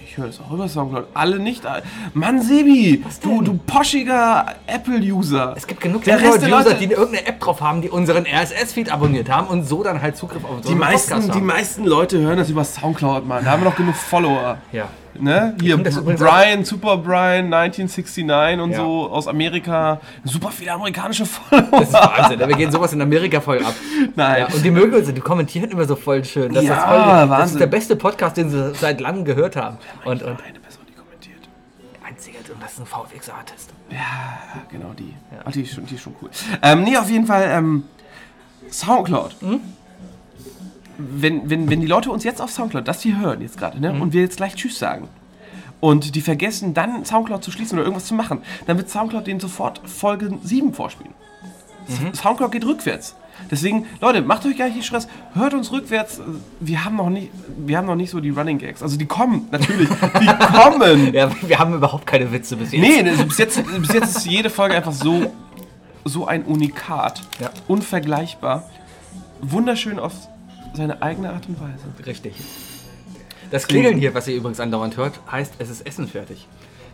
Speaker 1: Ich höre das auch über Soundcloud. Alle nicht. äh, Mann, Sebi, du,
Speaker 2: denn?
Speaker 1: du poschiger Apple-User.
Speaker 2: Es gibt genug
Speaker 1: Der Rest der
Speaker 2: Android-User,
Speaker 1: Leute-
Speaker 2: die irgendeine App drauf haben, die unseren RSS-Feed abonniert haben und so dann halt Zugriff auf
Speaker 1: Die
Speaker 2: unseren
Speaker 1: meisten,
Speaker 2: Podcast
Speaker 1: die
Speaker 2: haben.
Speaker 1: meisten Leute hören das über Soundcloud, Mann. Da haben wir noch genug Follower.
Speaker 2: ja.
Speaker 1: Ne? Hier
Speaker 2: find das
Speaker 1: Br-
Speaker 2: übrigens
Speaker 1: Brian, Super Brian 1969 und
Speaker 2: Ja.
Speaker 1: so aus Amerika. Super viele amerikanische Follower.
Speaker 2: Das ist Wahnsinn. ne? Wir gehen sowas in Amerika voll ab.
Speaker 1: Nein.
Speaker 2: Ja, und die mögen uns, die kommentieren immer so voll schön. Das,
Speaker 1: Ja,
Speaker 2: ist, voll, das
Speaker 1: Wahnsinn.
Speaker 2: ist der beste Podcast, den sie seit langem gehört haben. Und, und
Speaker 1: eine Person, die kommentiert.
Speaker 2: einziger, und das ist ein VFX-Artist.
Speaker 1: Ja, genau die. Ach, die, ist schon, die ist schon cool. Ähm, nee, auf jeden Fall ähm, Soundcloud. Wenn, wenn, wenn die Leute uns jetzt auf Soundcloud, das hier hören jetzt gerade, ne? und wir jetzt gleich Tschüss sagen. Und die vergessen, dann Soundcloud zu schließen oder irgendwas zu machen, dann wird Soundcloud denen sofort Folge 7 vorspielen. Soundcloud geht rückwärts. Deswegen, Leute, macht euch gar nicht den Stress, hört uns rückwärts. Wir haben noch nicht, wir haben noch nicht so die Running Gags. Also die kommen, natürlich. Die kommen!
Speaker 2: Ja, wir haben überhaupt keine Witze bis jetzt.
Speaker 1: Nee, also bis, jetzt, bis jetzt ist jede Folge einfach so, so ein Unikat.
Speaker 2: Ja.
Speaker 1: Unvergleichbar. Wunderschön auf seine eigene Art und Weise.
Speaker 2: Richtig. Das Klingeln hier, was ihr übrigens andauernd hört, heißt, es ist Essen fertig.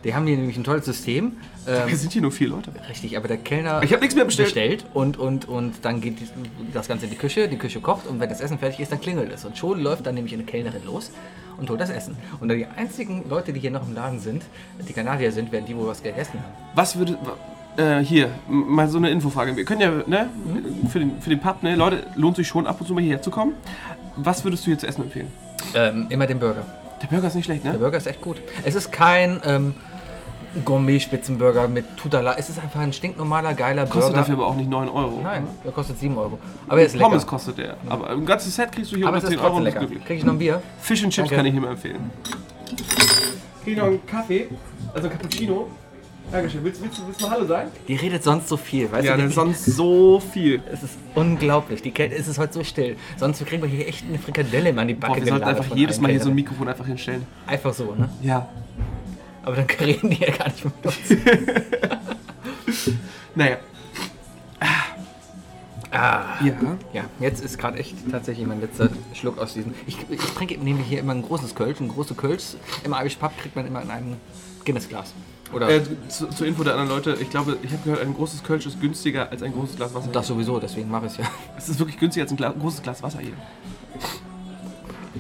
Speaker 2: Die haben hier nämlich ein tolles System.
Speaker 1: Wir
Speaker 2: Ähm,
Speaker 1: sind hier nur vier Leute.
Speaker 2: richtig, aber der Kellner
Speaker 1: Ich habe nichts mehr bestellt.
Speaker 2: bestellt und, und, und dann geht dies- das Ganze in die Küche, die Küche kocht und wenn das Essen fertig ist, dann klingelt es. Und schon läuft dann nämlich eine Kellnerin los und holt das Essen. Und die einzigen Leute, die hier noch im Laden sind, die Kanadier sind, werden die wohl was gegessen haben.
Speaker 1: Was würde. Äh, hier, m- mal so eine Infofrage. Wir können ja, ne, für den, für den Pub, ne, Leute, lohnt sich schon ab und zu mal hierher zu kommen. Was würdest du jetzt essen empfehlen?
Speaker 2: Ähm, immer den Burger.
Speaker 1: Der Burger ist nicht schlecht,
Speaker 2: Der
Speaker 1: ne?
Speaker 2: Burger ist echt gut. Es ist kein ähm, Gourmet-Spitzenburger mit Tutala. Es ist einfach ein stinknormaler, geiler
Speaker 1: Kostet
Speaker 2: Burger.
Speaker 1: dafür aber auch nicht 9 Euro.
Speaker 2: Nein, der kostet 7 Euro. Aber er ist lecker.
Speaker 1: Pommes kostet der. Aber ein ganzes Set kriegst du hier
Speaker 2: Aber
Speaker 1: über
Speaker 2: es ist
Speaker 1: 10 Euro
Speaker 2: trotzdem
Speaker 1: und bist
Speaker 2: lecker.
Speaker 1: glücklich.
Speaker 2: Krieg ich noch ein Bier?
Speaker 1: Fish and Chips
Speaker 2: Danke.
Speaker 1: kann ich nicht mehr empfehlen. Krieg ich noch einen Kaffee? Also Cappuccino? Dankeschön. Willst, willst, willst du mal Hallo sagen?
Speaker 2: Die redet sonst so viel, weißt
Speaker 1: Ja,
Speaker 2: du?
Speaker 1: denn
Speaker 2: die-
Speaker 1: sonst so viel.
Speaker 2: es ist unglaublich. Die Kälte es ist heute so still. Sonst kriegen wir hier echt eine Frikadelle immer an die Backe
Speaker 1: Boah, wir sollten
Speaker 2: gelagert
Speaker 1: einfach
Speaker 2: von
Speaker 1: jedes
Speaker 2: allen
Speaker 1: Mal hier so ein
Speaker 2: Kellnern.
Speaker 1: Mikrofon einfach hinstellen.
Speaker 2: Einfach so, ne?
Speaker 1: Ja.
Speaker 2: Aber dann reden die ja gar nicht mit uns.
Speaker 1: Naja.
Speaker 2: Ah.
Speaker 1: Ja.
Speaker 2: Ja, jetzt ist gerade echt tatsächlich mein letzter Schluck aus diesem. Ich, ich trinke nämlich hier immer ein großes Kölsch. Ein großes Kölsch im Irish Pub kriegt man immer in einem Guinness-Glas. Oder
Speaker 1: Äh, zu, zur Info der anderen Leute, ich glaube, ich habe gehört, ein großes Kölsch ist günstiger als ein großes Glas Wasser.
Speaker 2: das sowieso, deswegen mache ich es ja.
Speaker 1: Es ist wirklich günstiger als ein Gla großes Glas Wasser hier.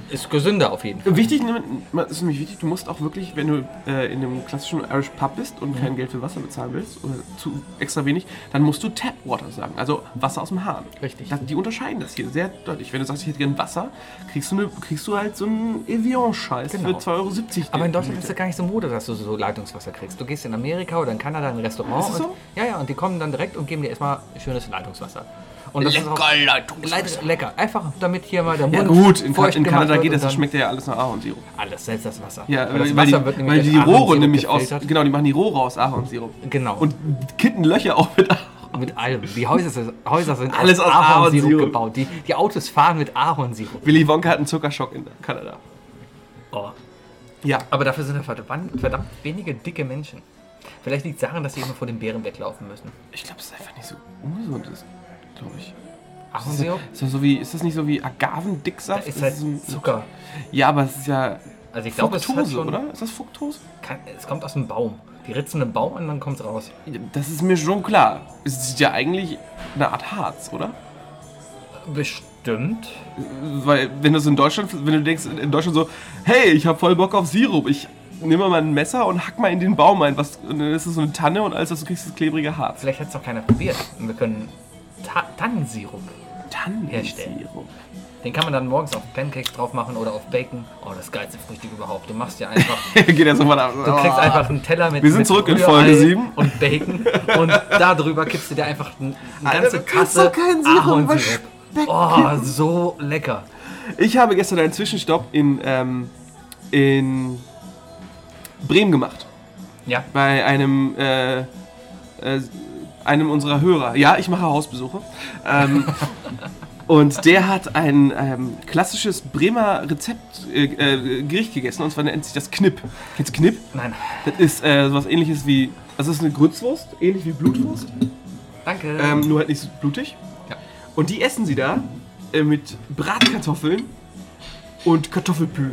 Speaker 2: Ist gesünder auf jeden Fall.
Speaker 1: Wichtig, ne, man- ist nämlich wichtig, du musst auch wirklich, wenn du äh, in einem klassischen Irish Pub bist und kein Geld für Wasser bezahlen willst oder zu extra wenig, dann musst du Tap Water sagen, also Wasser aus dem Hahn.
Speaker 2: Richtig.
Speaker 1: Das, die unterscheiden das hier sehr deutlich. Wenn du sagst, ich hätte gern Wasser, kriegst du, eine, kriegst du halt so einen Evian-Scheiß
Speaker 2: Genau.
Speaker 1: für 2,70 Euro.
Speaker 2: Aber in
Speaker 1: Äh,
Speaker 2: Deutschland ist das gar nicht so Mode, dass du so Leitungswasser kriegst. Du gehst in Amerika oder in Kanada in ein Restaurant.
Speaker 1: Ist das
Speaker 2: Und,
Speaker 1: so?
Speaker 2: ja, ja, und die kommen dann direkt und geben dir erstmal schönes Leitungswasser. Und das ist auch leid, lecker. Einfach damit hier mal der Mund
Speaker 1: Ja gut, in, Ka-
Speaker 2: feucht
Speaker 1: in
Speaker 2: gemacht
Speaker 1: Kanada
Speaker 2: wird
Speaker 1: geht
Speaker 2: und
Speaker 1: das, das
Speaker 2: dann-
Speaker 1: schmeckt ja alles nach Ahornsirup.
Speaker 2: Alles, selbst das Wasser.
Speaker 1: Ja,
Speaker 2: Weil das
Speaker 1: weil,
Speaker 2: Wasser
Speaker 1: die,
Speaker 2: wird nämlich
Speaker 1: weil
Speaker 2: durch
Speaker 1: die Rohre
Speaker 2: Ahornsirup
Speaker 1: nämlich aus,
Speaker 2: gefiltert.
Speaker 1: genau, die machen die Rohre aus Ahornsirup.
Speaker 2: Genau.
Speaker 1: Und kitten Löcher auf mit Ahorn.
Speaker 2: Mit allem. Die Häuser, sind- Häuser sind
Speaker 1: Alles aus Ahornsirup.
Speaker 2: gebaut. Die, die Autos fahren mit Ahornsirup.
Speaker 1: Willy Wonka hat einen Zuckerschock in Kanada.
Speaker 2: Oh.
Speaker 1: Ja.
Speaker 2: Aber dafür sind da verdammt, verdammt wenige dicke Menschen. Vielleicht liegt es daran, dass sie immer vor den Bären weglaufen müssen.
Speaker 1: Ich glaube, es ist einfach nicht so ungesund, glaube ich.
Speaker 2: Ahornsirup?
Speaker 1: Ist das, so wie, ist das nicht so wie
Speaker 2: Da
Speaker 1: Agavendicksaft?
Speaker 2: ist
Speaker 1: Das
Speaker 2: halt
Speaker 1: so ein-
Speaker 2: Zucker.
Speaker 1: Ja, aber es ist ja
Speaker 2: Also ich glaube, es, hat
Speaker 1: Fructose,
Speaker 2: schon,
Speaker 1: oder? Ist das Fructose?
Speaker 2: Kann, es kommt aus dem Baum. Die ritzen einen Baum an und dann kommt es raus.
Speaker 1: Das ist mir schon klar. Es ist ja eigentlich eine Art Harz, oder?
Speaker 2: Bestimmt.
Speaker 1: Weil wenn du es in Deutschland, wenn du denkst in Deutschland so, hey, ich habe voll Bock auf Sirup, ich nehme mal ein Messer und hack mal in den Baum ein, was, und dann ist es so eine Tanne und alles, was du kriegst, ist klebrige Harz.
Speaker 2: Vielleicht hat es noch keiner probiert. Und wir können Ta Tannensirup.
Speaker 1: Tannensirup.
Speaker 2: Den kann man dann morgens auf Pancakes drauf machen oder auf Bacon. Oh, das geilste Frühstück überhaupt. Du machst dir einfach.
Speaker 1: Geht ja sofort ab. Oh.
Speaker 2: Du kriegst einfach einen Teller mit.
Speaker 1: Wir sind
Speaker 2: mit
Speaker 1: zurück in
Speaker 2: Rührei
Speaker 1: Folge sieben.
Speaker 2: Und Bacon. Und darüber kippst du dir einfach ein- eine ganze
Speaker 1: das ist
Speaker 2: Kasse
Speaker 1: doch kein Sirup,
Speaker 2: Ahornsirup. Oh, so lecker.
Speaker 1: Ich habe gestern einen Zwischenstopp in, ähm, in Bremen gemacht.
Speaker 2: Ja.
Speaker 1: Bei einem, äh, äh, einem unserer Hörer. Ja, ich mache Hausbesuche. Ähm, und der hat ein ähm, klassisches Bremer Rezept, äh, äh, Gericht gegessen. Und zwar nennt sich das Knipp. Kennst du Knipp?
Speaker 2: Nein.
Speaker 1: Das ist äh, sowas ähnliches wie. Das ist eine Grützwurst, ähnlich wie Blutwurst.
Speaker 2: Danke.
Speaker 1: Ähm, nur halt nicht so blutig.
Speaker 2: Ja.
Speaker 1: Und die essen sie da äh, mit Bratkartoffeln und Kartoffelpü.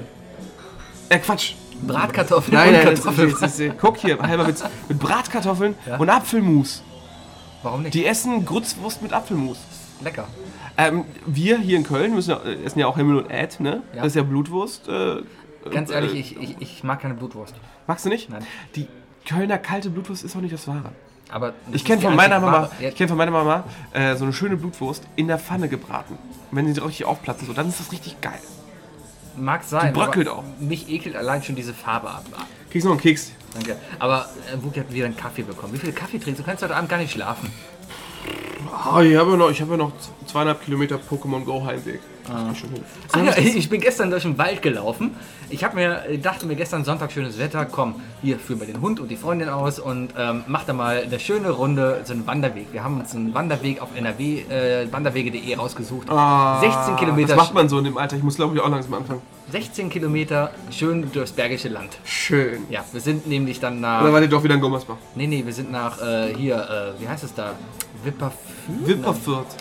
Speaker 1: Äh, Quatsch.
Speaker 2: Bratkartoffeln
Speaker 1: Nein,
Speaker 2: und
Speaker 1: nein, das,
Speaker 2: Kartoffeln.
Speaker 1: das, das, das, guck hier, halber Witz. Mit Bratkartoffeln
Speaker 2: Ja.
Speaker 1: und Apfelmus.
Speaker 2: Warum nicht?
Speaker 1: Die essen Grützwurst mit Apfelmus.
Speaker 2: lecker.
Speaker 1: Ähm, wir hier in Köln müssen, ja- äh, essen ja auch Himmel und Erd, ne?
Speaker 2: Ja.
Speaker 1: Das ist ja Blutwurst. Äh,
Speaker 2: Ganz
Speaker 1: äh,
Speaker 2: ehrlich, ich, ich, ich mag keine Blutwurst.
Speaker 1: Magst du nicht?
Speaker 2: Nein.
Speaker 1: Die Kölner kalte Blutwurst ist auch nicht das Wahre.
Speaker 2: Aber das
Speaker 1: Ich
Speaker 2: ist
Speaker 1: kenne
Speaker 2: die
Speaker 1: von meiner
Speaker 2: einzig
Speaker 1: Mama,
Speaker 2: wahre-
Speaker 1: ich kenn von meiner Mama äh, so eine schöne Blutwurst in der Pfanne gebraten. Und wenn sie richtig aufplatzen, so, dann ist das richtig geil.
Speaker 2: Mag sein.
Speaker 1: Die bröckelt
Speaker 2: aber
Speaker 1: auch.
Speaker 2: Mich ekelt allein schon diese Farbe ab.
Speaker 1: Kriegst du noch einen Keks?
Speaker 2: Danke. Aber äh, Wuki hat wieder einen Kaffee bekommen. Wie viel Kaffee trinkst du? Du kannst heute Abend gar nicht schlafen.
Speaker 1: Ah, ich habe ja noch, ich habe ja noch zweieinhalb Kilometer Pokémon Go Heimweg. Ah.
Speaker 2: Ah, ja, ich bin gestern durch den Wald gelaufen. Ich hab mir, dachte mir gestern Sonntag schönes Wetter, komm, hier führen wir den Hund und die Freundin aus und ähm, mach da mal eine schöne Runde, so einen Wanderweg. Wir haben uns einen Wanderweg auf NRW, äh, wanderwege.de rausgesucht. 16 Kilometer,
Speaker 1: Ah, Das macht man so in dem Alter. Ich muss, glaube ich, auch langsam anfangen.
Speaker 2: 16 Kilometer schön durchs Bergische Land.
Speaker 1: Schön.
Speaker 2: Ja, wir sind nämlich dann
Speaker 1: Oder
Speaker 2: nach,
Speaker 1: war der doch wieder in Gommersbach?
Speaker 2: nee, nee, wir sind nach äh, hier, äh, wie heißt es da? Wipperfürth?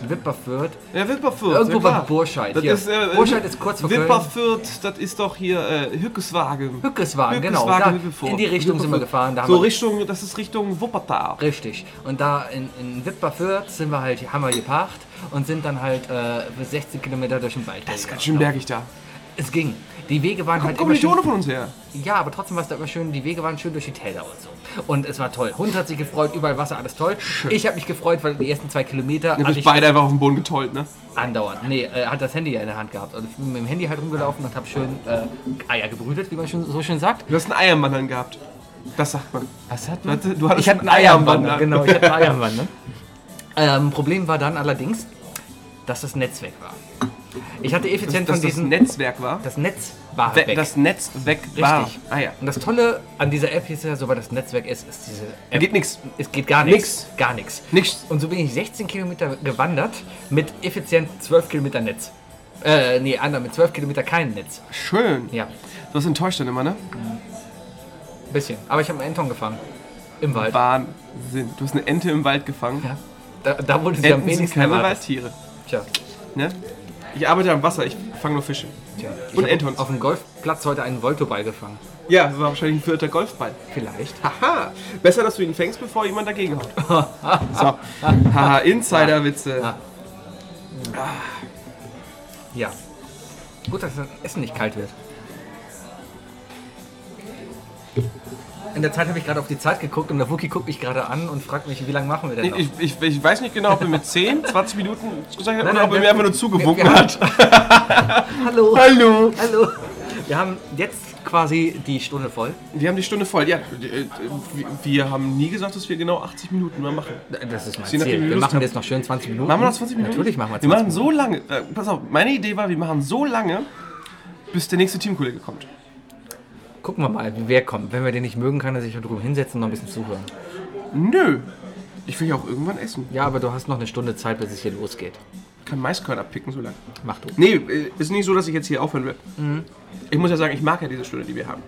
Speaker 1: Wipperfürth.
Speaker 2: Wipperfürth.
Speaker 1: Ja, Wipperfürth.
Speaker 2: Irgendwo
Speaker 1: ja,
Speaker 2: bei
Speaker 1: klar.
Speaker 2: Burscheid.
Speaker 1: Das
Speaker 2: Hier.
Speaker 1: ist, äh,
Speaker 2: Burscheid ist kurz vor Köln.
Speaker 1: Wipperfürth, das ist doch hier äh, Hückeswagen.
Speaker 2: Hückeswagen, genau.
Speaker 1: Hückeswagen,
Speaker 2: da,
Speaker 1: Wipperfürth.
Speaker 2: in die Richtung sind wir
Speaker 1: Wipperfürth.
Speaker 2: gefahren. Da haben
Speaker 1: So
Speaker 2: wir,
Speaker 1: Richtung, das ist Richtung Wuppertal.
Speaker 2: richtig. Und da in, in Wipperfürth sind wir halt, haben wir geparkt und sind dann halt äh, bis 16 Kilometer durch den Wald.
Speaker 1: Das ist ganz schön bergig da.
Speaker 2: Es ging. Die Wege waren
Speaker 1: Kommt
Speaker 2: halt
Speaker 1: kommen
Speaker 2: immer
Speaker 1: die
Speaker 2: schön,
Speaker 1: Tone von uns her.
Speaker 2: Ja, aber trotzdem war es da immer schön. Die Wege waren schön durch die Täler und so. Und es war toll. Hund hat sich gefreut, überall Wasser, alles toll. Ich habe mich gefreut, weil die ersten zwei Kilometer
Speaker 1: Dann
Speaker 2: hatte
Speaker 1: hab ich beide einfach auf den Boden getollt, ne?
Speaker 2: andauernd. Nee, äh, hat das Handy ja in der Hand gehabt. Und ich bin mit dem Handy halt rumgelaufen und habe schön äh, Eier gebrütet, wie man schon, so schön sagt.
Speaker 1: Du hast einen Eiermann dann gehabt. Das sagt man.
Speaker 2: Was hat
Speaker 1: Du hattest- du hattest
Speaker 2: ich hatte einen
Speaker 1: einen Eierband,
Speaker 2: Eierband,
Speaker 1: ne?
Speaker 2: genau, ich hatte einen Eierband, ne? Ähm, Problem war dann allerdings, dass das Netz weg war. Ich hatte effizient
Speaker 1: Dass das
Speaker 2: von diesem
Speaker 1: Netzwerk war.
Speaker 2: das Netz war
Speaker 1: We-
Speaker 2: weg.
Speaker 1: Das Netz weg war.
Speaker 2: Richtig.
Speaker 1: Ah ja.
Speaker 2: Und das Tolle an dieser App ist ja, sobald das Netz weg ist, ist diese
Speaker 1: Da
Speaker 2: App.
Speaker 1: geht nix.
Speaker 2: Es geht gar nichts. Gar nichts.
Speaker 1: Nichts.
Speaker 2: Und so bin ich 16 Kilometer gewandert mit effizient 12 Kilometer Netz. Äh, nee, anders, mit 12 Kilometer kein Netz.
Speaker 1: Schön.
Speaker 2: Ja,
Speaker 1: Du hast enttäuscht dann immer, ne?
Speaker 2: ein bisschen. Aber ich habe einen Enton gefangen. Im Wald.
Speaker 1: Wahnsinn. Du hast eine Ente im Wald gefangen.
Speaker 2: Halt. Ja. Da, da wurde sie am
Speaker 1: Enten sind
Speaker 2: wenigsten
Speaker 1: keine
Speaker 2: erwartet.
Speaker 1: Weißtiere.
Speaker 2: Tja.
Speaker 1: Ne? Ich arbeite am Wasser, ich fange nur Fische.
Speaker 2: Tja, ich
Speaker 1: Und
Speaker 2: hab
Speaker 1: Entons.
Speaker 2: Auf dem Golfplatz heute einen Voltoball gefangen.
Speaker 1: Ja, das war wahrscheinlich ein vierter Golfball.
Speaker 2: Vielleicht.
Speaker 1: Haha. Besser, dass du ihn fängst, bevor jemand dagegen haut. so. Haha, Insider-Witze.
Speaker 2: Ah. Ja. Gut, dass das Essen nicht kalt wird. In der Zeit habe ich gerade auf die Zeit geguckt und der Wookie guckt mich gerade an und fragt mich, wie lange machen wir denn noch?
Speaker 1: Ich, ich, ich weiß nicht genau, ob er mir 10, 20 Minuten gesagt hat oder
Speaker 2: Nein, nein,
Speaker 1: ob er
Speaker 2: wir-
Speaker 1: mir einfach nur zugewunken
Speaker 2: wir- wir-
Speaker 1: hat.
Speaker 2: hallo,
Speaker 1: Hallo.
Speaker 2: hallo. Wir haben jetzt quasi die Stunde voll.
Speaker 1: Wir haben die Stunde voll. Ja, äh, wir- wir haben nie gesagt, dass wir genau 80 Minuten mal machen.
Speaker 2: Das ist mein
Speaker 1: Je nachdem, wie
Speaker 2: Ziel. Wir
Speaker 1: Lust
Speaker 2: machen
Speaker 1: habt.
Speaker 2: jetzt noch schön 20 Minuten.
Speaker 1: Machen wir noch 20 Minuten?
Speaker 2: Natürlich machen wir 20
Speaker 1: Wir machen so lange. Äh, pass auf, meine Idee war, wir machen so lange, bis der nächste Teamkollege kommt.
Speaker 2: Gucken wir mal, wer kommt. Wenn wir den nicht mögen, kann er sich da drüben hinsetzen und noch ein bisschen zuhören.
Speaker 1: Nö. Ich will ja auch irgendwann essen.
Speaker 2: Ja, aber du hast noch eine Stunde Zeit, bis es hier losgeht.
Speaker 1: Ich kann Maiskörner picken so lange.
Speaker 2: Mach du.
Speaker 1: Nee, äh, ist nicht so, dass ich jetzt hier aufhören will.
Speaker 2: Mhm.
Speaker 1: Ich muss ja sagen, ich mag ja diese Stunde, die wir haben.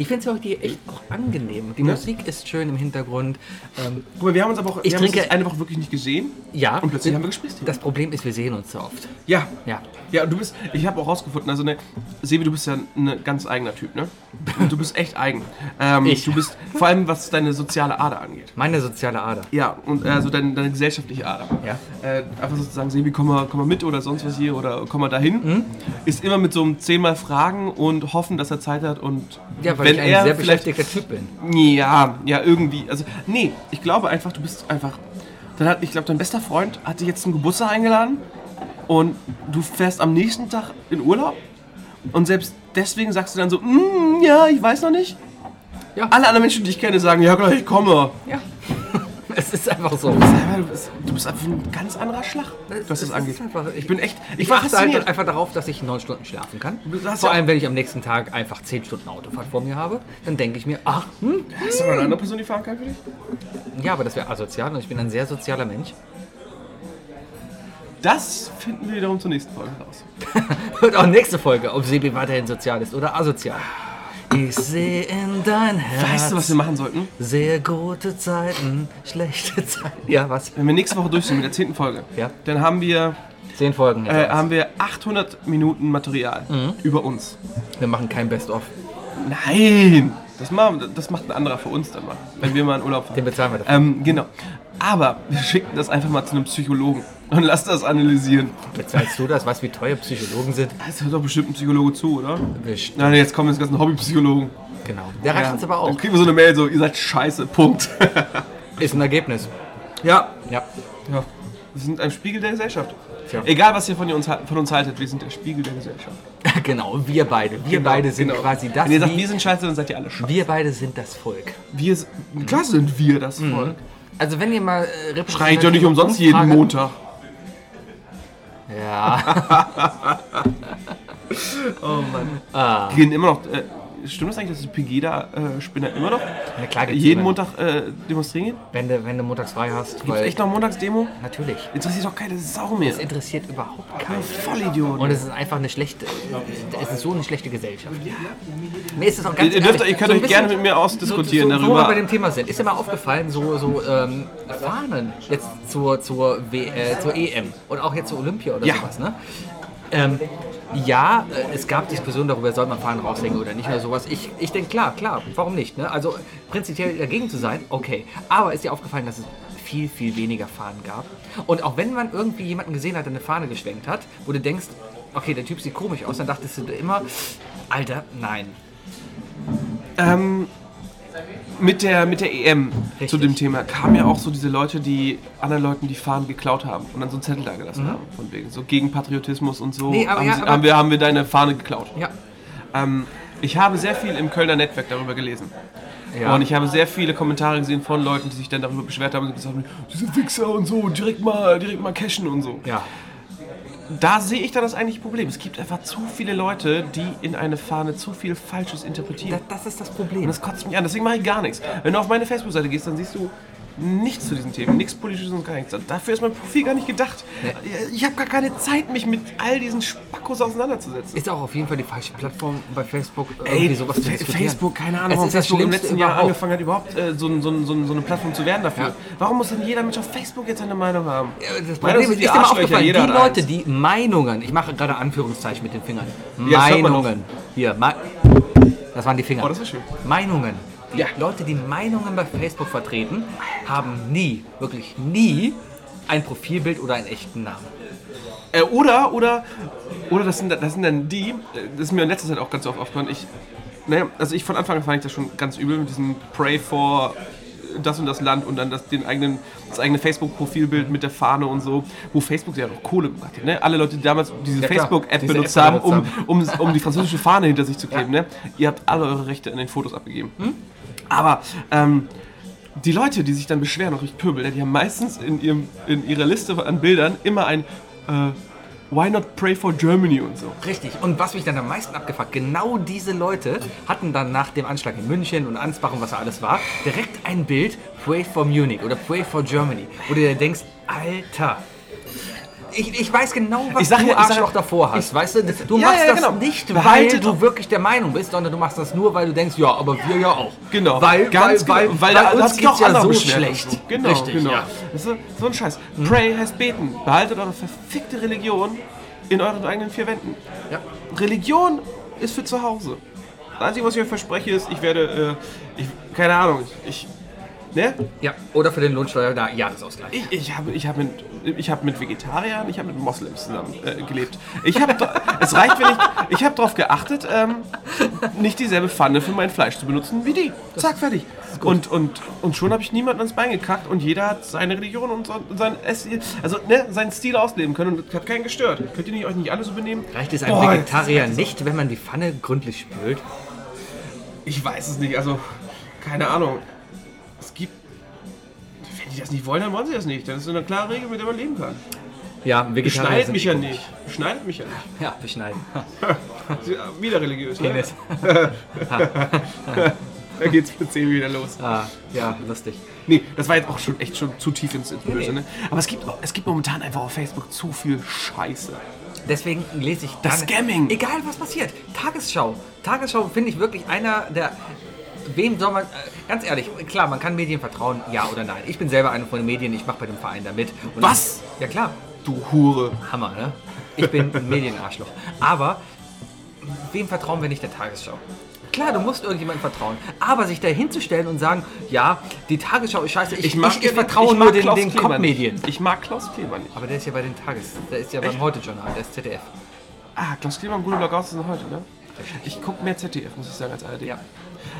Speaker 2: Ich finde es ja heute echt auch angenehm. Die
Speaker 1: Ne?
Speaker 2: Musik ist schön im Hintergrund. Ähm,
Speaker 1: Guck mal, wir haben uns aber auch
Speaker 2: Ich
Speaker 1: wir haben uns
Speaker 2: trinke-
Speaker 1: jetzt eine Woche wirklich nicht gesehen.
Speaker 2: ja.
Speaker 1: Und plötzlich haben wir Gesprächsthemen.
Speaker 2: Das Problem ist, wir sehen uns so oft.
Speaker 1: Ja.
Speaker 2: Ja.
Speaker 1: Ja, und du bist, ich habe auch rausgefunden, also ne, Sebi, du bist ja ein ganz eigener Typ, ne? Und du bist echt eigen. Ähm,
Speaker 2: Ich.
Speaker 1: Du bist, vor allem was deine soziale Ader angeht.
Speaker 2: Meine soziale Ader.
Speaker 1: Ja, und also deine, deine gesellschaftliche Ader.
Speaker 2: Ja.
Speaker 1: Äh, einfach sozusagen, Sebi, komm mal, komm mal mit oder sonst was hier oder komm mal dahin.
Speaker 2: Mhm.
Speaker 1: Ist immer mit so einem zehnmal Fragen und hoffen, dass er Zeit hat und
Speaker 2: Ja, weil
Speaker 1: wenn
Speaker 2: ich ein
Speaker 1: er
Speaker 2: sehr
Speaker 1: vielleicht
Speaker 2: beschäftigter Typ bin.
Speaker 1: Ja, ja, irgendwie. Also, nee, ich glaube einfach, du bist einfach. Dann hat, ich glaube, dein bester Freund hat dich jetzt zum Geburtstag eingeladen und du fährst am nächsten Tag in Urlaub und selbst deswegen sagst du dann so, mm, ja, ich weiß noch nicht.
Speaker 2: Ja.
Speaker 1: Alle anderen Menschen, die ich kenne, sagen, ja klar, ich komme.
Speaker 2: Ja. es ist einfach so.
Speaker 1: Aber du bist, du bist einfach ein ganz anderer Schlag, was das
Speaker 2: ist
Speaker 1: angeht.
Speaker 2: einfach- ich-
Speaker 1: Ich bin echt, ich
Speaker 2: Ich
Speaker 1: war
Speaker 2: achte halt
Speaker 1: fasziniert.
Speaker 2: einfach darauf, dass ich neun Stunden schlafen kann.
Speaker 1: Du hast
Speaker 2: Vor
Speaker 1: ja-
Speaker 2: allem, wenn ich am nächsten Tag einfach zehn Stunden Autofahrt vor mir habe, dann denke ich mir, ach, hm,
Speaker 1: Hast du noch eine andere Person, die fahren kann für dich?
Speaker 2: ja, aber das wäre asozial und ich bin ein sehr sozialer Mensch.
Speaker 1: Das finden wir wiederum zur nächsten Folge raus.
Speaker 2: Hört auch nächste Folge, ob Sebi weiterhin sozial ist oder asozial. Ich sehe in dein Herz.
Speaker 1: Weißt du, was wir machen sollten?
Speaker 2: Sehr gute Zeiten, schlechte Zeiten. Ja, was?
Speaker 1: Wenn wir nächste Woche durch sind mit der zehnten Folge,
Speaker 2: Ja.
Speaker 1: dann haben wir
Speaker 2: Zehn Folgen. jetzt.
Speaker 1: äh, haben wir 800 Minuten Material über uns.
Speaker 2: wir machen kein Best-of.
Speaker 1: Nein! Das, machen, das macht ein anderer für uns dann mal, wenn wir mal in Urlaub fahren.
Speaker 2: Den bezahlen wir dafür.
Speaker 1: Ähm, genau. Aber wir schicken das einfach mal zu einem Psychologen und lass das analysieren.
Speaker 2: Bezahlst du das? Weißt du, wie teuer Psychologen sind?
Speaker 1: Das hört doch bestimmt ein Psychologe zu, oder?
Speaker 2: Wisch.
Speaker 1: Nein, jetzt kommen jetzt ganzen Hobbypsychologen.
Speaker 2: Genau. Der reicht uns aber auch.
Speaker 1: Dann kriegen wir so eine Mail so, ihr seid scheiße, Punkt.
Speaker 2: Ist ein Ergebnis.
Speaker 1: ja.
Speaker 2: Ja.
Speaker 1: ja. Wir sind ein Spiegel der Gesellschaft.
Speaker 2: Tja.
Speaker 1: Egal, was ihr von, ihr uns, ha- von uns haltet, wir sind der Spiegel der Gesellschaft.
Speaker 2: Genau, wir beide. Wir beide sind
Speaker 1: Genau.
Speaker 2: quasi das.
Speaker 1: Wenn ihr sagt,
Speaker 2: wie-
Speaker 1: wir sind scheiße, dann seid ihr alle scheiße.
Speaker 2: wir beide sind das Volk.
Speaker 1: Wir, s- klar sind wir das Volk.
Speaker 2: Also wenn ihr mal äh, repräsentativ-
Speaker 1: Schreit ja nicht umsonst jeden
Speaker 2: Umfrage-
Speaker 1: Montag.
Speaker 2: Ja.
Speaker 1: Oh Mann.
Speaker 2: Ah.
Speaker 1: Die gehen immer noch. Äh, stimmt das eigentlich, dass die Pegida-Spinner immer noch
Speaker 2: Na klar, gibt's
Speaker 1: jeden
Speaker 2: immer.
Speaker 1: Montag äh, demonstrieren gehen?
Speaker 2: Wenn du, wenn du montags frei hast,
Speaker 1: Gibt's
Speaker 2: weil
Speaker 1: echt noch Montagsdemo?
Speaker 2: natürlich.
Speaker 1: Interessiert doch keine Sau mehr.
Speaker 2: Das interessiert überhaupt keinen.
Speaker 1: Ein Vollidiot.
Speaker 2: Und es ist einfach eine schlechte, es ist so eine schlechte Gesellschaft. Mir ist es auch
Speaker 1: Ihr,
Speaker 2: ganz
Speaker 1: ihr, dürft,
Speaker 2: ehrlich,
Speaker 1: ihr könnt
Speaker 2: so ein
Speaker 1: euch gerne
Speaker 2: bisschen-
Speaker 1: mit mir ausdiskutieren
Speaker 2: so, so, Wo wir bei
Speaker 1: darüber.
Speaker 2: dem Thema sind. Ist dir mal aufgefallen, so, so ähm, Fahnen jetzt zur, zur, w äh, zur EM und auch jetzt zur Olympia oder
Speaker 1: Ja.
Speaker 2: sowas, ne? Ähm, ja, äh, es gab Diskussionen darüber, soll man Fahnen raushängen oder nicht oder sowas. Ich, ich denke, klar, klar, warum nicht? Ne? Also prinzipiell dagegen zu sein, okay. Aber ist dir aufgefallen, dass es viel, viel weniger Fahnen gab? Und auch wenn man irgendwie jemanden gesehen hat, der eine Fahne geschwenkt hat, wo du denkst, okay, der Typ sieht komisch aus, dann dachtest du dir immer, Alter, nein.
Speaker 1: Ähm, mit, der, mit der EM zu
Speaker 2: Richtig.
Speaker 1: dem Thema kamen ja auch so diese Leute, die anderen Leuten die Fahnen geklaut haben und dann so einen Zettel da gelassen haben. Von wegen so gegen Patriotismus und so
Speaker 2: Mhm. Nee, aber
Speaker 1: haben,
Speaker 2: ja,
Speaker 1: sie,
Speaker 2: aber-
Speaker 1: haben, wir, haben wir deine Fahne geklaut.
Speaker 2: Ja.
Speaker 1: Ähm, ich habe sehr viel im Kölner Netzwerk darüber gelesen.
Speaker 2: ja.
Speaker 1: Und ich habe sehr viele Kommentare gesehen von Leuten, die sich dann darüber beschwert haben und gesagt haben, diese Wichser und so, direkt mal, direkt mal cashen und so.
Speaker 2: ja.
Speaker 1: Da sehe ich dann das eigentliche Problem. Es gibt einfach zu viele Leute, die in eine Fahne zu viel Falsches interpretieren.
Speaker 2: Das, das ist das Problem.
Speaker 1: Und das kotzt mich an, deswegen mache ich gar nichts. Wenn du auf meine Facebook-Seite gehst, dann siehst du nichts zu diesen Themen, nichts Politisches und gar nichts. Dafür ist mein Profil gar nicht gedacht. Ich habe gar keine Zeit, mich mit all diesen Spackos auseinanderzusetzen.
Speaker 2: Ist auch auf jeden Fall die falsche Plattform bei Facebook,
Speaker 1: Ey,
Speaker 2: irgendwie sowas zu
Speaker 1: Fa-
Speaker 2: diskutieren.
Speaker 1: Facebook, keine Ahnung,
Speaker 2: Es
Speaker 1: warum
Speaker 2: ist das
Speaker 1: Facebook im
Speaker 2: Schlimmste
Speaker 1: letzten Jahr
Speaker 2: überhaupt.
Speaker 1: angefangen hat, überhaupt äh, so, ein- so, ein- so, ein- so eine Plattform zu werden dafür.
Speaker 2: Ja.
Speaker 1: Warum muss denn jeder Mensch auf Facebook jetzt eine Meinung haben?
Speaker 2: Ja, Das
Speaker 1: Nein, das
Speaker 2: Problem
Speaker 1: sind
Speaker 2: ist,
Speaker 1: die
Speaker 2: ist immer
Speaker 1: Arschlöcher,
Speaker 2: aufgefallen, die
Speaker 1: jeder hat
Speaker 2: Leute,
Speaker 1: eins.
Speaker 2: die Meinungen, ich mache gerade Anführungszeichen mit den Fingern,
Speaker 1: Ja, das hört man
Speaker 2: Meinungen, hier, Ma das waren die Finger,
Speaker 1: Oh, das ist schön.
Speaker 2: Meinungen, die
Speaker 1: Ja.
Speaker 2: Leute, die Meinungen bei Facebook vertreten, haben nie, wirklich nie, ein Profilbild oder einen echten Namen.
Speaker 1: Äh, oder, oder, oder das sind, das sind dann die, äh, das ist mir in letzter Zeit auch ganz oft aufgefallen, ich, naja, also ich von Anfang an fand ich das schon ganz übel mit diesem Pray for das und das Land und dann das, den eigenen, das eigene Facebook-Profilbild mit der Fahne und so, wo Facebook ja auch Kohle gemacht hat. Ne? Alle Leute, die damals diese
Speaker 2: Ja, klar.
Speaker 1: Facebook-App
Speaker 2: Diese
Speaker 1: benutzt
Speaker 2: App
Speaker 1: haben, um,
Speaker 2: benutzt
Speaker 1: um, um die französische Fahne hinter sich zu kleben, ne? ihr habt alle eure Rechte an den Fotos abgegeben.
Speaker 2: Hm?
Speaker 1: Aber ähm, die Leute, die sich dann beschweren, auch ich pöbel, ne, die haben meistens in, ihrem, in ihrer Liste an Bildern immer ein äh, Why not pray for Germany und so.
Speaker 2: Richtig. Und was mich dann am meisten abgefuckt, genau diese Leute hatten dann nach dem Anschlag in München und Ansbach und was da alles war, direkt ein Bild, Pray for Munich oder Pray for Germany, wo du dir denkst, Alter. Ich, ich weiß genau, was
Speaker 1: Ich sag
Speaker 2: du
Speaker 1: ja- ich sag-
Speaker 2: Arschloch davor hast, weißt du? Du
Speaker 1: Ja,
Speaker 2: machst
Speaker 1: ja,
Speaker 2: das
Speaker 1: genau.
Speaker 2: nicht, weil
Speaker 1: Behalte
Speaker 2: du
Speaker 1: doch-
Speaker 2: wirklich der Meinung bist, sondern du machst das nur, weil du denkst, ja, aber wir ja auch.
Speaker 1: Genau.
Speaker 2: Weil,
Speaker 1: Ganz
Speaker 2: weil,
Speaker 1: genau.
Speaker 2: weil,
Speaker 1: da- da
Speaker 2: weil,
Speaker 1: hat
Speaker 2: uns
Speaker 1: sich
Speaker 2: geht's
Speaker 1: auch
Speaker 2: ja
Speaker 1: andere
Speaker 2: so
Speaker 1: beschwert.
Speaker 2: schlecht.
Speaker 1: Genau,
Speaker 2: Richtig,
Speaker 1: genau.
Speaker 2: ja.
Speaker 1: Das ist so, so ein Scheiß. Pray heißt beten. Behaltet eure verfickte Religion in euren eigenen vier Wänden.
Speaker 2: Ja.
Speaker 1: Religion ist für zu Hause. Das Einzige, was ich euch verspreche, ist, ich werde, äh, ich, keine Ahnung, ich, ne?
Speaker 2: ja. Oder für den Lohnsteuer, da Jahresausgleich.
Speaker 1: Ich, ich habe ich hab mit, ich hab mit Vegetariern, ich habe mit Moslems zusammen äh, gelebt. Ich habe, es reicht, wenn ich, ich habe darauf geachtet, ähm, nicht dieselbe Pfanne für mein Fleisch zu benutzen wie die. Zack, fertig. Und, und, und schon habe ich niemanden ans Bein gekackt und jeder hat seine Religion und so, sein, Essen- also, ne, seinen Stil ausleben können und hat keinen gestört. Könnt ihr nicht, euch nicht alle so benehmen?
Speaker 2: Reicht es einem
Speaker 1: Boah,
Speaker 2: Vegetarier nicht, wenn man die Pfanne gründlich spült?
Speaker 1: Ich weiß es nicht, also, keine Ahnung. Es gibt, wenn die das nicht wollen, dann wollen sie das nicht. Das ist eine klare Regel, mit der man leben kann.
Speaker 2: Ja, Vegetarier
Speaker 1: Beschneidet
Speaker 2: sind
Speaker 1: mich ja
Speaker 2: komisch.
Speaker 1: nicht. Beschneidet mich ja nicht.
Speaker 2: Ja, beschneiden.
Speaker 1: Sie- äh, Wieder religiös, ne?
Speaker 2: Penis.
Speaker 1: Da geht's mit Sebi wieder los.
Speaker 2: Ah, ja, lustig.
Speaker 1: Nee, das war jetzt auch schon echt schon zu tief ins, ins Böse, ne? Aber es gibt, es gibt momentan einfach auf Facebook zu viel Scheiße.
Speaker 2: Deswegen lese ich
Speaker 1: Das
Speaker 2: gerne-
Speaker 1: Scamming.
Speaker 2: Egal was passiert. Tagesschau. Tagesschau finde ich wirklich einer der. Wem soll man. äh, Ganz ehrlich, klar, man kann Medien vertrauen, ja oder nein. Ich bin selber einer von den Medien, ich mache bei dem Verein da mit. Und
Speaker 1: Was?
Speaker 2: ja, klar.
Speaker 1: Du Hure.
Speaker 2: Hammer, ne? Ich bin ein Medienarschloch. Aber wem vertrauen wir nicht der Tagesschau? Klar, du musst irgendjemandem vertrauen. Aber sich da hinzustellen und sagen, ja, die Tagesschau ist scheiße, ich, ich, ich,
Speaker 1: ja den-
Speaker 2: vertraue
Speaker 1: mag
Speaker 2: nur den,
Speaker 1: Klaus
Speaker 2: den
Speaker 1: Kleber
Speaker 2: Kopfmedien.
Speaker 1: nicht. Ich mag Klaus Kleber nicht.
Speaker 2: Aber der ist ja bei den Tages... Der ist ja beim
Speaker 1: Echt?
Speaker 2: Heute-Journal, der ist ZDF.
Speaker 1: Ah, Klaus Kleber und Gute Blog aus sind heute, ne? Ich guck mehr ZDF, muss ich sagen, als ARD.
Speaker 2: Ja.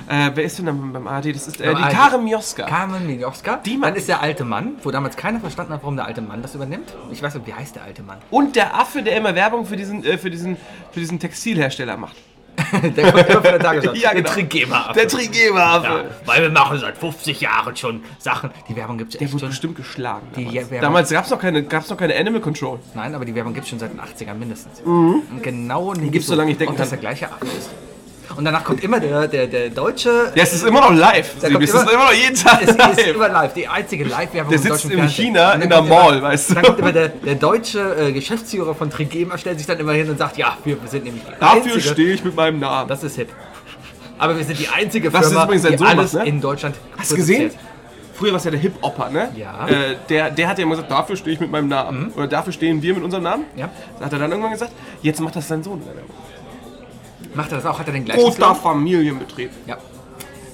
Speaker 1: Äh, wer ist denn dann beim ARD? Das ist äh,
Speaker 2: Beim
Speaker 1: die
Speaker 2: ARD.
Speaker 1: Karen Mioska.
Speaker 2: Carmen Miljowska.
Speaker 1: Die
Speaker 2: Dann
Speaker 1: Mann-
Speaker 2: ist der alte Mann, wo damals keiner verstanden hat, warum der alte Mann das übernimmt. Ich weiß nicht, wie heißt der alte Mann?
Speaker 1: Und der Affe, der immer Werbung für diesen, äh, für diesen, für diesen Textilhersteller macht.
Speaker 2: Der kommt immer von der Tagesschau.
Speaker 1: Ja, genau.
Speaker 2: Der Trigema.
Speaker 1: Der Trigeber-Affe.
Speaker 2: Weil wir machen seit 50 Jahren schon Sachen. Die Werbung gibt es
Speaker 1: Der
Speaker 2: echt
Speaker 1: wurde
Speaker 2: schon
Speaker 1: bestimmt geschlagen. Damals,
Speaker 2: ja, wer-
Speaker 1: damals gab es noch, keine- gab's noch keine Animal Control.
Speaker 2: Nein, aber die Werbung gibt es schon seit den 80ern mindestens. Und genau nicht
Speaker 1: Mhm. gibt's, solange ich denken
Speaker 2: Ob das der
Speaker 1: kann.
Speaker 2: gleiche Affe ist. Und danach kommt immer der, der, der deutsche...
Speaker 1: Ja, es ist immer noch live.
Speaker 2: kommt
Speaker 1: Sieb, Es ist
Speaker 2: immer-
Speaker 1: immer noch jeden Tag
Speaker 2: Es ist
Speaker 1: live.
Speaker 2: immer live, die einzige Live-Werbung
Speaker 1: Der
Speaker 2: im
Speaker 1: sitzt
Speaker 2: deutschen
Speaker 1: in
Speaker 2: Fernsehen.
Speaker 1: China
Speaker 2: Und dann
Speaker 1: in der
Speaker 2: kommt immer-
Speaker 1: Mall, weißt du.
Speaker 2: Dann kommt immer der, der deutsche äh, Geschäftsführer von Trigema, stellt sich dann immer hin und sagt, ja, wir sind nämlich die
Speaker 1: Dafür
Speaker 2: einzige-
Speaker 1: stehe ich mit meinem Namen.
Speaker 2: Das ist hip. Aber wir sind die einzige
Speaker 1: Was ist
Speaker 2: Firma,
Speaker 1: übrigens ein
Speaker 2: die
Speaker 1: Sohn
Speaker 2: alles
Speaker 1: macht, ne?
Speaker 2: in Deutschland
Speaker 1: Hast du gesehen?
Speaker 2: produziert.
Speaker 1: Früher war es ja der Hip-Hopper, ne?
Speaker 2: Ja. Mhm.
Speaker 1: Äh, der, der hat ja immer gesagt, dafür stehe ich mit meinem Namen. Oder dafür stehen wir mit unserem Namen.
Speaker 2: Ja.
Speaker 1: Das hat er dann irgendwann gesagt, jetzt macht das sein Sohn. in der Werbung.
Speaker 2: Macht er das auch? Hat er den gleichen
Speaker 1: Großer
Speaker 2: Slogan?
Speaker 1: Familienbetrieb.
Speaker 2: Ja.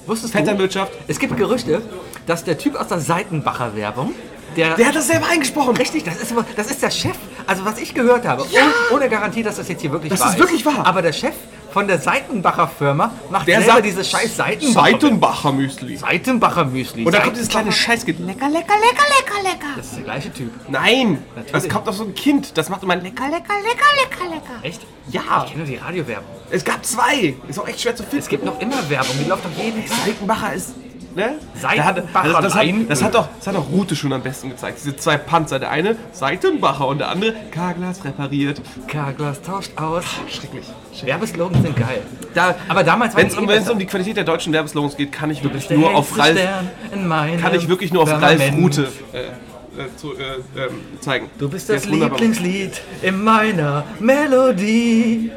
Speaker 2: Wusstest du,
Speaker 1: Vetternwirtschaft.
Speaker 2: es gibt Gerüchte, dass der Typ aus der Seitenbacher Werbung, der...
Speaker 1: Der hat das selber eingesprochen.
Speaker 2: Richtig, das ist, aber- das ist der Chef. Also was ich gehört habe, ohne, ohne Garantie, dass das jetzt hier wirklich
Speaker 1: Das
Speaker 2: wahr
Speaker 1: ist wirklich wahr.
Speaker 2: Aber der Chef von der Seitenbacher Firma macht
Speaker 1: Der
Speaker 2: selber
Speaker 1: sagt,
Speaker 2: diese scheiß Seitenbacher.
Speaker 1: Seitenbacher Müsli.
Speaker 2: Seitenbacher Müsli.
Speaker 1: Und da kommt dieses kleine Scheißkind. Lecker, lecker, lecker, lecker, lecker.
Speaker 2: das ist der gleiche Typ.
Speaker 1: Nein, das
Speaker 2: Natürlich.
Speaker 1: kommt auf so ein Kind. Das macht immer lecker.
Speaker 4: Lecker, lecker, lecker, lecker, lecker.
Speaker 2: Echt?
Speaker 1: Ja.
Speaker 2: Ich kenne nur die Radiowerbung.
Speaker 1: Es gab zwei. Ist auch echt schwer zu finden.
Speaker 2: Es gibt noch immer Werbung, die läuft doch jeden Tag.
Speaker 1: Seitenbacher ist. Ne?
Speaker 2: Seitenbacher
Speaker 1: Der hat- also das, hat,
Speaker 2: Leinöl.
Speaker 1: das, hat doch, das hat doch Rute schon am besten gezeigt. Diese zwei Panzer. Der eine Seitenbacher und der andere Karglas repariert.
Speaker 2: Carglass tauscht aus.
Speaker 1: Schrecklich.
Speaker 2: Werbeslogans sind geil. Da, aber damals
Speaker 1: Wenn es
Speaker 2: die eh
Speaker 1: um, wenn's
Speaker 2: besser.
Speaker 1: um die Qualität der deutschen Werbeslogans geht, kann ich wirklich
Speaker 2: Der
Speaker 1: nur auf
Speaker 2: hellste
Speaker 1: Ralf,
Speaker 2: Stern in meinem
Speaker 1: kann ich wirklich nur auf Ralf
Speaker 2: Firmament.
Speaker 1: Rute äh, äh, zu, äh, ähm, zeigen.
Speaker 2: Du bist
Speaker 1: Der
Speaker 2: das
Speaker 1: ist wunderbar.
Speaker 2: Lieblingslied in meiner Melodie.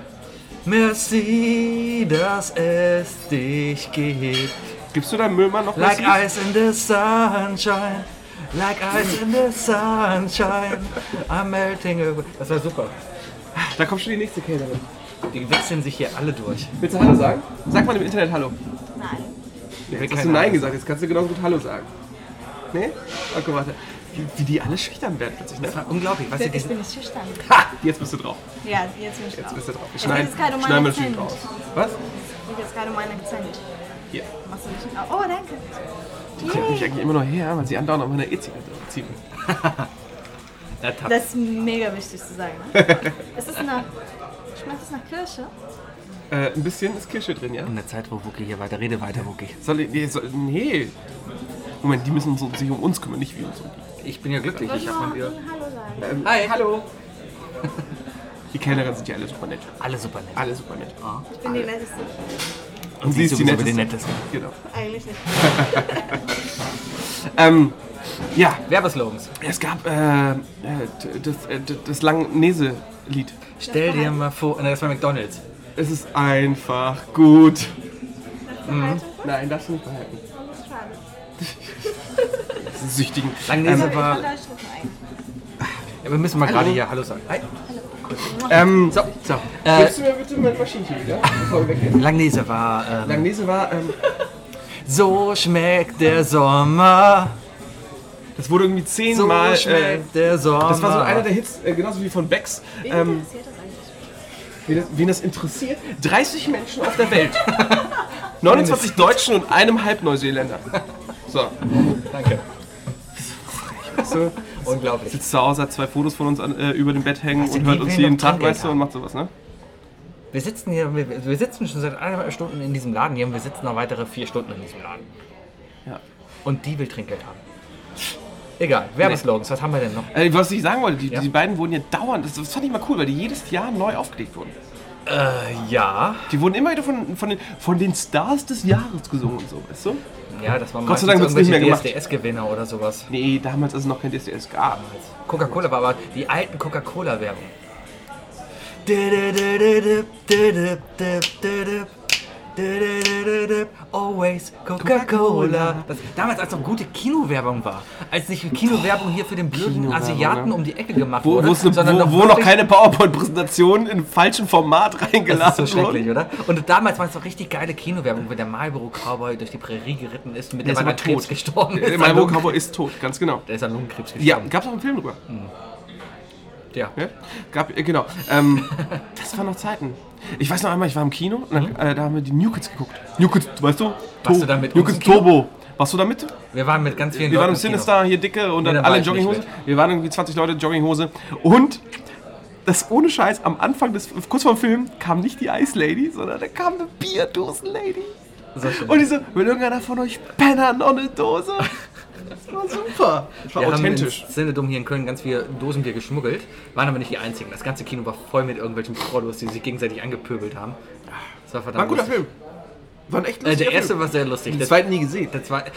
Speaker 2: Merci, dass es dich gibt.
Speaker 1: Gibst du deinem Müllmann noch
Speaker 2: Like
Speaker 1: Merci?
Speaker 2: ice in the sunshine. Like ice in the sunshine. I'm melting away. Das war super.
Speaker 1: Da kommt schon die nächste Kellnerin.
Speaker 2: Die wechseln sich hier alle durch.
Speaker 1: Willst du Hallo sagen? Sag mal im Internet Hallo.
Speaker 4: Nein.
Speaker 1: Jetzt
Speaker 2: keine
Speaker 1: hast du Nein
Speaker 2: Ahnung.
Speaker 1: gesagt, jetzt kannst du genauso gut Hallo sagen. Nee? Okay, warte. Wie, wie die alle schüchtern werden plötzlich, ne?
Speaker 2: Das war unglaublich. Weißt du,
Speaker 4: Ich
Speaker 2: diesen,
Speaker 4: bin jetzt schüchtern.
Speaker 1: Ha! Jetzt bist du drauf.
Speaker 4: Ja, jetzt bin ich
Speaker 1: Jetzt
Speaker 4: drauf.
Speaker 1: bist du drauf. Ich
Speaker 4: Jetzt
Speaker 1: schneide
Speaker 4: ist gerade um
Speaker 1: schneid
Speaker 4: meinen
Speaker 1: natürlich
Speaker 4: Akzent.
Speaker 1: raus. Was?
Speaker 4: Ich jetzt gerade um meinen Akzent.
Speaker 1: Hier.
Speaker 4: Machst du nicht? Oh, danke.
Speaker 1: Die hat mich eigentlich immer noch her, weil sie andauernd auf meiner E-Zigarette zieht.
Speaker 4: Das ist mega wichtig zu sagen. Ne? es ist nach. Schmeckt es nach Kirsche?
Speaker 1: Äh, ein bisschen ist Kirsche drin, ja?
Speaker 2: In der Zeit, wo Wookie hier weiter, rede weiter, Wookie.
Speaker 1: Soll ich, nee, soll, nee. Moment, die müssen so, sich um uns kümmern, nicht wir uns um die.
Speaker 2: Ich bin ja glücklich,
Speaker 4: Wollte
Speaker 2: ich
Speaker 4: ich
Speaker 2: hab mal
Speaker 4: mal
Speaker 2: wieder.
Speaker 4: eben Hallo sagen.
Speaker 2: Hi, hallo.
Speaker 1: Die Kellnerin sind ja alle super nett.
Speaker 2: Alle super nett.
Speaker 1: Alle super nett.
Speaker 4: Ich bin die netteste.
Speaker 1: Und sie ist die
Speaker 2: sowieso
Speaker 1: netteste.
Speaker 2: die Netteste.
Speaker 1: Genau.
Speaker 4: Eigentlich nicht.
Speaker 1: Ähm, ja,
Speaker 2: Werbeslogans.
Speaker 1: es gab äh, äh, d- das, äh, d- das Langnese-Lied.
Speaker 2: Stell dir mal vor, ne, das war McDonalds.
Speaker 1: Es ist einfach gut.
Speaker 4: Haltung?
Speaker 1: Nein, darfst du nicht behalten.
Speaker 4: Das ist schade.
Speaker 1: Das ist süchtigen.
Speaker 2: Langnese
Speaker 4: Ich
Speaker 2: war.
Speaker 4: kann Deutsch rufen eigentlich.
Speaker 2: Ähm, Ja, wir müssen mal gerade hier Hallo sagen. Hi.
Speaker 1: Ähm,
Speaker 2: So, so. Äh,
Speaker 1: gibst du mir bitte mein Maschinchen wieder, bevor wir weggehen?
Speaker 2: Langnese war. Ähm,
Speaker 1: Langnese war, ähm,
Speaker 2: so schmeckt der Sommer.
Speaker 1: das wurde irgendwie
Speaker 2: So
Speaker 1: zehnmal. äh,
Speaker 2: schmeckt der Sommer.
Speaker 1: das war so einer der Hits, äh, genauso wie von Becks.
Speaker 4: Wen
Speaker 1: Ähm,
Speaker 4: interessiert das eigentlich?
Speaker 1: Wen das, wen das interessiert? 30 Menschen auf der Welt. 29 Deutschen und einem Halbneuseeländer. So.
Speaker 2: Danke.
Speaker 1: so.
Speaker 2: Unglaublich.
Speaker 1: Sitzt zu Hause, hat zwei Fotos von uns an, äh, über dem Bett hängen
Speaker 2: Weißt du,
Speaker 1: und
Speaker 2: Also die
Speaker 1: hört uns
Speaker 2: will
Speaker 1: jeden
Speaker 2: noch
Speaker 1: Tag,
Speaker 2: Trinkgeld
Speaker 1: weißt du, und macht sowas, ne?
Speaker 2: Wir sitzen hier, wir, wir sitzen schon seit eineinhalb Stunden in diesem Laden hier und wir sitzen noch weitere vier Stunden in diesem Laden.
Speaker 1: Ja.
Speaker 2: Und die will Trinkgeld haben. Egal, Werbeslogans, was haben wir denn noch?
Speaker 1: Äh, was ich sagen wollte, die,
Speaker 2: Ja.
Speaker 1: die beiden wurden ja dauernd, das, das fand ich mal cool, weil die jedes Jahr neu aufgelegt wurden.
Speaker 2: Äh, Ja.
Speaker 1: Die wurden immer wieder von, von, den, von den Stars des Jahres gesungen und so, weißt du?
Speaker 2: Ja, das waren
Speaker 1: Gott sei
Speaker 2: meistens
Speaker 1: Dank wird's nicht mehr
Speaker 2: irgendwelche
Speaker 1: gemacht.
Speaker 2: DSDS-Gewinner oder sowas.
Speaker 1: Nee, damals, als es noch kein DSDS gab.
Speaker 2: Coca-Cola war aber die alten Coca-Cola-Werbung. Always Coca-Cola. Das- Damals, als noch gute Kinowerbung war. Als nicht Kinowerbung hier für den blöden
Speaker 1: Kinowerbung,
Speaker 2: Asiaten
Speaker 1: ne?
Speaker 2: um die Ecke gemacht
Speaker 1: Wo,
Speaker 2: wurde.
Speaker 1: wo, es ne-
Speaker 2: sondern
Speaker 1: wo, wo noch
Speaker 2: wirklich-
Speaker 1: keine PowerPoint-Präsentation in falschem Format reingeladen
Speaker 2: Das ist so
Speaker 1: wurde.
Speaker 2: schrecklich, oder? Und damals war es doch richtig geile Kinowerbung, wenn der Marlboro Cowboy durch die Prärie geritten ist und mit
Speaker 1: Der
Speaker 2: der
Speaker 1: ist
Speaker 2: Mann
Speaker 1: aber
Speaker 2: an Krebs
Speaker 1: tot.
Speaker 2: gestorben
Speaker 1: Der
Speaker 2: ist.
Speaker 1: Malvo
Speaker 2: An Lungen-
Speaker 1: Cowboy ist tot, ganz genau.
Speaker 2: Der ist an Lungenkrebs
Speaker 1: Ja,
Speaker 2: gestorben.
Speaker 1: gab es auch einen Film drüber.
Speaker 2: Hm. Ja.
Speaker 1: Ja? Gab, äh, genau. Ähm, das waren noch Zeiten. Ich weiß noch einmal, ich war im Kino und dann, äh, da haben wir die New Kids geguckt. New Kids, weißt du?
Speaker 2: Hm? Warst du da mit
Speaker 1: New
Speaker 2: uns
Speaker 1: Kids
Speaker 2: im Kino?
Speaker 1: Turbo. Warst du da mit?
Speaker 2: Wir waren mit ganz vielen
Speaker 1: Wir waren im
Speaker 2: Leuten Kino.
Speaker 1: Sinister, hier dicke und dann
Speaker 2: dann war
Speaker 1: alle in
Speaker 2: ich nicht
Speaker 1: Jogginghose. Wir waren irgendwie 20 Leute in Jogginghose. Und das ohne Scheiß, am Anfang des, kurz vor dem Film, kam nicht die Ice Lady, sondern da kam eine Bierdosen-Lady.
Speaker 2: So schön.
Speaker 1: Und die so, will irgendeiner von euch pennern ohne Dose? Das war super. Das war
Speaker 2: Wir
Speaker 1: authentisch.
Speaker 2: haben in Sinedum hier in Köln ganz viele Dosenbier geschmuggelt, waren aber nicht die einzigen. Das ganze Kino war voll mit irgendwelchen Prollos, die sich gegenseitig angepöbelt haben. Das war
Speaker 1: War
Speaker 2: verdammt
Speaker 1: ein guter
Speaker 2: lustig.
Speaker 1: Film. War ein echt
Speaker 2: Äh,
Speaker 1: lustiger
Speaker 2: der erste
Speaker 1: Film.
Speaker 2: war sehr lustig.
Speaker 1: Den
Speaker 2: Der,
Speaker 1: zweiten nie gesehen.
Speaker 2: der zweite...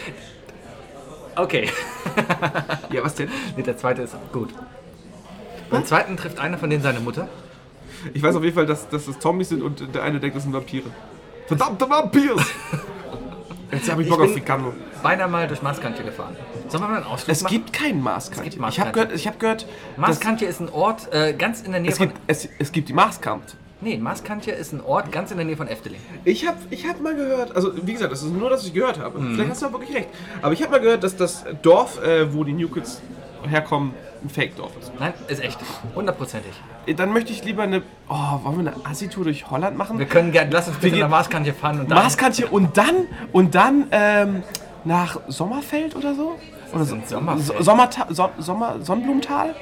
Speaker 2: Okay,
Speaker 1: Ja, was denn?
Speaker 2: nee, der zweite ist gut. Beim zweiten trifft einer von denen seine Mutter.
Speaker 1: Ich weiß auf jeden Fall, dass, dass das Zombies sind und der eine denkt, das sind Vampire. Verdammte Vampires! Jetzt habe ich Bock
Speaker 2: Ich
Speaker 1: auf
Speaker 2: bin-
Speaker 1: Ficano.
Speaker 2: Beinahe mal durch Maßkantje gefahren. Sollen wir mal einen Ausflug
Speaker 1: Es
Speaker 2: machen?
Speaker 1: gibt keinen Maßkant.
Speaker 2: Es gibt
Speaker 1: Ich habe
Speaker 2: Maßkant.
Speaker 1: gehört, ich hab gehört dass,
Speaker 2: Maßkantje ist ein Ort äh, ganz in der Nähe
Speaker 1: es,
Speaker 2: von...
Speaker 1: gibt, es, es gibt die Maßkant.
Speaker 2: Nee, Maßkantje ist ein Ort ganz in der Nähe von Efteling.
Speaker 1: Ich habe ich hab mal gehört, also wie gesagt, das ist nur, dass ich gehört habe.
Speaker 2: Mhm.
Speaker 1: Vielleicht hast du aber wirklich recht. Aber ich habe mal gehört, dass das Dorf, äh, wo die New Kids herkommen, ein Fake-Dorf ist. Äh,
Speaker 2: Nein, ist echt. Hundertprozentig.
Speaker 1: Dann möchte ich lieber eine. Oh, wollen wir eine Assi-Tour durch Holland machen?
Speaker 2: Wir können gerne, lass uns bitte
Speaker 1: gehen-
Speaker 2: nach Maßkantje fahren und dann...
Speaker 1: Maßkantchen und dann und dann ähm, nach Sommerfeld oder so? Oder so,
Speaker 2: denn Sommerfeld?
Speaker 1: So- Sommerta so Sommer Sonnenblumental?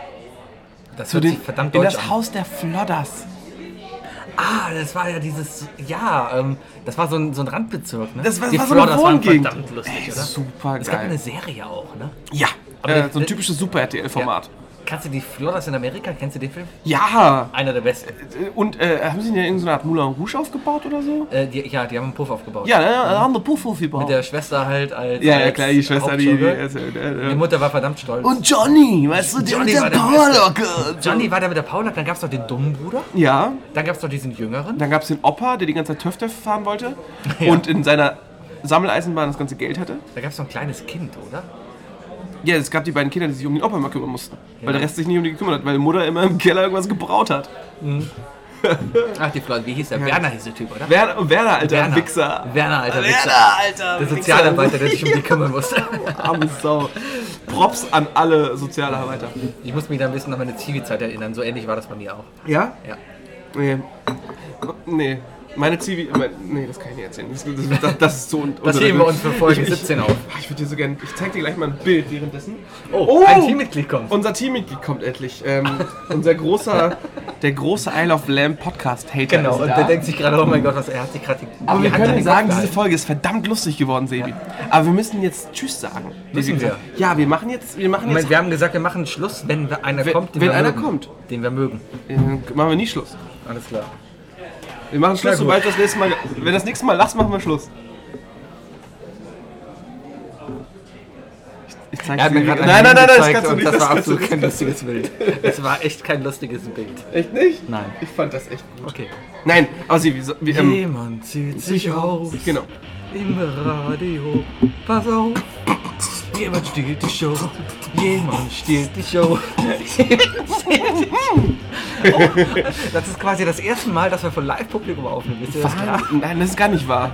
Speaker 2: Das
Speaker 1: Zu
Speaker 2: hört
Speaker 1: den,
Speaker 2: sich verdammt
Speaker 1: in
Speaker 2: deutsch
Speaker 1: das
Speaker 2: an.
Speaker 1: Haus der Flodders.
Speaker 2: Ah, das war ja dieses, ja, ähm, das war so ein, so ein Randbezirk, ne?
Speaker 1: Das war-
Speaker 2: Die
Speaker 1: war so eine
Speaker 2: Flodders waren
Speaker 1: Wohngegend.
Speaker 2: verdammt lustig, oder?
Speaker 1: Super
Speaker 2: Es gab eine
Speaker 1: geil.
Speaker 2: Serie auch, ne?
Speaker 1: Ja,
Speaker 2: Aber
Speaker 1: äh,
Speaker 2: die-
Speaker 1: so ein typisches Super-RTL-Format.
Speaker 2: Kannst du die Flodders in Amerika, kennst du den Film?
Speaker 1: Ja.
Speaker 2: Einer der besten.
Speaker 1: Und äh, haben sie denn irgendeine Art Moulin Rouge aufgebaut oder so?
Speaker 2: Äh, die, ja, die haben einen Puff aufgebaut.
Speaker 1: Ja, äh, haben eine Puff aufgebaut.
Speaker 2: Mit der Schwester halt als
Speaker 1: ja, ja,
Speaker 2: als
Speaker 1: klar, die Schwester, die... die,
Speaker 2: Hauptschurke.
Speaker 1: äh,
Speaker 2: Die
Speaker 1: äh,
Speaker 2: Mutter war verdammt stolz.
Speaker 3: Und Johnny, weißt du, der
Speaker 2: Johnny
Speaker 3: mit der oh
Speaker 2: war der
Speaker 3: Powerlocke.
Speaker 2: Johnny war da mit der Paula, dann gab's noch den dummen Bruder,
Speaker 1: ja,
Speaker 2: dann gab's noch diesen jüngeren.
Speaker 1: dann gab es den Opa, der die ganze Zeit Töfte fahren wollte und in seiner Sammeleisenbahn das ganze Geld hatte.
Speaker 2: Da gab's noch ein kleines Kind, oder?
Speaker 1: Ja, es gab die beiden Kinder, die sich um den Opa immer kümmern mussten. Weil der Rest sich nicht um die gekümmert hat, weil die Mutter immer im Keller irgendwas gebraut hat.
Speaker 2: Ach, die Flodder, wie hieß der? Werner hieß der Typ, oder?
Speaker 1: Werner, Werner alter
Speaker 2: Werner.
Speaker 1: Wichser.
Speaker 2: Werner, alter Wichser.
Speaker 3: Alter, Alter.
Speaker 2: Der Sozialarbeiter, der sich um die kümmern musste.
Speaker 1: Arme Sau. Props an alle Sozialarbeiter.
Speaker 2: Ich muss mich da ein bisschen an meine Zivi-Zeit erinnern. So ähnlich war das bei mir auch.
Speaker 1: Ja?
Speaker 2: Ja.
Speaker 1: Nee. Nee. Meine Zivi. Mein, nee, das kann ich nicht erzählen. Das, das, das, das ist so und
Speaker 2: Das heben wir uns für Folge 17 auf.
Speaker 1: Ich würde dir so gerne. Ich zeig dir gleich mal ein Bild währenddessen.
Speaker 2: Oh, ein Teammitglied kommt.
Speaker 1: Unser Teammitglied kommt endlich. Ähm, unser großer, der große Isle of Lamb Podcast-Hater.
Speaker 2: Genau,
Speaker 1: ist
Speaker 2: und
Speaker 1: da.
Speaker 2: der denkt sich gerade, oh mein Gott, was er hat sich gerade die
Speaker 1: Aber
Speaker 2: die
Speaker 1: wir
Speaker 2: Hand an
Speaker 1: können
Speaker 2: den
Speaker 1: sagen,
Speaker 2: Kopf
Speaker 1: diese
Speaker 2: gehalten.
Speaker 1: Folge ist verdammt lustig geworden, Sebi. Aber wir müssen jetzt Tschüss sagen.
Speaker 2: Müssen
Speaker 1: Sebi.
Speaker 2: wir?
Speaker 1: Ja, wir machen jetzt. Wir machen jetzt
Speaker 2: Moment, wir haben gesagt, wir machen Schluss, wenn wir- einer
Speaker 1: Wenn-
Speaker 2: kommt, den
Speaker 1: wenn
Speaker 2: wir
Speaker 1: einer
Speaker 2: mögen.
Speaker 1: kommt.
Speaker 2: Den wir mögen.
Speaker 1: äh, machen wir nie Schluss.
Speaker 2: Alles klar.
Speaker 1: Wir machen Schluss,
Speaker 2: Na gut.
Speaker 1: sobald das nächste Mal. Wenn das nächste Mal lass, machen wir Schluss. Ich, ich zeig's
Speaker 2: Er hat mir
Speaker 1: dir.
Speaker 2: gerade
Speaker 1: Nein, nein, nein, nein, das
Speaker 2: gezeigt
Speaker 1: kannst du
Speaker 2: und
Speaker 1: nicht.
Speaker 2: Das, war
Speaker 1: kannst du
Speaker 2: absolut
Speaker 1: nicht.
Speaker 2: kein lustiges Bild. Es war echt kein lustiges Bild.
Speaker 1: Echt nicht?
Speaker 2: Nein.
Speaker 1: Ich fand das echt gut.
Speaker 2: Okay.
Speaker 1: Nein, aber sie, wie, so- wie ähm,
Speaker 2: Jemand zieht sich aus
Speaker 1: genau.
Speaker 2: im Radio. Pass auf. Jemand stiehlt die Show. Jemand stiehlt die Show. Jemand stiehlt die Show. oh, das ist quasi das erste Mal, dass wir von Live-Publikum aufnehmen. Ist dir das klar?
Speaker 1: Nein, das ist gar nicht wahr.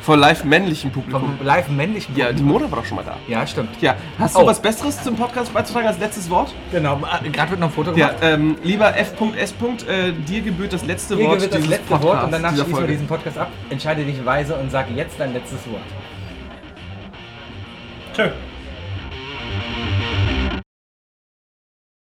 Speaker 1: Vor live männlichem Publikum.
Speaker 2: Vom live-männlichen
Speaker 1: Ja, die Mona war doch schon mal da.
Speaker 2: ja, stimmt.
Speaker 1: Ja, hast du
Speaker 2: Oh.
Speaker 1: was Besseres zum Podcast beizutragen als letztes Wort?
Speaker 2: Genau. Gerade wird noch ein Foto gemacht.
Speaker 1: Ja, ähm, lieber F.S. Äh, dir gebührt das letzte
Speaker 2: Hier
Speaker 1: Wort
Speaker 2: wird das
Speaker 1: dieses
Speaker 2: letzte
Speaker 1: Podcasts,
Speaker 2: Wort und danach
Speaker 1: dieser
Speaker 2: schließen wir
Speaker 1: Folge.
Speaker 2: diesen Podcast ab. Entscheide dich weise und sag jetzt dein letztes Wort.
Speaker 5: Tschö.